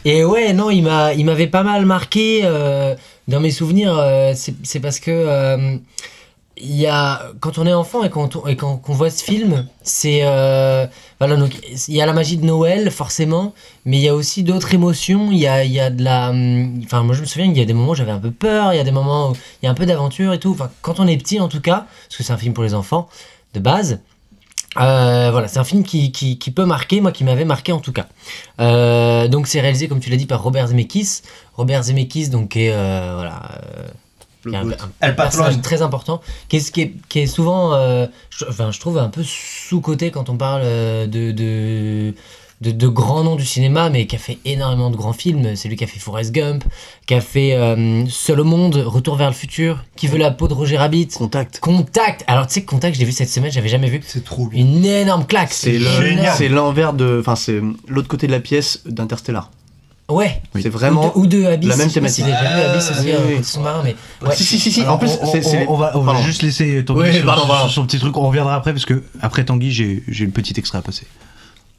L: Et ouais, non, il m'a, il m'avait pas mal marqué euh, dans mes souvenirs. euh, c'est, c'est parce que euh, il y a, quand on est enfant et quand on, et quand, qu'on voit ce film, c'est euh, voilà, donc il y a la magie de Noël forcément, mais il y a aussi d'autres émotions. Il y a, il y a de la, hum, enfin moi je me souviens qu'il y a des moments où j'avais un peu peur, il y a des moments où il y a un peu d'aventure et tout. Enfin quand on est petit en tout cas, parce que c'est un film pour les enfants de base. Euh, voilà, c'est un film qui, qui, qui peut marquer, moi qui m'avait marqué en tout cas. Euh, donc c'est réalisé, comme tu l'as dit, par Robert Zemeckis. Robert Zemeckis, donc est euh, voilà, euh, qui est un,
M: goat.
L: un- un
M: El Patron.
L: personnage très important, qui est, qui est, qui est souvent, euh, je, enfin, je trouve un peu sous côté quand on parle euh, de, de de, de grands noms du cinéma, mais qui a fait énormément de grands films. C'est lui qui a fait Forrest Gump, qui a fait euh, Seul au monde, Retour vers le futur, Qui veut la peau de Roger Rabbit.
I: Contact.
L: Contact. Alors tu sais que Contact, je l'ai vu cette semaine, j'avais jamais vu.
M: C'est trop
L: bien. Une énorme claque.
I: C'est le-
L: génial.
I: c'est l'envers de. Enfin, c'est l'autre côté de la pièce d'Interstellar.
L: Ouais.
I: C'est vraiment
L: ou de, ou de Abyss.
I: la même
L: je sais pas si
I: thématique.
L: vous avez jamais vu
I: Ah,
L: Abyss aussi,
I: oui,
L: euh,
I: oui.
L: Côte sous-marin, mais. ouais.
I: Si, si, si, si.
L: Alors,
I: en plus,
L: on-
I: c'est-
L: on-
I: c'est-
B: On va, on va
I: Pardon.
B: juste laisser Tanguy
I: Oui,
B: sur,
I: pardon,
B: sur-
I: pardon.
B: sur son petit truc. On reviendra après parce que après Tanguy, j'ai j'ai le petit extrait à passer.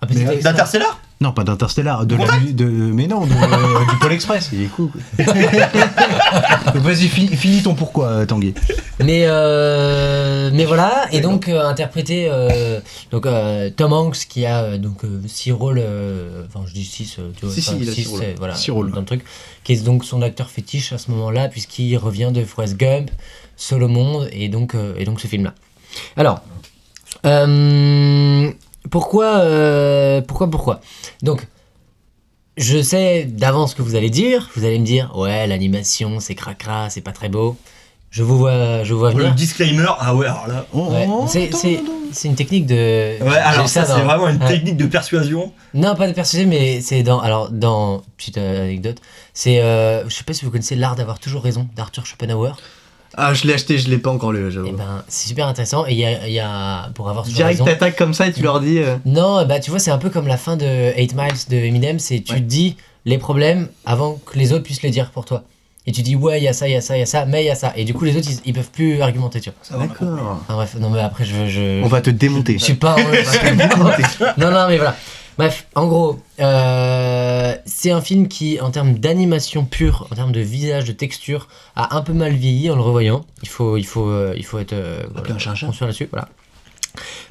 L: Mais-
I: euh,
M: D'Interstellar
B: Non, pas d'Interstellar. De la,
M: Contact
B: de, mais non, de- euh, du Pôle Express. Il est cool. Vas-y, fi- finis ton pourquoi, euh, Tanguy.
L: Mais euh, mais voilà et donc euh, interprété euh, donc euh, Tom Hanks qui a euh, donc euh, six rôles euh, enfin je dis six euh, tu vois,
I: Si, si,
L: enfin,
I: il a
L: six,
I: six rôles.
L: euh, voilà
I: Six rôles.
L: dans le truc qui est donc son acteur fétiche à ce moment-là puisqu'il revient de Forrest Gump Seul au monde et donc euh, et donc ce film là alors euh, pourquoi euh, pourquoi pourquoi donc je sais d'avance ce que vous allez dire. Vous allez me dire, ouais, l'animation, c'est cracra, c'est pas très beau. Je vous vois, je vous vois venir.
M: Le disclaimer, ah ouais, alors là.
L: Ouais, c'est- c'est c'est une technique de.
M: Ouais, alors ça, c'est vraiment une
L: technique
M: technique de persuasion.
L: non, pas de persuader, mais c'est dans. Alors, dans. Petite euh, anecdote. C'est. euh, je sais pas si vous connaissez L'Art d'avoir toujours raison d'Arthur Schopenhauer.
I: Ah, je l'ai acheté, je l'ai pas encore lu, j'avoue.
L: Eh ben, c'est super intéressant. Et il y a, il y a- Pour avoir toujours
I: Direct,
L: raison.
I: t'attaques comme ça et tu leur dis. euh,
L: Non, bah tu vois, c'est un peu comme la fin de 8 Miles de Eminem, c'est tu dis les problèmes avant que les autres puissent les dire pour toi. Et tu dis ouais, il y a ça, il y a ça, il y a ça, mais il y a ça. Et du coup, les autres, ils, ils peuvent plus argumenter, tu vois.
I: D'accord.
L: Enfin, bref, non mais après, je... je-
I: On va te démonter.
L: Je suis pas... je suis pas- non, non, mais voilà. Bref, en gros, euh, c'est un film qui, en termes d'animation pure, en termes de visage, de texture, a un peu mal vieilli en le revoyant. Il faut, il faut, euh, il faut être euh, voilà, conscient là-dessus, voilà.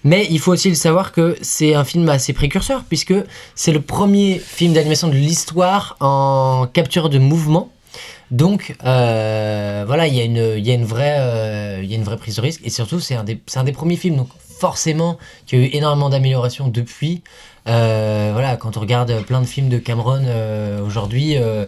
L: Mais il faut aussi le savoir que c'est un film assez précurseur, puisque c'est le premier film d'animation de l'histoire en capture de mouvement. Donc euh, voilà, il y, a une- il y, a une vraie, euh, il y a une vraie prise de risque, et surtout c'est un, des- c'est un des premiers films, donc forcément qu'il y a eu énormément d'améliorations depuis. Euh, voilà, quand on regarde plein de films de Cameron euh, aujourd'hui, euh,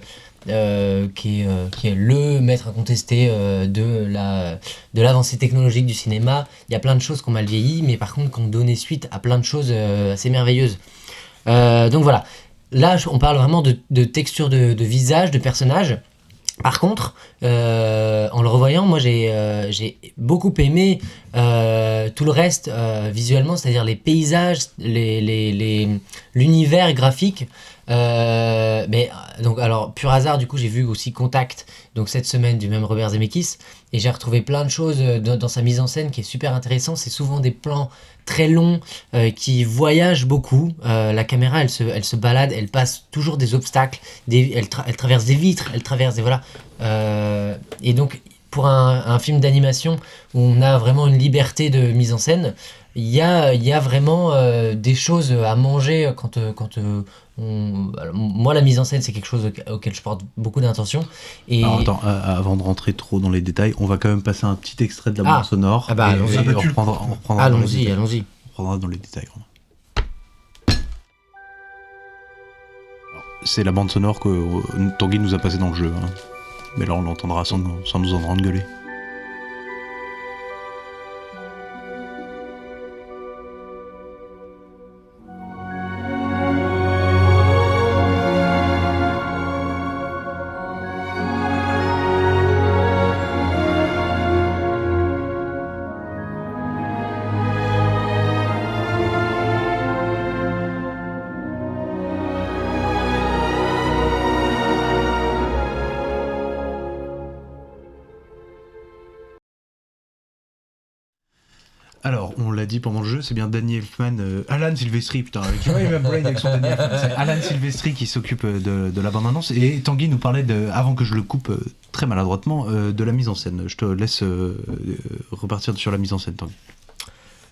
L: euh, qui, est, euh, qui est le maître incontesté euh, de la de l'avancée technologique du cinéma. Il y a plein de choses qu'on mal vieilli, mais par contre qu'on donnait suite à plein de choses euh, assez merveilleuses. Euh, donc voilà, là je- on parle vraiment de, de texture de, de visage, de personnage. Par contre, euh, en le revoyant, moi j'ai euh, j'ai beaucoup aimé euh, tout le reste euh, visuellement, c'est-à-dire les paysages, les- les- les- l'univers graphique. Euh, mais euh, donc alors pur hasard du coup j'ai vu aussi Contact donc cette semaine du même Robert Zemeckis et j'ai retrouvé plein de choses euh, dans, dans sa mise en scène qui est super intéressant c'est souvent des plans très longs euh, qui voyagent beaucoup Euh, la caméra elle se, elle se balade elle passe toujours des obstacles des, elle, tra- elle traverse des vitres elle traverse des voilà Euh, et donc pour un, un film d'animation où on a vraiment une liberté de mise en scène, il y a, il y a vraiment euh, des choses à manger quand, euh, quand euh, on- alors, moi la mise en scène c'est quelque chose auquel- auquel je porte beaucoup d'intention et
B: Alors, attends, euh, avant de rentrer trop dans les détails, on va quand même passer un petit extrait de la
L: Ah.
B: bande sonore.
L: Ah bah,
B: et-
L: allons-y.
B: et
L: Ah bah,
B: on
L: tu-
B: reprendra, on reprendra dans les
L: Allons-y,
B: détails.
L: allons-y.
B: On reprendra dans les détails. Romain. Alors, C'est la bande sonore que euh, Tanguy nous a passée dans le jeu. hein. Mais là, on l'entendra sans, sans nous en rendre gueuler. Alors, on l'a dit pendant le jeu, c'est bien Danny Elfman, euh, Alan Silvestri, putain, avec tu vois, il m'a brain avec son Danny Elfman. C'est Alan Silvestri qui s'occupe euh, de, de la bande-annonce. Et Tanguy nous parlait, de, avant que je le coupe euh, très maladroitement, euh, de la mise en scène. Je te laisse euh, euh, repartir sur la mise en scène, Tanguy.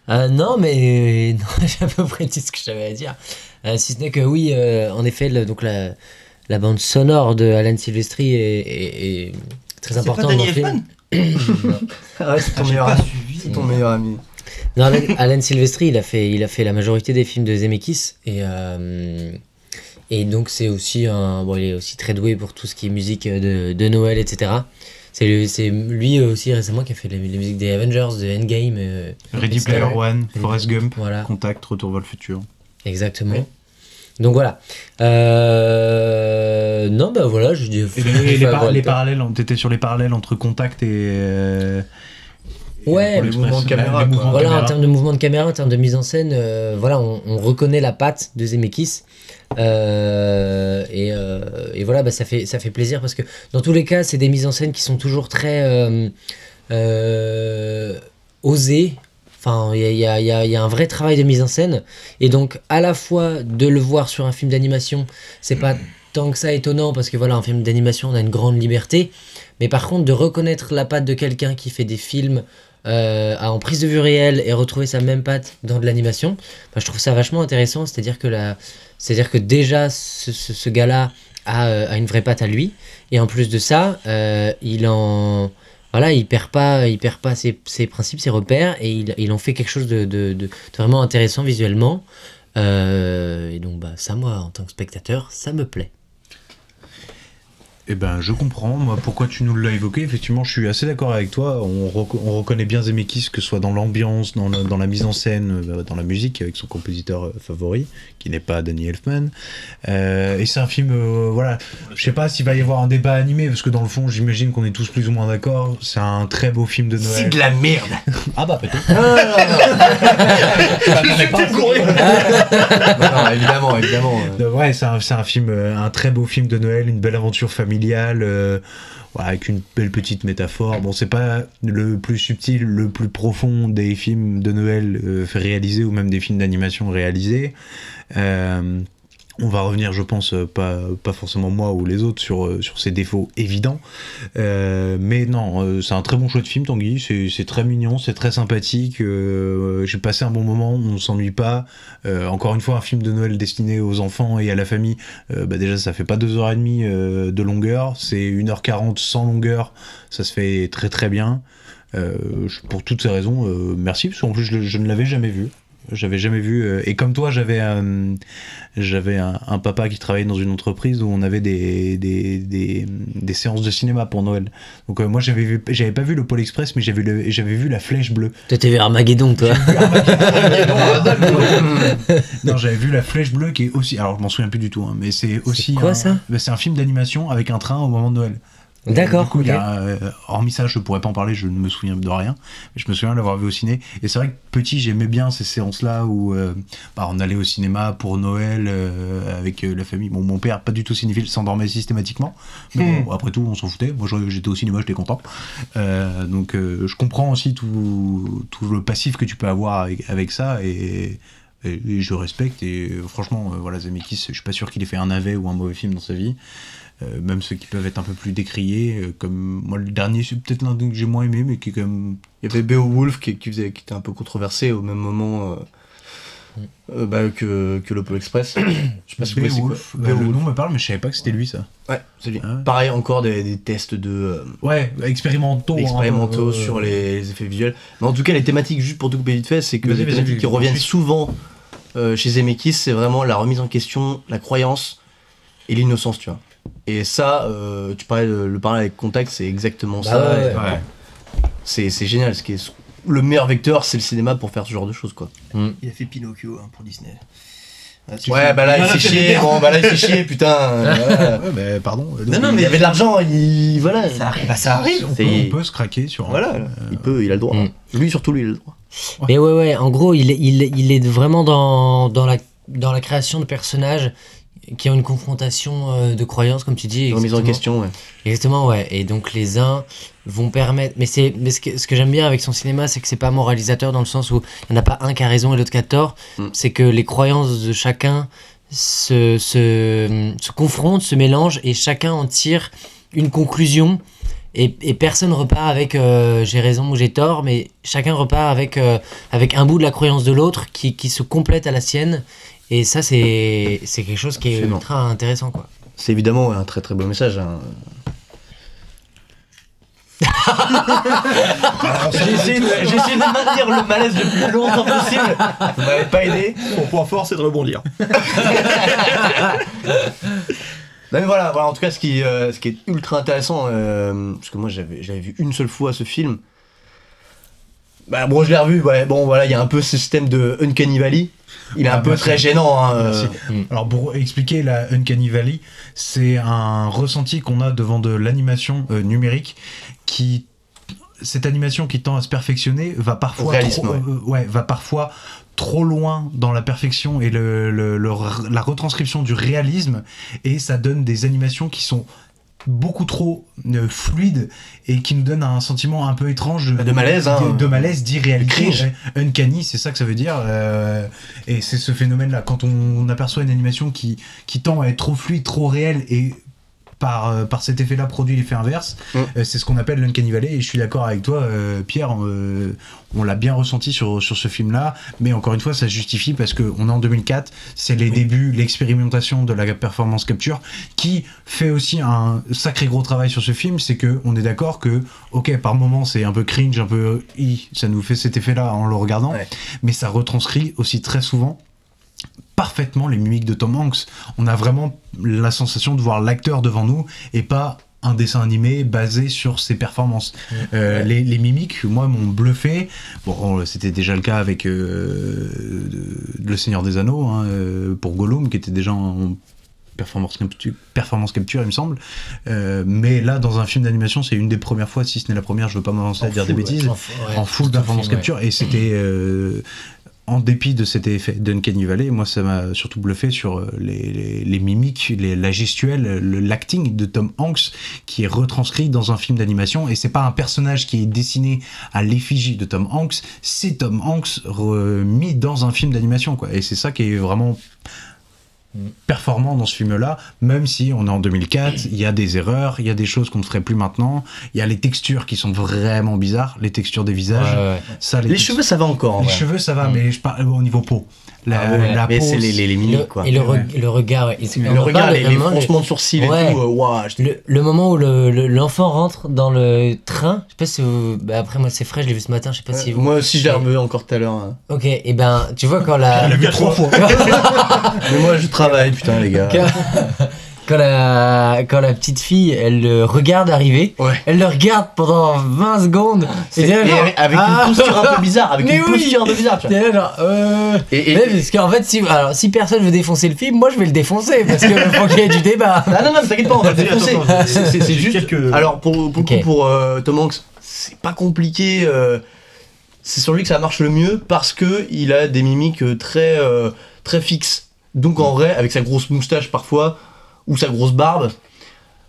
L: Euh, non, mais non, j'ai à peu près dit ce que j'avais à dire. Euh, si ce n'est que oui, euh, en effet, le- donc la, la bande sonore de Alan Silvestri est, est- est très
I: C'est pas
L: importante.
I: Danny
L: dans le film. Non.
I: Arrête, c'est ton
L: j'ai
I: meilleur
L: pas
I: ami.
L: suivi.
I: C'est ton meilleur ami.
L: Non, Alan, Alan Silvestri, il a, fait, il a fait la majorité des films de Zemeckis. Et, euh, et donc, c'est aussi un. Bon, il est aussi très doué pour tout ce qui est musique euh, de, de Noël, etc. C'est lui, c'est lui aussi récemment qui a fait les, les musiques des Avengers, de Endgame. euh,
B: Ready
L: etc.
B: Player One, Forrest Gump,
L: Voilà.
B: Contact, Retour vers le futur.
L: Exactement. Donc voilà. Euh, Non, bah voilà, je dis.
B: Et les, les par- les parallèles, t'étais sur les parallèles entre Contact et. euh,
L: Ouais,
I: pour les mouvements de caméra, quoi.
L: Voilà, en termes de mouvement de caméra, en termes de mise en scène, euh, voilà, on, on reconnaît la patte de Zemeckis. Euh, et, euh, et voilà, bah, ça, fait, ça fait plaisir parce que dans tous les cas, c'est des mises en scène qui sont toujours très euh, euh, osées. Enfin, il y a, il y a- il y a- il y a un vrai travail de mise en scène. Et donc, à la fois de le voir sur un film d'animation, c'est pas tant que ça étonnant parce que voilà, un film d'animation, on a une grande liberté. Mais par contre, de reconnaître la patte de quelqu'un qui fait des films euh, à- en prise de vue réelle et retrouver sa même patte dans de l'animation, bah, je trouve ça vachement intéressant. C'est-à-dire que, la... c'est-à-dire que déjà, ce, ce- ce gars-là a, euh, a une vraie patte à lui. Et en plus de ça, euh, il en. Voilà, il perd pas, il perd pas ses, ses principes, ses repères, et il, il en fait quelque chose de, de- de- de vraiment intéressant visuellement. Euh, et donc, bah, ça, moi, en tant que spectateur, ça me plaît.
B: Eh ben, je comprends, moi, pourquoi tu nous l'as évoqué. Effectivement, je suis assez d'accord avec toi. On, reco- on reconnaît bien Zemeckis, que ce soit dans l'ambiance, dans, la- dans la mise en scène, euh, dans la musique, avec son compositeur euh, favori, qui n'est pas Danny Elfman. Euh, et c'est un film, euh, voilà, je sais pas s'il va y avoir un débat animé, parce que dans le fond, j'imagine qu'on est tous plus ou moins d'accord. C'est un très beau film de Noël.
I: C'est de la merde.
B: ah bah, peut-être.
I: évidemment, évidemment.
B: Donc, ouais, c'est un, c'est un film, euh, un très beau film de Noël, une belle aventure familiale, euh, voilà, avec une belle petite métaphore. Bon, c'est pas le plus subtil, le plus profond des films de Noël euh, réalisés ou même des films d'animation réalisés. Euh, on va revenir, je pense, euh, pas, pas forcément moi ou les autres, sur, euh, sur ses défauts évidents. Euh, mais non, euh, c'est un très bon choix de film, Tanguy. C'est c'est très mignon, c'est très sympathique. euh, J'ai passé un bon moment, on ne s'ennuie pas. Euh, encore une fois, un film de Noël destiné aux enfants et à la famille, euh, bah déjà, ça fait pas 2h30 euh, de longueur. C'est 1h40 sans longueur. Ça se fait très très bien. Euh, je- pour toutes ces raisons, euh, merci, parce qu'en plus, je, le- je ne l'avais jamais vu. J'avais jamais vu. euh, et comme toi, j'avais euh, j'avais un, un papa qui travaillait dans une entreprise où on avait des, des, des- des séances de cinéma pour Noël. Donc euh, moi, j'avais vu- j'avais pas vu le Pôle Express, mais j'avais le- j'avais vu la Flèche Bleue.
L: Toi, t'es vu Armageddon, toi.
B: non, j'avais vu La Flèche Bleue qui est aussi. Alors, je m'en souviens plus du tout, hein, mais c'est aussi.
L: quoi,
B: un-
L: ça
B: bah, C'est un film d'animation avec un train au moment de Noël. Et
L: D'accord,
B: Du coup, il y
L: ok.
B: a, euh, hormis ça, je pourrais pas en parler, je ne me souviens de rien. Mais je me souviens l'avoir vu au ciné. Et c'est vrai que petit, j'aimais bien ces séances-là où euh, bah, on allait au cinéma pour Noël euh, avec euh, la famille. Bon, mon père, pas du tout cinéphile, s'endormait systématiquement. Mais
I: Hmm.
B: bon, après tout, on s'en foutait. Moi, je- j'étais au cinéma, j'étais content. Euh, donc, euh, je comprends aussi tout, tout le passif que tu peux avoir avec, avec ça. Et, et- et je respecte. Et euh, franchement, euh, voilà, Zemeckis, je suis pas sûr qu'il ait fait un navet ou un mauvais film dans sa vie. Euh, même ceux qui peuvent être un peu plus décriés, euh, comme moi le dernier, c'est peut-être l'un d'eux que j'ai moins aimé, mais qui est quand même.
I: Il y avait Beowulf qui, qui, faisait- qui était un peu controversé au même moment euh, euh, bah, que, que le Pôle Express. je sais pas si vous connaissez quoi.
B: Beowulf, bah, le nom me parle, mais je savais pas que c'était lui ça.
I: Ouais, c'est lui. Pareil, encore des, des tests de. euh,
B: Ouais, expérimentaux. hein,
I: expérimentaux
B: euh,
I: sur les, les effets visuels. Mais en tout cas, les thématiques, juste pour tout couper vite fait, c'est que
B: Vas-y,
I: les
B: vas-y,
I: thématiques
B: vas-y,
I: qui reviennent
B: juste.
I: souvent euh, chez Zemeckis, c'est vraiment la remise en question, la croyance et l'innocence, tu vois. Et ça, euh, tu parlais de le parler avec Contact, c'est exactement
L: Bah
I: ça.
L: ouais, ouais.
I: Et, euh, C'est c'est génial. Ce qui est le meilleur vecteur, c'est le cinéma pour faire ce genre de choses, quoi.
M: Il a fait Pinocchio hein, pour Disney. Ah, c'est
I: Ouais,
M: fou.
I: bah là,
M: Il en
I: il
M: a
I: s'est
M: fait
I: chié.
M: des-
I: Bon, bah là, il s'est chié, putain. euh,
B: Ouais, mais pardon. euh,
I: Non,
B: donc,
I: non, mais il y avait de l'argent, il. Voilà. Ça arrive. Bah, ça arrive.
B: On peut, on peut se craquer sur.
I: Voilà, il peut, il a le droit. Lui, surtout, lui, il a le droit.
L: Mais ouais, ouais, en gros, il est, il est, il est vraiment dans, dans, la, dans la création de personnages qui ont une confrontation euh, de croyances, comme tu dis.
I: Une remise en question,
L: exactement.
I: ouais.
L: Exactement, ouais. Et donc, les uns vont permettre. Mais, c'est, mais ce que, ce que j'aime bien avec son cinéma, c'est que c'est pas moralisateur dans le sens où il n'y en a pas un qui a raison et l'autre qui a tort. C'est que les croyances de chacun se, se, se confrontent, se mélangent et chacun en tire une conclusion. Et, et personne repart avec euh, j'ai raison ou j'ai tort, mais chacun repart avec, euh, avec un bout de la croyance de l'autre qui, qui se complète à la sienne. Et ça, c'est c'est quelque chose qui est
I: Absolument.
L: ultra intéressant. Quoi.
I: C'est évidemment un très très beau message. hein. J'ai essayé, de, j'ai essayé de maintenir le malaise le plus longtemps possible. Vous m'avez pas aidé.
M: Mon point fort, c'est de rebondir.
I: Non, mais voilà, voilà, en tout cas, ce qui, euh, ce qui est ultra intéressant, euh, parce que moi j'avais, j'avais vu une seule fois ce film. Bah, bon, je l'ai revu, ouais, bon, voilà, il y a un peu ce système de Uncanny Valley. Il est un
B: Ah,
I: peu
B: merci.
I: très gênant. hein, euh,
B: Merci. Alors pour expliquer la Uncanny Valley, c'est un ressenti qu'on a devant de l'animation euh, numérique qui cette animation qui tend à se perfectionner va parfois
I: Réalisme,
B: trop,
I: ouais.
B: euh, ouais, va parfois trop loin dans la perfection et le, le- le r- la retranscription du réalisme et ça donne des animations qui sont beaucoup trop euh, fluides et qui nous donnent un sentiment un peu étrange
I: De malaise, hein.
B: de, de malaise d'irréalité
I: Cringe.
B: Ouais. uncanny c'est ça que ça veut dire euh, et c'est ce phénomène là quand on, on aperçoit une animation qui, qui tend à être trop fluide trop réelle et par, euh, par cet effet-là produit l'effet inverse. Euh, c'est ce qu'on appelle l'Uncanny Valley et je suis d'accord avec toi, euh, Pierre. euh, on l'a bien ressenti sur, sur ce film-là, mais encore une fois, ça se justifie parce qu'on est en 2004, c'est les débuts, l'expérimentation de la performance capture qui fait aussi un sacré gros travail sur ce film. C'est que on est d'accord que, ok, par moment c'est un peu cringe, un peu euh, hi, ça nous fait cet effet-là en le regardant, mais ça retranscrit aussi très souvent parfaitement les mimiques de Tom Hanks. On a vraiment la sensation de voir l'acteur devant nous et pas un dessin animé basé sur ses performances.
R: Mmh.
B: Euh, les, les mimiques, moi, m'ont bluffé. Bon, c'était déjà le cas avec euh, de- Le Seigneur des Anneaux, hein, euh, pour Gollum, qui était déjà en performance capture, performance capture il me semble. Euh, mais là, dans un film d'animation, c'est une des premières fois, si ce n'est la première, je veux pas m'avancer à dire
R: full,
B: des
R: ouais.
B: bêtises,
R: En full, ouais.
B: en full performance
R: film, ouais.
B: capture. Et c'était euh, en dépit de cet effet d'Uncanny Valley, moi ça m'a surtout bluffé sur euh, les, les- les mimiques, les- la gestuelle, le- l'acting de Tom Hanks qui est retranscrit dans un film d'animation et c'est pas un personnage qui est dessiné à l'effigie de Tom Hanks, c'est Tom Hanks remis dans un film d'animation quoi. Et c'est ça qui est vraiment performant dans ce film-là, même si on est en 2004, il y a des erreurs, il y a des choses qu'on ne ferait plus maintenant, il y a les textures qui sont vraiment bizarres, les textures des visages.
I: Ouais, ouais.
B: Ça,
I: Les
B: textures-
I: cheveux, ça va encore,
B: Les
I: ouais.
B: cheveux, ça va, mais je parle au niveau peau. La,
I: Ah ouais,
B: la
I: mais
B: peau,
I: c'est les- les- les mimiques,
L: Le- Et le, reg- le regard, ouais. Et c'est-
I: Le
L: on en
I: regard,
L: parle,
I: les-
L: à un
I: les
L: moment,
I: froncements de sourcils et tout, euh, ouah, je-
L: le, le moment où le- le- l'enfant rentre dans le train, je sais pas si vous- bah, après moi c'est frais, je l'ai vu ce matin, je sais pas si vous.
I: Moi aussi, je l'ai revu encore tout à l'heure. hein.
L: Ok, et ben tu vois quand la.
I: Elle l'a vu trois fois. Mais moi, je travaille, putain, les gars.
L: Quand- Quand la, quand la petite fille, elle le regarde arriver, elle le regarde pendant 20 secondes.
I: C'est-
L: t'es là
I: et avec- avec une posture un peu bizarre, avec
L: mais
I: une
L: oui.
I: posture un peu bizarre, tu vois.
L: T'es là genre, euh,
I: Et- et-
L: mais parce qu'en fait, si, alors, si personne veut défoncer le film, moi je vais le défoncer parce que faut qu'il y ait du débat.
I: Ah non, non, mais t'inquiète pas, on va le défoncer. C'est- C'est c'est juste. Alors, pour, pour,
L: Ok.
I: pour euh, Tom Hanks, c'est pas compliqué. euh, c'est sur lui que ça marche le mieux parce que il a des mimiques euh, très, euh, très fixes. Donc, en vrai, avec sa grosse moustache parfois, ou sa grosse barbe,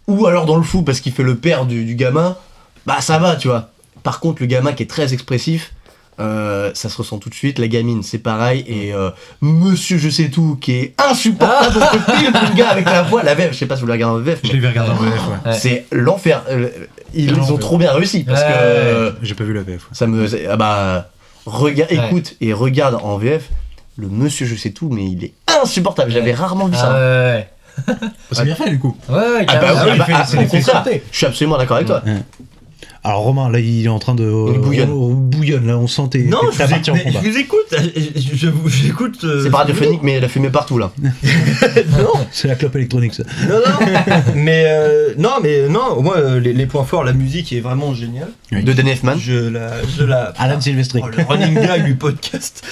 I: ou alors dans le fou parce qu'il fait le père du, du gamin, bah ça va, tu vois. Par contre, le gamin qui est très expressif, euh, ça se ressent tout de suite. La gamine, c'est pareil. Et euh, Monsieur Je sais tout, qui est insupportable, on peut plus, le gars avec la voix, la VF, je sais pas si vous la regardez en VF. Je l'ai
B: regardé en VF, ouais.
I: C'est l'enfer. Euh, Ils,
B: L'enfer.
I: ont trop bien réussi parce
B: Ouais,
I: que.
B: ouais,
I: euh,
B: J'ai pas vu la VF.
I: ça me. c'est- Ah bah. Regarde,
B: Ouais.
I: écoute et regarde en VF. Le Monsieur Je sais tout, mais il est insupportable. J'avais rarement vu ça.
B: Ah C'est bien fait du coup.
L: Ouais,
I: Ah bah oui, ah bah, ah, au contraire, je suis absolument d'accord avec toi.
B: Alors Romain, là il est en train de
I: Il bouillonne.
B: on bouillonne là, on sent tes
I: Non,
B: tes-
I: je
B: ta
I: vous ai-
B: partie en
I: mais
B: combat.
I: je vous ai-
M: Écoute, je- je- je- j'écoute. euh,
I: C'est pas radiophonique, mais elle a fumé partout là.
B: C'est la clope électronique ça.
M: Non, non, mais euh, non, mais non, moi, euh, les, les points forts, la musique est vraiment géniale.
I: De Dan Elfman.
M: Je la. Je
I: Ah,
M: la
B: Alan Silvestri.
M: le running gag du podcast.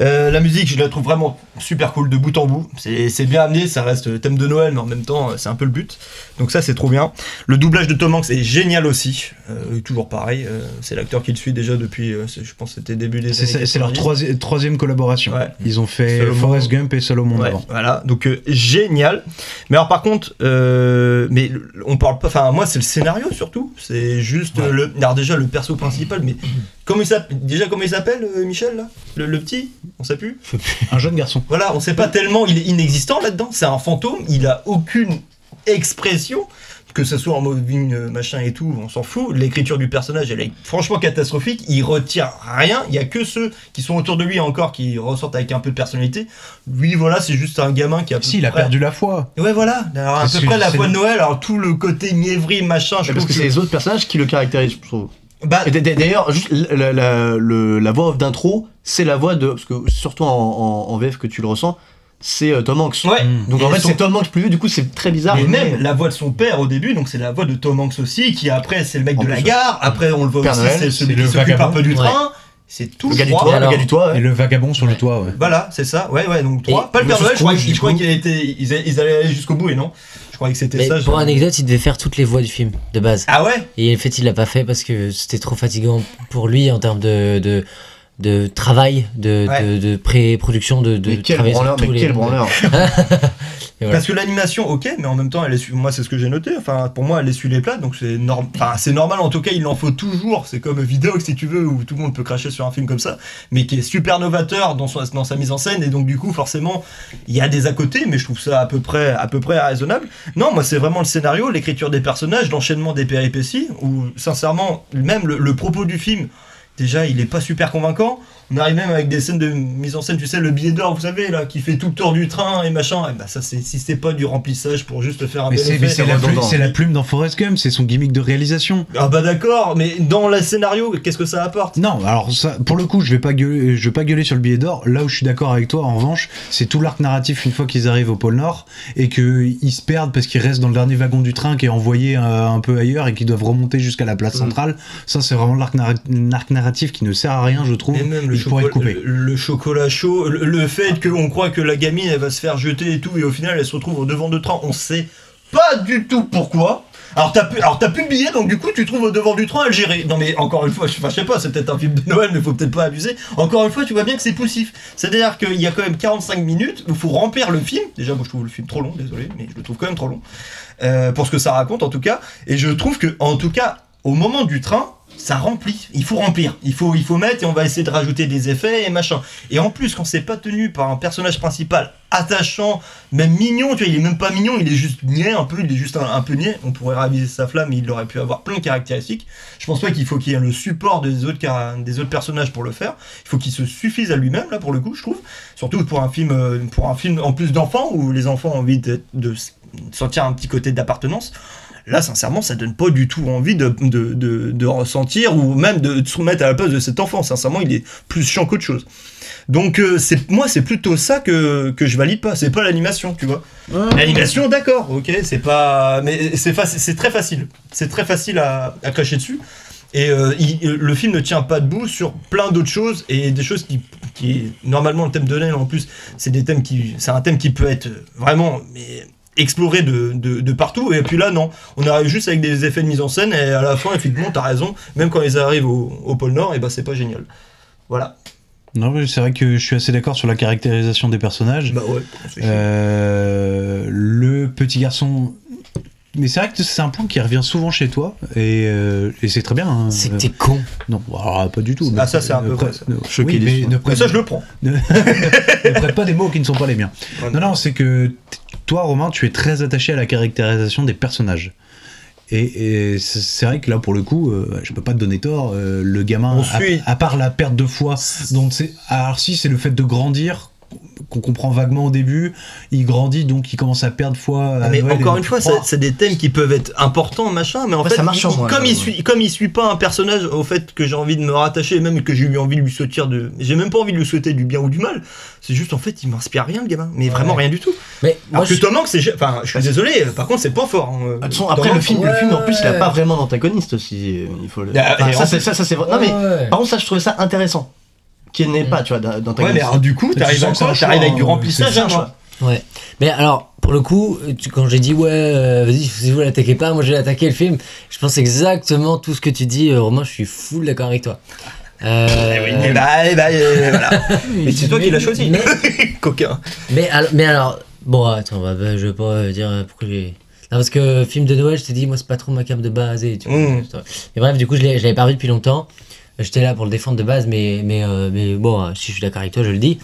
M: Euh, la musique, je la trouve vraiment super cool de bout en bout. C'est c'est bien amené, ça reste thème de Noël, mais en même temps, euh, c'est un peu le but. Donc ça, c'est trop bien. Le doublage de Tom Hanks est génial aussi. Euh, toujours pareil, euh, c'est l'acteur qui le suit déjà depuis, euh, c'est- je pense, que c'était début des
B: C'est- C'est
M: années
B: c'est leur
M: 90.
B: troisi- troisième collaboration. Ils ont fait
M: Solomon.
B: Forrest Gump et Solomon
M: Ouais,
B: avant.
M: Voilà, donc euh, génial. Mais alors par contre, euh, mais le- on parle pas. Enfin, moi c'est le scénario surtout. C'est juste euh, le. Alors déjà le perso principal, mais comment il s'appelle Déjà comment il s'appelle euh, Michel là le, le petit On sait plus.
B: Un jeune garçon.
M: Voilà, on sait pas tellement. Il est inexistant là-dedans. C'est un fantôme. Il a aucune expression. Que ce soit en moving euh, machin et tout, on s'en fout. L'écriture du personnage, elle est franchement catastrophique. Il retire rien. Il y a que ceux qui sont autour de lui encore qui ressortent avec un peu de personnalité. Lui, voilà, c'est juste un gamin qui a.
B: Si, il a perdu la foi.
M: Ouais, voilà. Alors, à
B: C'est
M: peu
B: ce-
M: près la
B: c'est-
M: foi de Noël, alors tout le côté mièvri, machin, je
I: Parce
M: trouve
I: que c'est les autres personnages qui le caractérisent, je trouve.
M: Et
I: d- d- D'ailleurs, juste la, la- la- le- la voix off d'intro, c'est la voix de. Parce que surtout en, en- en VF que tu le ressens, c'est euh, Tom Hanks. Donc en
M: Et
I: fait,
M: son-
I: c'est Tom Hanks plus vieux, du coup, c'est très bizarre.
M: Mais même la voix de son père au début, donc c'est la voix de Tom Hanks aussi, qui après c'est le mec
I: En
M: de
I: plus,
M: la
I: ouais.
M: gare, après on le voit
I: Père
M: aussi,
I: Noël,
M: c'est celui
I: c'est
M: qui
I: le
M: s'occupe un
I: vagabond.
M: peu du
I: Ouais.
M: train. C'est tout
I: Le gars du
M: trois.
I: toit, le gars du toit, ouais.
B: Et le vagabond sur le toit, ouais.
M: Voilà, c'est ça. Ouais, ouais, donc 3.
B: Et
M: Pas le Père
B: Monsieur
M: Noël, je croyais,
B: Scrooge,
M: je
B: du
M: croyais
B: coup.
M: qu'il était, ils, a- ils allaient aller jusqu'au bout et non. Je croyais que c'était
L: Mais
M: ça.
L: pour
M: genre.
L: anecdote, il devait faire toutes les voix du film de base.
M: hein. Ah ouais
L: Et en fait, il l'a pas fait parce que c'était trop fatigant pour lui en termes de, de, de travail, de,
M: Ouais.
L: de, de pré-production, de, de
M: Mais quel
L: travailler sur
M: branleur,
L: tous
M: mais
L: les-
M: quel branleur.
L: Et voilà.
M: Parce que l'animation, ok, mais en même temps, elle essuie, moi, c'est ce que j'ai noté. Enfin, pour moi, elle essuie les plats, donc c'est norm- enfin, c'est normal. En tout cas, il en faut toujours. C'est comme vidéo, si tu veux, où tout le monde peut cracher sur un film comme ça, mais qui est super novateur dans, son- dans sa mise en scène. Et donc, du coup, forcément, il y a des à côté, mais je trouve ça à peu près, à peu près raisonnable. Non, moi, c'est vraiment le scénario, l'écriture des personnages, l'enchaînement des péripéties, où, sincèrement, même le, le propos du film, Déjà, il est pas super convaincant. On arrive même avec des scènes de mise en scène, tu sais, le billet d'or, vous savez, là, qui fait tout le tour du train et machin. Et bah, ça, c'est si c'est pas du remplissage pour juste faire un
B: Mais
M: bel
B: c'est
M: effet,
B: mais c'est la, plume-
M: redondant.
B: c'est la plume dans Forrest Gump, c'est son gimmick de réalisation.
M: Ah bah d'accord, mais dans le scénario, qu'est-ce que ça apporte
B: Non, alors ça, pour le coup, je vais pas gueuler, je vais pas gueuler sur le billet d'or. Là où je suis d'accord avec toi, en revanche, c'est tout l'arc narratif une fois qu'ils arrivent au pôle Nord et qu'ils se perdent parce qu'ils restent dans le dernier wagon du train qui est envoyé euh, un peu ailleurs et qu'ils doivent remonter jusqu'à la
M: Mm.
B: place centrale. Ça, c'est vraiment l'arc narra- l'arc narratif qui ne sert à rien, je trouve.
M: Et même le,
B: Il pourrait être
M: chocolat-
B: coupé.
M: le, le chocolat chaud, le, le fait qu'on croit que la gamine elle va se faire jeter et tout, et au final elle se retrouve au devant de train, on sait pas du tout pourquoi. Alors t'as plus, alors t'as plus de billets, donc du coup tu te trouves au devant du train à le gérer. Non mais encore une fois, je, enfin, je sais pas, c'est peut-être un film de Noël, mais faut peut-être pas abuser. Encore une fois, tu vois bien que c'est poussif. C'est-à-dire qu'il y a quand même 45 minutes où faut remplir le film. Déjà, moi je trouve le film trop long, désolé, mais je le trouve quand même trop long euh, pour ce que ça raconte en tout cas. Et je trouve que en tout cas, au moment du train, ça remplit. Il faut remplir. Il faut, il faut mettre et on va essayer de rajouter des effets et machin. Et en plus, quand c'est pas tenu par un personnage principal attachant, même mignon, tu vois, il est même pas mignon, il est juste niais un peu, il est juste un, un peu niais. On pourrait raviser sa flamme, il aurait pu avoir plein de caractéristiques. Je pense pas qu'il faut qu'il y ait le support des autres, cara- des autres personnages pour le faire. Il faut qu'il se suffise à lui-même, là, pour le coup, je trouve. Surtout pour un film, euh, pour un film en plus d'enfants, où les enfants ont envie de, de sentir un petit côté d'appartenance. Là, sincèrement, ça donne pas du tout envie de, de, de- de ressentir ou même de, de se remettre à la place de cet enfant. Sincèrement, il est plus chiant qu'autre chose. Donc, euh, c'est moi, c'est plutôt ça que, que je valide pas. C'est pas l'animation, tu vois. L'animation, d'accord, ok, c'est pas. Mais c'est faci- c'est très facile. C'est très facile à, à cracher dessus. Et euh, il- le film ne tient pas debout sur plein d'autres choses et des choses qui, qui normalement le thème de Noël en plus, c'est des thèmes qui, c'est un thème qui peut être vraiment mais exploré de, de, de partout. Et puis là, non, on arrive juste avec des effets de mise en scène et à la fin, effectivement, t'as raison. Même quand ils arrivent au, au pôle Nord, et ben c'est pas génial. Voilà.
B: Non, mais c'est vrai que je suis assez d'accord sur la caractérisation des personnages.
M: Bah,
I: Bah
B: Euh, le petit garçon. Mais c'est vrai que c'est un point qui revient souvent chez toi et, euh, et c'est très bien. C'est que
L: t'es con.
B: Non, alors, pas du tout.
M: Ah, ça, c'est un peu vrai, ça. Choquer
B: oui,
M: les
B: mais
M: soins.
B: ne prête-
M: Ça, je le prends.
B: ne ne prête pas des mots qui ne sont pas les miens. Non, non, c'est que t- toi, Romain, tu es très attaché à la caractérisation des personnages. Et, et c'est- c'est vrai que là, pour le coup, euh, je peux pas te donner tort. euh, le gamin, à,
M: suit.
B: à part la perte de foi, donc c'est alors si c'est le fait de grandir qu'on comprend vaguement au début, il grandit donc il commence à perdre foi. euh, à
M: Ah, mais
B: Noël,
M: encore
B: et-
M: une fois, c'est c'est des thèmes qui peuvent être importants, machin, mais en
B: Ouais,
M: fait,
B: ça marche
M: il-
B: sur
M: il-
B: moi,
M: comme,
B: là,
M: il
B: ouais.
M: suit, comme il suit pas un personnage au fait que j'ai envie de me rattacher, et même que j'ai eu envie de lui souhaiter de, j'ai même pas envie de lui souhaiter du bien ou du mal. C'est juste en fait, il m'inspire rien, le gamin, mais vraiment rien du tout.
L: Mais
M: Alors
I: moi,
M: que
I: je-
M: Tom Hanks, c'est, enfin, je suis désolé, par contre, c'est pas fort. hein.
I: De toute façon,
M: Tom
I: après le
M: Hanks-
I: film, le film en plus, il a
M: Ouais.
I: pas vraiment d'antagoniste aussi. euh, Il faut le.
M: Ah,
I: Enfin,
M: et en
I: ça, c'est
M: plus-
I: ça, ça, c'est vrai. Non mais par contre, ça, je trouvais ça intéressant. Qu'il n'ait pas, tu vois, d'an-
M: Ouais,
I: d'antagoniste.
M: mais alors, du coup, t'arrives à quoi T'arrives avec du remplissage, hein, moi.
L: Ouais. Mais alors, pour le coup, tu- quand j'ai dit ouais, euh, vas-y, si vous l'attaquez pas, moi j'ai attaqué le film, je pense exactement tout ce que tu dis, euh, Romain, je suis full d'accord avec toi. Euh,
M: Eh bah, eh bah, eh, voilà. Mais c'est toi qui l'as choisi.
L: mais-
M: Coquin.
L: Mais alors, mais alors bon, attends, bah, bah, je vais pas euh, dire euh, pourquoi j'ai. Non, parce que film de Noël, je t'ai dit, moi, c'est pas trop ma cam de base. Et, tu vois,
M: Mm.
L: c'est vrai. Mais bref, du coup, je l'ai- je l'avais pas vu depuis longtemps. J'étais là pour le défendre de base, mais, mais, euh, mais bon, euh, si je suis d'accord avec toi, je le dis.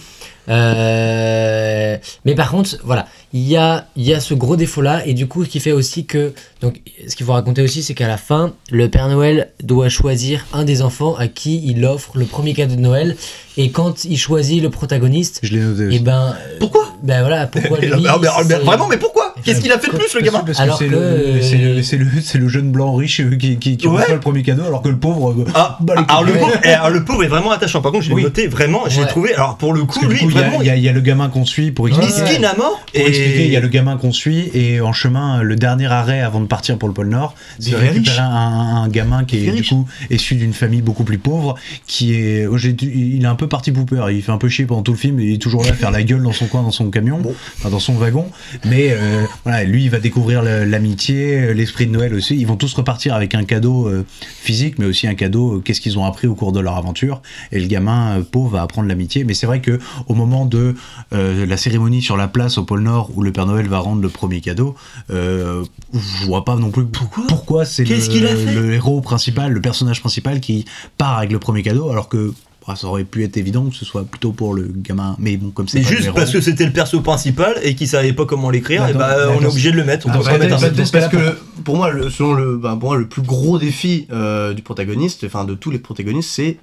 L: Euh, mais par contre, voilà, il y a, il y a ce gros défaut-là, et du coup, ce qui fait aussi que. Donc, ce qu'il faut raconter aussi, c'est qu'à la fin, le Père Noël doit choisir un des enfants à qui il offre le premier cadeau de Noël, et quand il choisit le protagoniste,
B: je l'ai noté
L: Eh et ben. Pourquoi Ben voilà, pourquoi lui
M: Ah, mais- ah, mais
L: c'est-
M: Vraiment, mais pourquoi
I: Qu'est-ce qu'il a fait de plus, le gamin
B: Parce que c'est le, c'est le- c'est le- c'est le jeune blanc riche euh, qui, qui, qui
M: Ouais.
B: reçoit le premier cadeau, alors que le pauvre. euh,
M: Ah,
B: bah, les
M: alors le
B: couilles.
M: pauvre, et alors le pauvre est vraiment attachant. Par contre, je l'ai
B: Oui.
M: noté vraiment, je l'ai
B: Ouais.
M: trouvé. Alors pour le coup,
B: Parce que
M: lui,
B: du coup, il y a-
M: vraiment,
B: il y, a- il y a le gamin qu'on suit pour expliquer.
M: Miskin à mort
B: Pour
M: et-
B: expliquer, il y a le gamin qu'on suit et en chemin, le dernier arrêt avant de partir pour le pôle Nord, c'est de
M: Des riches.
B: récupérer un, un- un gamin qui est du coup issu d'une famille beaucoup plus pauvre, qui est, oh, j'ai dû- il est un peu parti pooper, il fait un peu chier pendant tout le film, il est toujours là à faire la gueule dans son coin, dans son camion, enfin, dans son wagon, mais euh, voilà, lui il va découvrir le- l'amitié, euh, l'esprit de Noël aussi, ils vont tous repartir avec un cadeau euh, physique, mais aussi un cadeau, euh, qu'est-ce qu'ils ont appris au cours de leur aventure, et le gamin euh, pauvre va apprendre l'amitié, mais c'est vrai que au moment de euh, la cérémonie sur la place au pôle Nord où le Père Noël va rendre le premier cadeau, euh, je vois pas non plus pourquoi, c'est le,
M: Qu'est-ce qu'il a fait
B: le héros principal, le personnage principal qui part avec le premier cadeau alors que bah, ça aurait pu être évident que ce soit plutôt pour le gamin, mais bon comme c'est
M: c'est
B: pas le
M: juste
B: héros-
M: parce que c'était le perso principal et qu'il savait pas comment l'écrire, et
B: Attends,
M: bah
B: mais
M: on est
B: attends,
M: obligé de le mettre. On peut hein.
I: Après,
M: pas mettre un
I: parce-
M: second.
I: parce que le- pour moi, le, selon le, bah, pour moi, le plus gros défi euh, du protagoniste, enfin de tous les protagonistes, c'est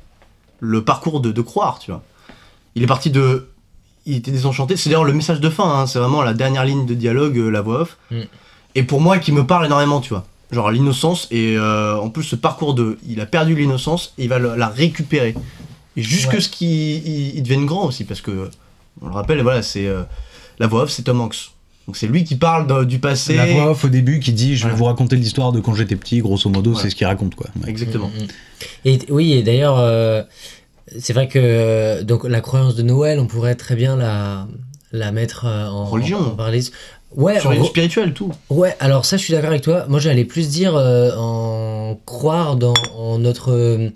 I: le parcours de, de croire, tu vois. Il est parti de. Il était désenchanté. C'est d'ailleurs le message de fin, hein, c'est vraiment la dernière ligne de dialogue, euh, la voix off.
L: Mm.
I: Et pour moi, qui me parle énormément, tu vois. Genre l'innocence, et euh, en plus, ce parcours de. Il a perdu l'innocence, et il va le- la récupérer. Et jusque ce qu'il il- il devienne grand aussi, parce que. On le rappelle, voilà, c'est. euh, la voix off, c'est Tom Hanks. Donc c'est lui qui parle de- du passé.
B: la voix off au début qui dit je vais vous raconter l'histoire de quand j'étais petit, grosso modo c'est ce qu'il raconte quoi. Ouais.
L: Mm, Et oui, et d'ailleurs, euh, c'est vrai que euh, donc la croyance de Noël, on pourrait très bien la, la mettre euh, en
I: Religion.
L: en parler- Ouais,
I: Sur
L: en
I: les
L: gros-
I: spirituel, tout.
L: Ouais, alors ça, je suis d'accord avec toi. Moi, j'allais plus dire euh, en croire dans en notre euh,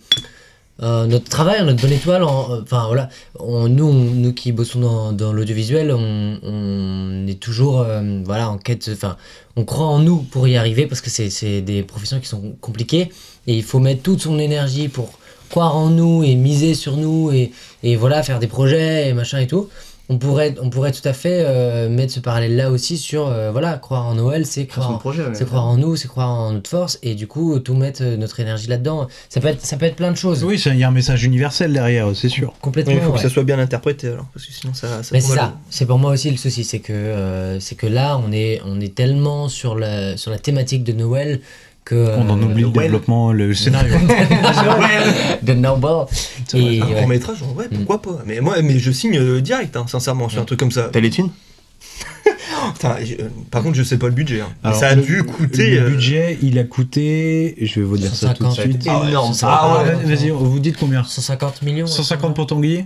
L: euh, notre travail, en notre bonne étoile. en- euh, Enfin voilà, On- nous, on- nous qui bossons dans, dans l'audiovisuel, on, on est toujours euh, voilà en quête. Enfin, on croit en nous pour y arriver parce que c'est c'est des professions qui sont compliquées et il faut mettre toute son énergie pour croire en nous et miser sur nous et, et voilà faire des projets et machin et tout on pourrait on pourrait tout à fait euh, mettre ce parallèle là aussi sur euh, voilà croire en Noël c'est croire
I: son
L: en-
I: projet, ouais.
L: Ah. c'est croire en nous c'est croire en notre force et du coup tout mettre euh, notre énergie là dedans ça peut être ça peut être plein de choses
B: oui il y a un message universel derrière c'est sûr
L: complètement
M: Oui, il faut que
L: ouais.
M: ça soit bien interprété alors, parce que sinon ça.
L: Mais
M: tombe
L: c'est
M: à
L: ça,
M: l'eau.
L: c'est pour moi aussi le souci, c'est que, euh, c'est que là, on est, on est tellement sur la, sur la thématique de Noël que...
B: On en
L: euh,
B: oublie le développement, le scénario.
L: de Noël. Et,
M: Un
L: ouais.
M: court métrage, ouais, pourquoi pas. Mais moi, mais je signe euh, direct, hein, sincèrement,
B: Mm.
M: sur un truc comme ça. T'as
I: les thunes
M: Par contre, je sais pas le budget. hein. Mais
B: Alors,
M: ça a
B: le-
M: dû coûter.
B: Le
M: euh,
B: budget, il a coûté, je vais vous dire ça tout de
M: 150,
B: suite.
M: ça a été énorme.
B: Ah
M: Ah
B: ouais,
M: ouais.
B: vas-y, vous dites combien
L: 150 millions.
B: 150 pour Tanguy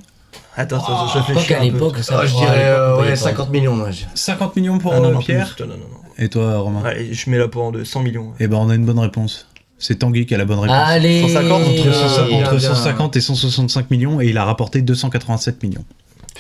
M: Attends, attends, je
L: Quoi qu'à l'époque, ça
I: Ah, je dirais euh, ouais, 50 millions, moi. je dirais.
B: 50 millions pour
M: Ah, non,
B: euh,
M: non,
B: Pierre
M: plus, non, non, non, non.
B: Et toi, Romain
M: Allez, je mets la pour en deux, 100 millions.
B: Eh ben, on a une bonne réponse. C'est Tanguy qui a la bonne réponse.
L: Allez
B: entre, 150
L: Ah, Bien,
B: entre
L: bien.
B: 150 et 165 millions et il a rapporté 287 millions.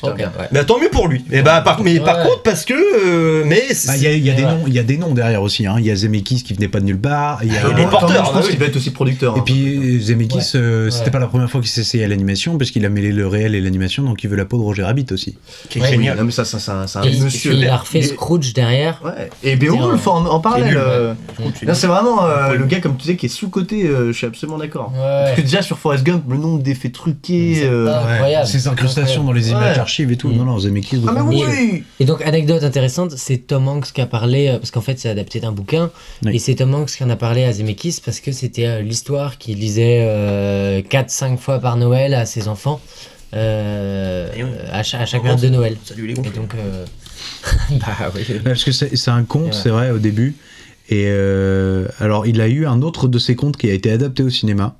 L: Ok, ouais.
M: Mais tant mieux pour lui. Mais bah par, mais par
B: Ouais.
M: contre parce que euh, mais c'est-
B: Bah, Il y a, il y a des noms, il y a des noms derrière aussi. hein. Il y a Zemeckis qui venait pas de nulle part. Il y a
I: Et les Attends, porteurs, je pense bah oui. qu'il va être aussi producteur,
B: Et
I: hein,
B: puis Zemeckis, euh, c'était
I: Ouais.
B: pas la première fois qu'il s'essayait à l'animation parce qu'il a mêlé le réel et l'animation, donc il veut la peau de Roger Rabbit aussi.
I: Qui est Ouais. génial. Ah Oui, non, mais ça, ça, ça,
B: Ah,
I: ça, un
L: Et
I: monsieur.
L: Il a refait
I: Il est-
L: Scrooge derrière.
I: Et Beowulf en, en
L: C'est
I: parallèle.
L: nul,
I: euh,
L: ouais.
I: non, c'est vraiment euh, le gars, comme tu disais, qui est sous-côté, euh, je suis absolument d'accord. Parce que déjà sur Forrest Gump, le nombre d'effets truqués. euh,
B: Ses incrustations dans les images d'archives et tout. Non, non, Zemeckis.
I: Ah, mais
B: vraiment.
I: oui
L: Et donc, anecdote intéressante, c'est Tom Hanks qui a parlé, euh, parce qu'en fait, c'est adapté d'un bouquin, et c'est Tom Hanks qui en a parlé à Zemeckis parce que c'était euh, l'histoire qu'il lisait 4-5 fois par Noël à ses enfants, euh, à, cha- à chaque période de Noël.
M: Salut les
L: Et donc, euh, bah oui.
B: Parce que c'est c'est un conte, c'est vrai, au début. Et euh, alors, il a eu un autre de ses contes qui a été adapté au cinéma.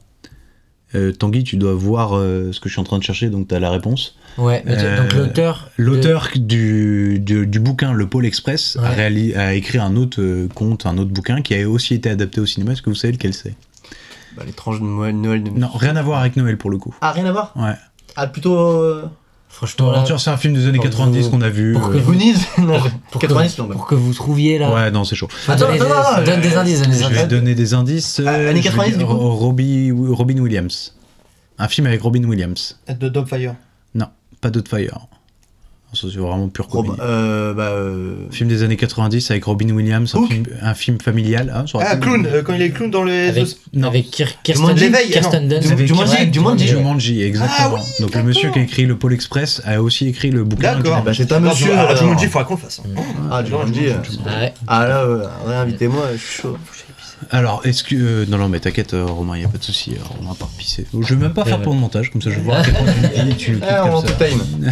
B: Euh, Tanguy, tu dois voir euh, ce que je suis en train de chercher, donc tu as la réponse.
L: Ouais, mais tu- donc l'auteur de-
B: Euh, L'auteur du, du- du bouquin Le Pôle Express a, réali- a écrit un autre euh, conte, un autre bouquin qui a aussi été adapté au cinéma. Est-ce que vous savez lequel c'est
I: Bah, L'étrange Noël, Noël de.
B: Non, rien à voir avec Noël pour le coup.
I: Ah, rien à voir
B: Ouais.
I: Ah, plutôt. euh,
L: Franchement,
B: Aventure, c'est un film des années
I: Pour
B: 90
I: vous-
B: qu'on a vu.
I: pour que
B: euh,
I: vous nise Non,
L: pour que,
I: 90 non, bah.
L: pour que vous trouviez là.
B: Ouais, non, c'est chaud.
L: Attends, Donne attends, des- attends, euh, donne des indices, donne des
B: Je vais
L: indices.
B: donner des indices. euh,
L: années
B: je vais
L: 90,
B: dire
L: du coup
B: Ro- Robbie- Robin
I: bah.
B: Williams. Un film avec Robin Williams.
M: de Dogfire.
B: Non, pas Fire. Ça, c'est vraiment pure
I: Rob-
B: comédie.
I: euh, bah, euh,
B: Film des années 90 avec Robin Williams, un film, un film familial. hein, ça aurait
M: Ah,
B: pu-
M: clown, euh, quand il est clown dans les.
B: Avec-
M: non.
L: avec
M: Kirsten- Jumanji, l'éveil,
L: ah
M: Kirsten non. Dunst.
B: Avec
M: Jumanji,
B: Kirsten-
M: Jumanji. Ah
B: Jumanji, exactement. Donc le monsieur qui a écrit le Pôle Express a aussi écrit le bouquin.
I: D'accord.
B: Jumanji.
I: eh bah, C'est un monsieur,
B: Ah,
I: alors.
B: Jumanji,
M: Il faut qu'on le fasse. hein.
I: Ah, Jumanji. euh. Ah là, euh, réinvitez-moi, je suis chaud.
B: Alors, est-ce que. euh, non, non, mais t'inquiète, euh, Romain, il n'y a pas de souci. euh, Romain part pisser. Je vais même pas faire
L: Euh,
B: pour le montage, comme ça je vois à quel point tu le dis, tu le
M: Ah,
I: Eh,
B: cliques comme ça.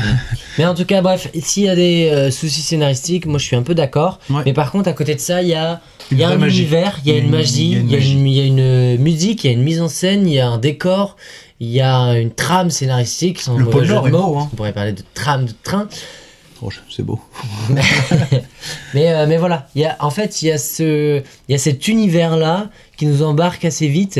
L: Mais en tout cas, bref, s'il y a des euh, soucis scénaristiques, moi je suis un peu d'accord. Mais par contre, à côté de ça, il y a, il y a
B: vraie
L: un
B: magie.
L: univers, il y a une magie, il y, a une- il y a une musique, il y a une mise en scène, il y a un décor, il y a une trame scénaristique. Sans
B: Le
L: mauvais
B: Pôle
L: jeu
B: Nord
L: de
B: est
L: mots.
B: beau, hein.
L: On pourrait parler de trame, de train.
B: Oh, je- c'est beau.
L: mais, euh, mais voilà, il y a, en fait, il y, a ce, il y a cet univers-là qui nous embarque assez vite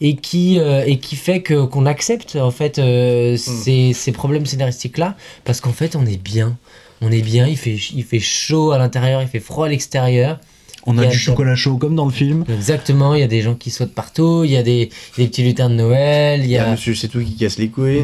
L: et qui, euh, et qui fait que, qu'on accepte en fait, euh, ces, ces problèmes scénaristiques-là parce qu'en fait, on est bien. On est bien, il fait, ch- il fait chaud à l'intérieur, il fait froid à l'extérieur.
B: On
L: Il
B: a
L: y
B: du chocolat chaud comme dans le film.
L: Exactement, il y a des gens qui sautent partout, il y a des, des petits lutins de Noël, il y a...
I: Eh, monsieur, c'est tout qui casse les couilles.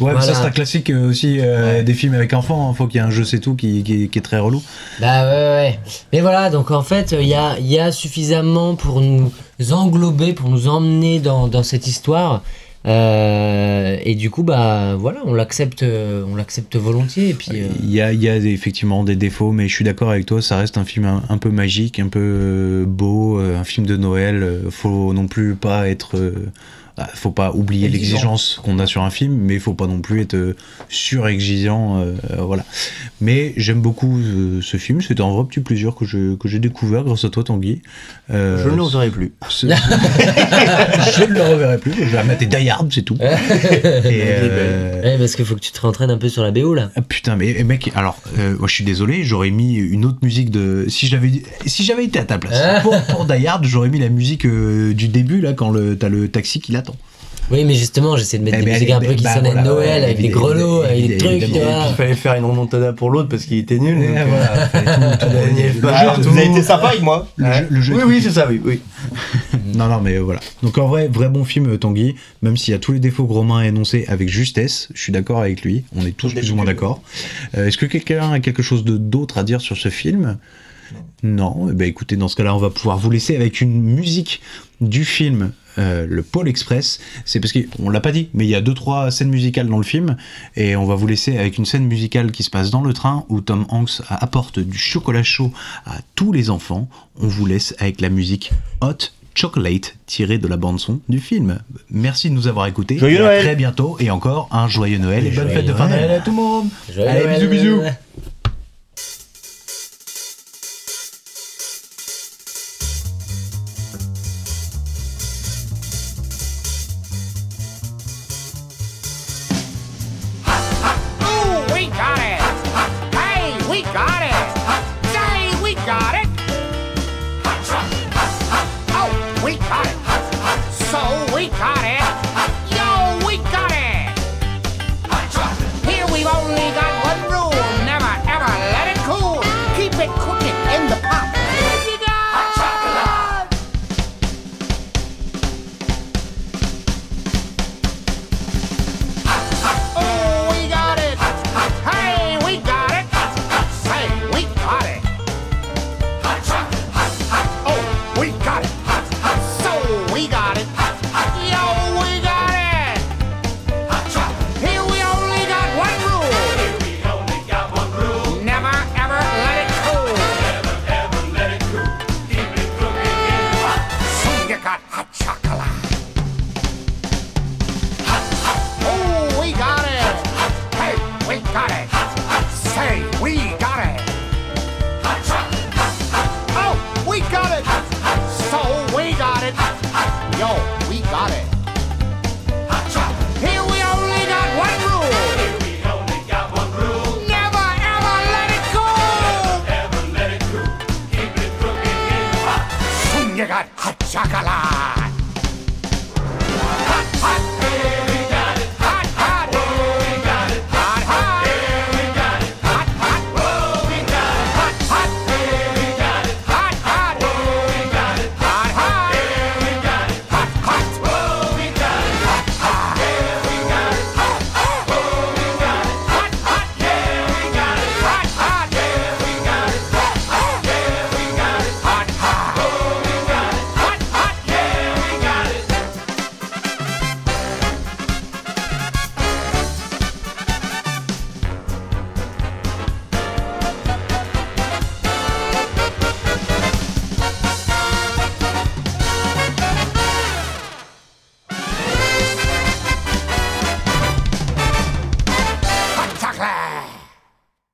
B: Ouais, mais ça c'est un classique euh, aussi euh, des films avec enfants. hein. Faut qu'il y ait un jeu, c'est tout qui, qui- qui est très relou.
L: Bah ouais, ouais. Mais voilà, donc en fait, il y a, il y a suffisamment pour nous englober, pour nous emmener dans, dans cette histoire. Euh, et du coup, bah voilà, on l'accepte, euh, on l'accepte volontiers. Et puis, euh,
B: Il y a, il y a des- effectivement des défauts, mais je suis d'accord avec toi, ça reste un film un, un peu magique, un peu euh, beau, euh, un film de Noël. euh, Faut non plus pas être. euh, ah, faut pas oublier
I: Exigeant.
B: l'exigence qu'on a sur un film, mais faut pas non plus être euh, surexigeant. euh, euh, voilà. Mais j'aime beaucoup euh, ce film, c'était un vrai petit plaisir que je- que j'ai découvert grâce à toi, Tanguy. Euh,
I: Je ne le reverrai plus.
B: ce- je ne le reverrai plus, je vais mater Die Hard, c'est tout. Et, euh,
L: ouais, parce qu'il faut que tu te rentraînes un peu sur la BO là.
B: Putain, mais eh, mec, alors, euh, moi, je suis désolé, j'aurais mis une autre musique de. Si j'avais dit- si j'avais été à ta place, pour, pour Die Hard, j'aurais mis la musique euh, du début, là, quand le, t'as le taxi qui l'attend.
L: Oui, mais justement, j'essaie de mettre
B: Eh
L: des
B: ben,
L: musiques un
B: eh
L: peu
B: ben,
L: qui
B: bah,
L: sonnent à
B: voilà,
L: Noël,
B: ouais,
L: avec des
B: évidemment,
L: grelots, avec des trucs, tu
I: Évidemment. Et puis, il
L: vois.
I: fallait faire une remontada pour l'autre parce qu'il était nul. donc,
B: Eh,
I: euh,
B: voilà, fallait tout- tout donner.
I: Daniel
B: Le
I: Farr,
B: jeu,
I: tout
B: vous
I: le
B: avez
I: monde.
B: été sympa avec moi. Le
I: Ouais.
B: jeu- le jeu
I: oui,
B: était
I: oui,
B: cool.
I: c'est ça, oui. oui.
B: non, non, mais euh, voilà. Donc en vrai, vrai bon film, euh, Tanguy, même s'il y a tous les défauts que Romain a énoncés avec justesse, je suis d'accord avec lui, on est tous plus ou moins d'accord. Euh, Est-ce que quelqu'un a quelque chose de- d'autre à dire sur ce film non, eh ben écoutez, dans ce cas-là, on va pouvoir vous laisser avec une musique du film euh, Le Pôle Express. C'est parce qu'on l'a pas dit, mais il y a deux trois scènes musicales dans le film, et on va vous laisser avec une scène musicale qui se passe dans le train où Tom Hanks apporte du chocolat chaud à tous les enfants. On vous laisse avec la musique Hot Chocolate tirée de la bande son du film. Merci de nous avoir écoutés.
I: Joyeux
B: et à
I: Noël.
B: très bientôt et encore un joyeux Noël et, bonne fête de fin d'année à tout le monde.
I: Joyeux
B: Allez,
I: Noël.
B: bisous bisous.
C: Ooh, we got it! Hey, we got it! Say, we got it! Oh, we got it! So we got it! Yo, we got it! Here we've only got one rule: never ever let it cool. Keep it cooking in the pot. Here you go! Oh, we got it! Hey, we got it! Say, we got it! Oh, we got it! So we got it! Yo, we got it! Here we only got one rule. Here we only got one rule. Never ever let it cool. Never ever let it cool. Keep it cooking in the pot. Soon you got hot chocolate. Oh, we got it! Hey, we got it! Say, we got it! Oh, we got it! So we got it! Yo, we got it! Here we only got one rule! Here we only got one rule! Never ever let it go! Never ever let it go! Keep it cooking in the pot! Soon you got hot chocolate!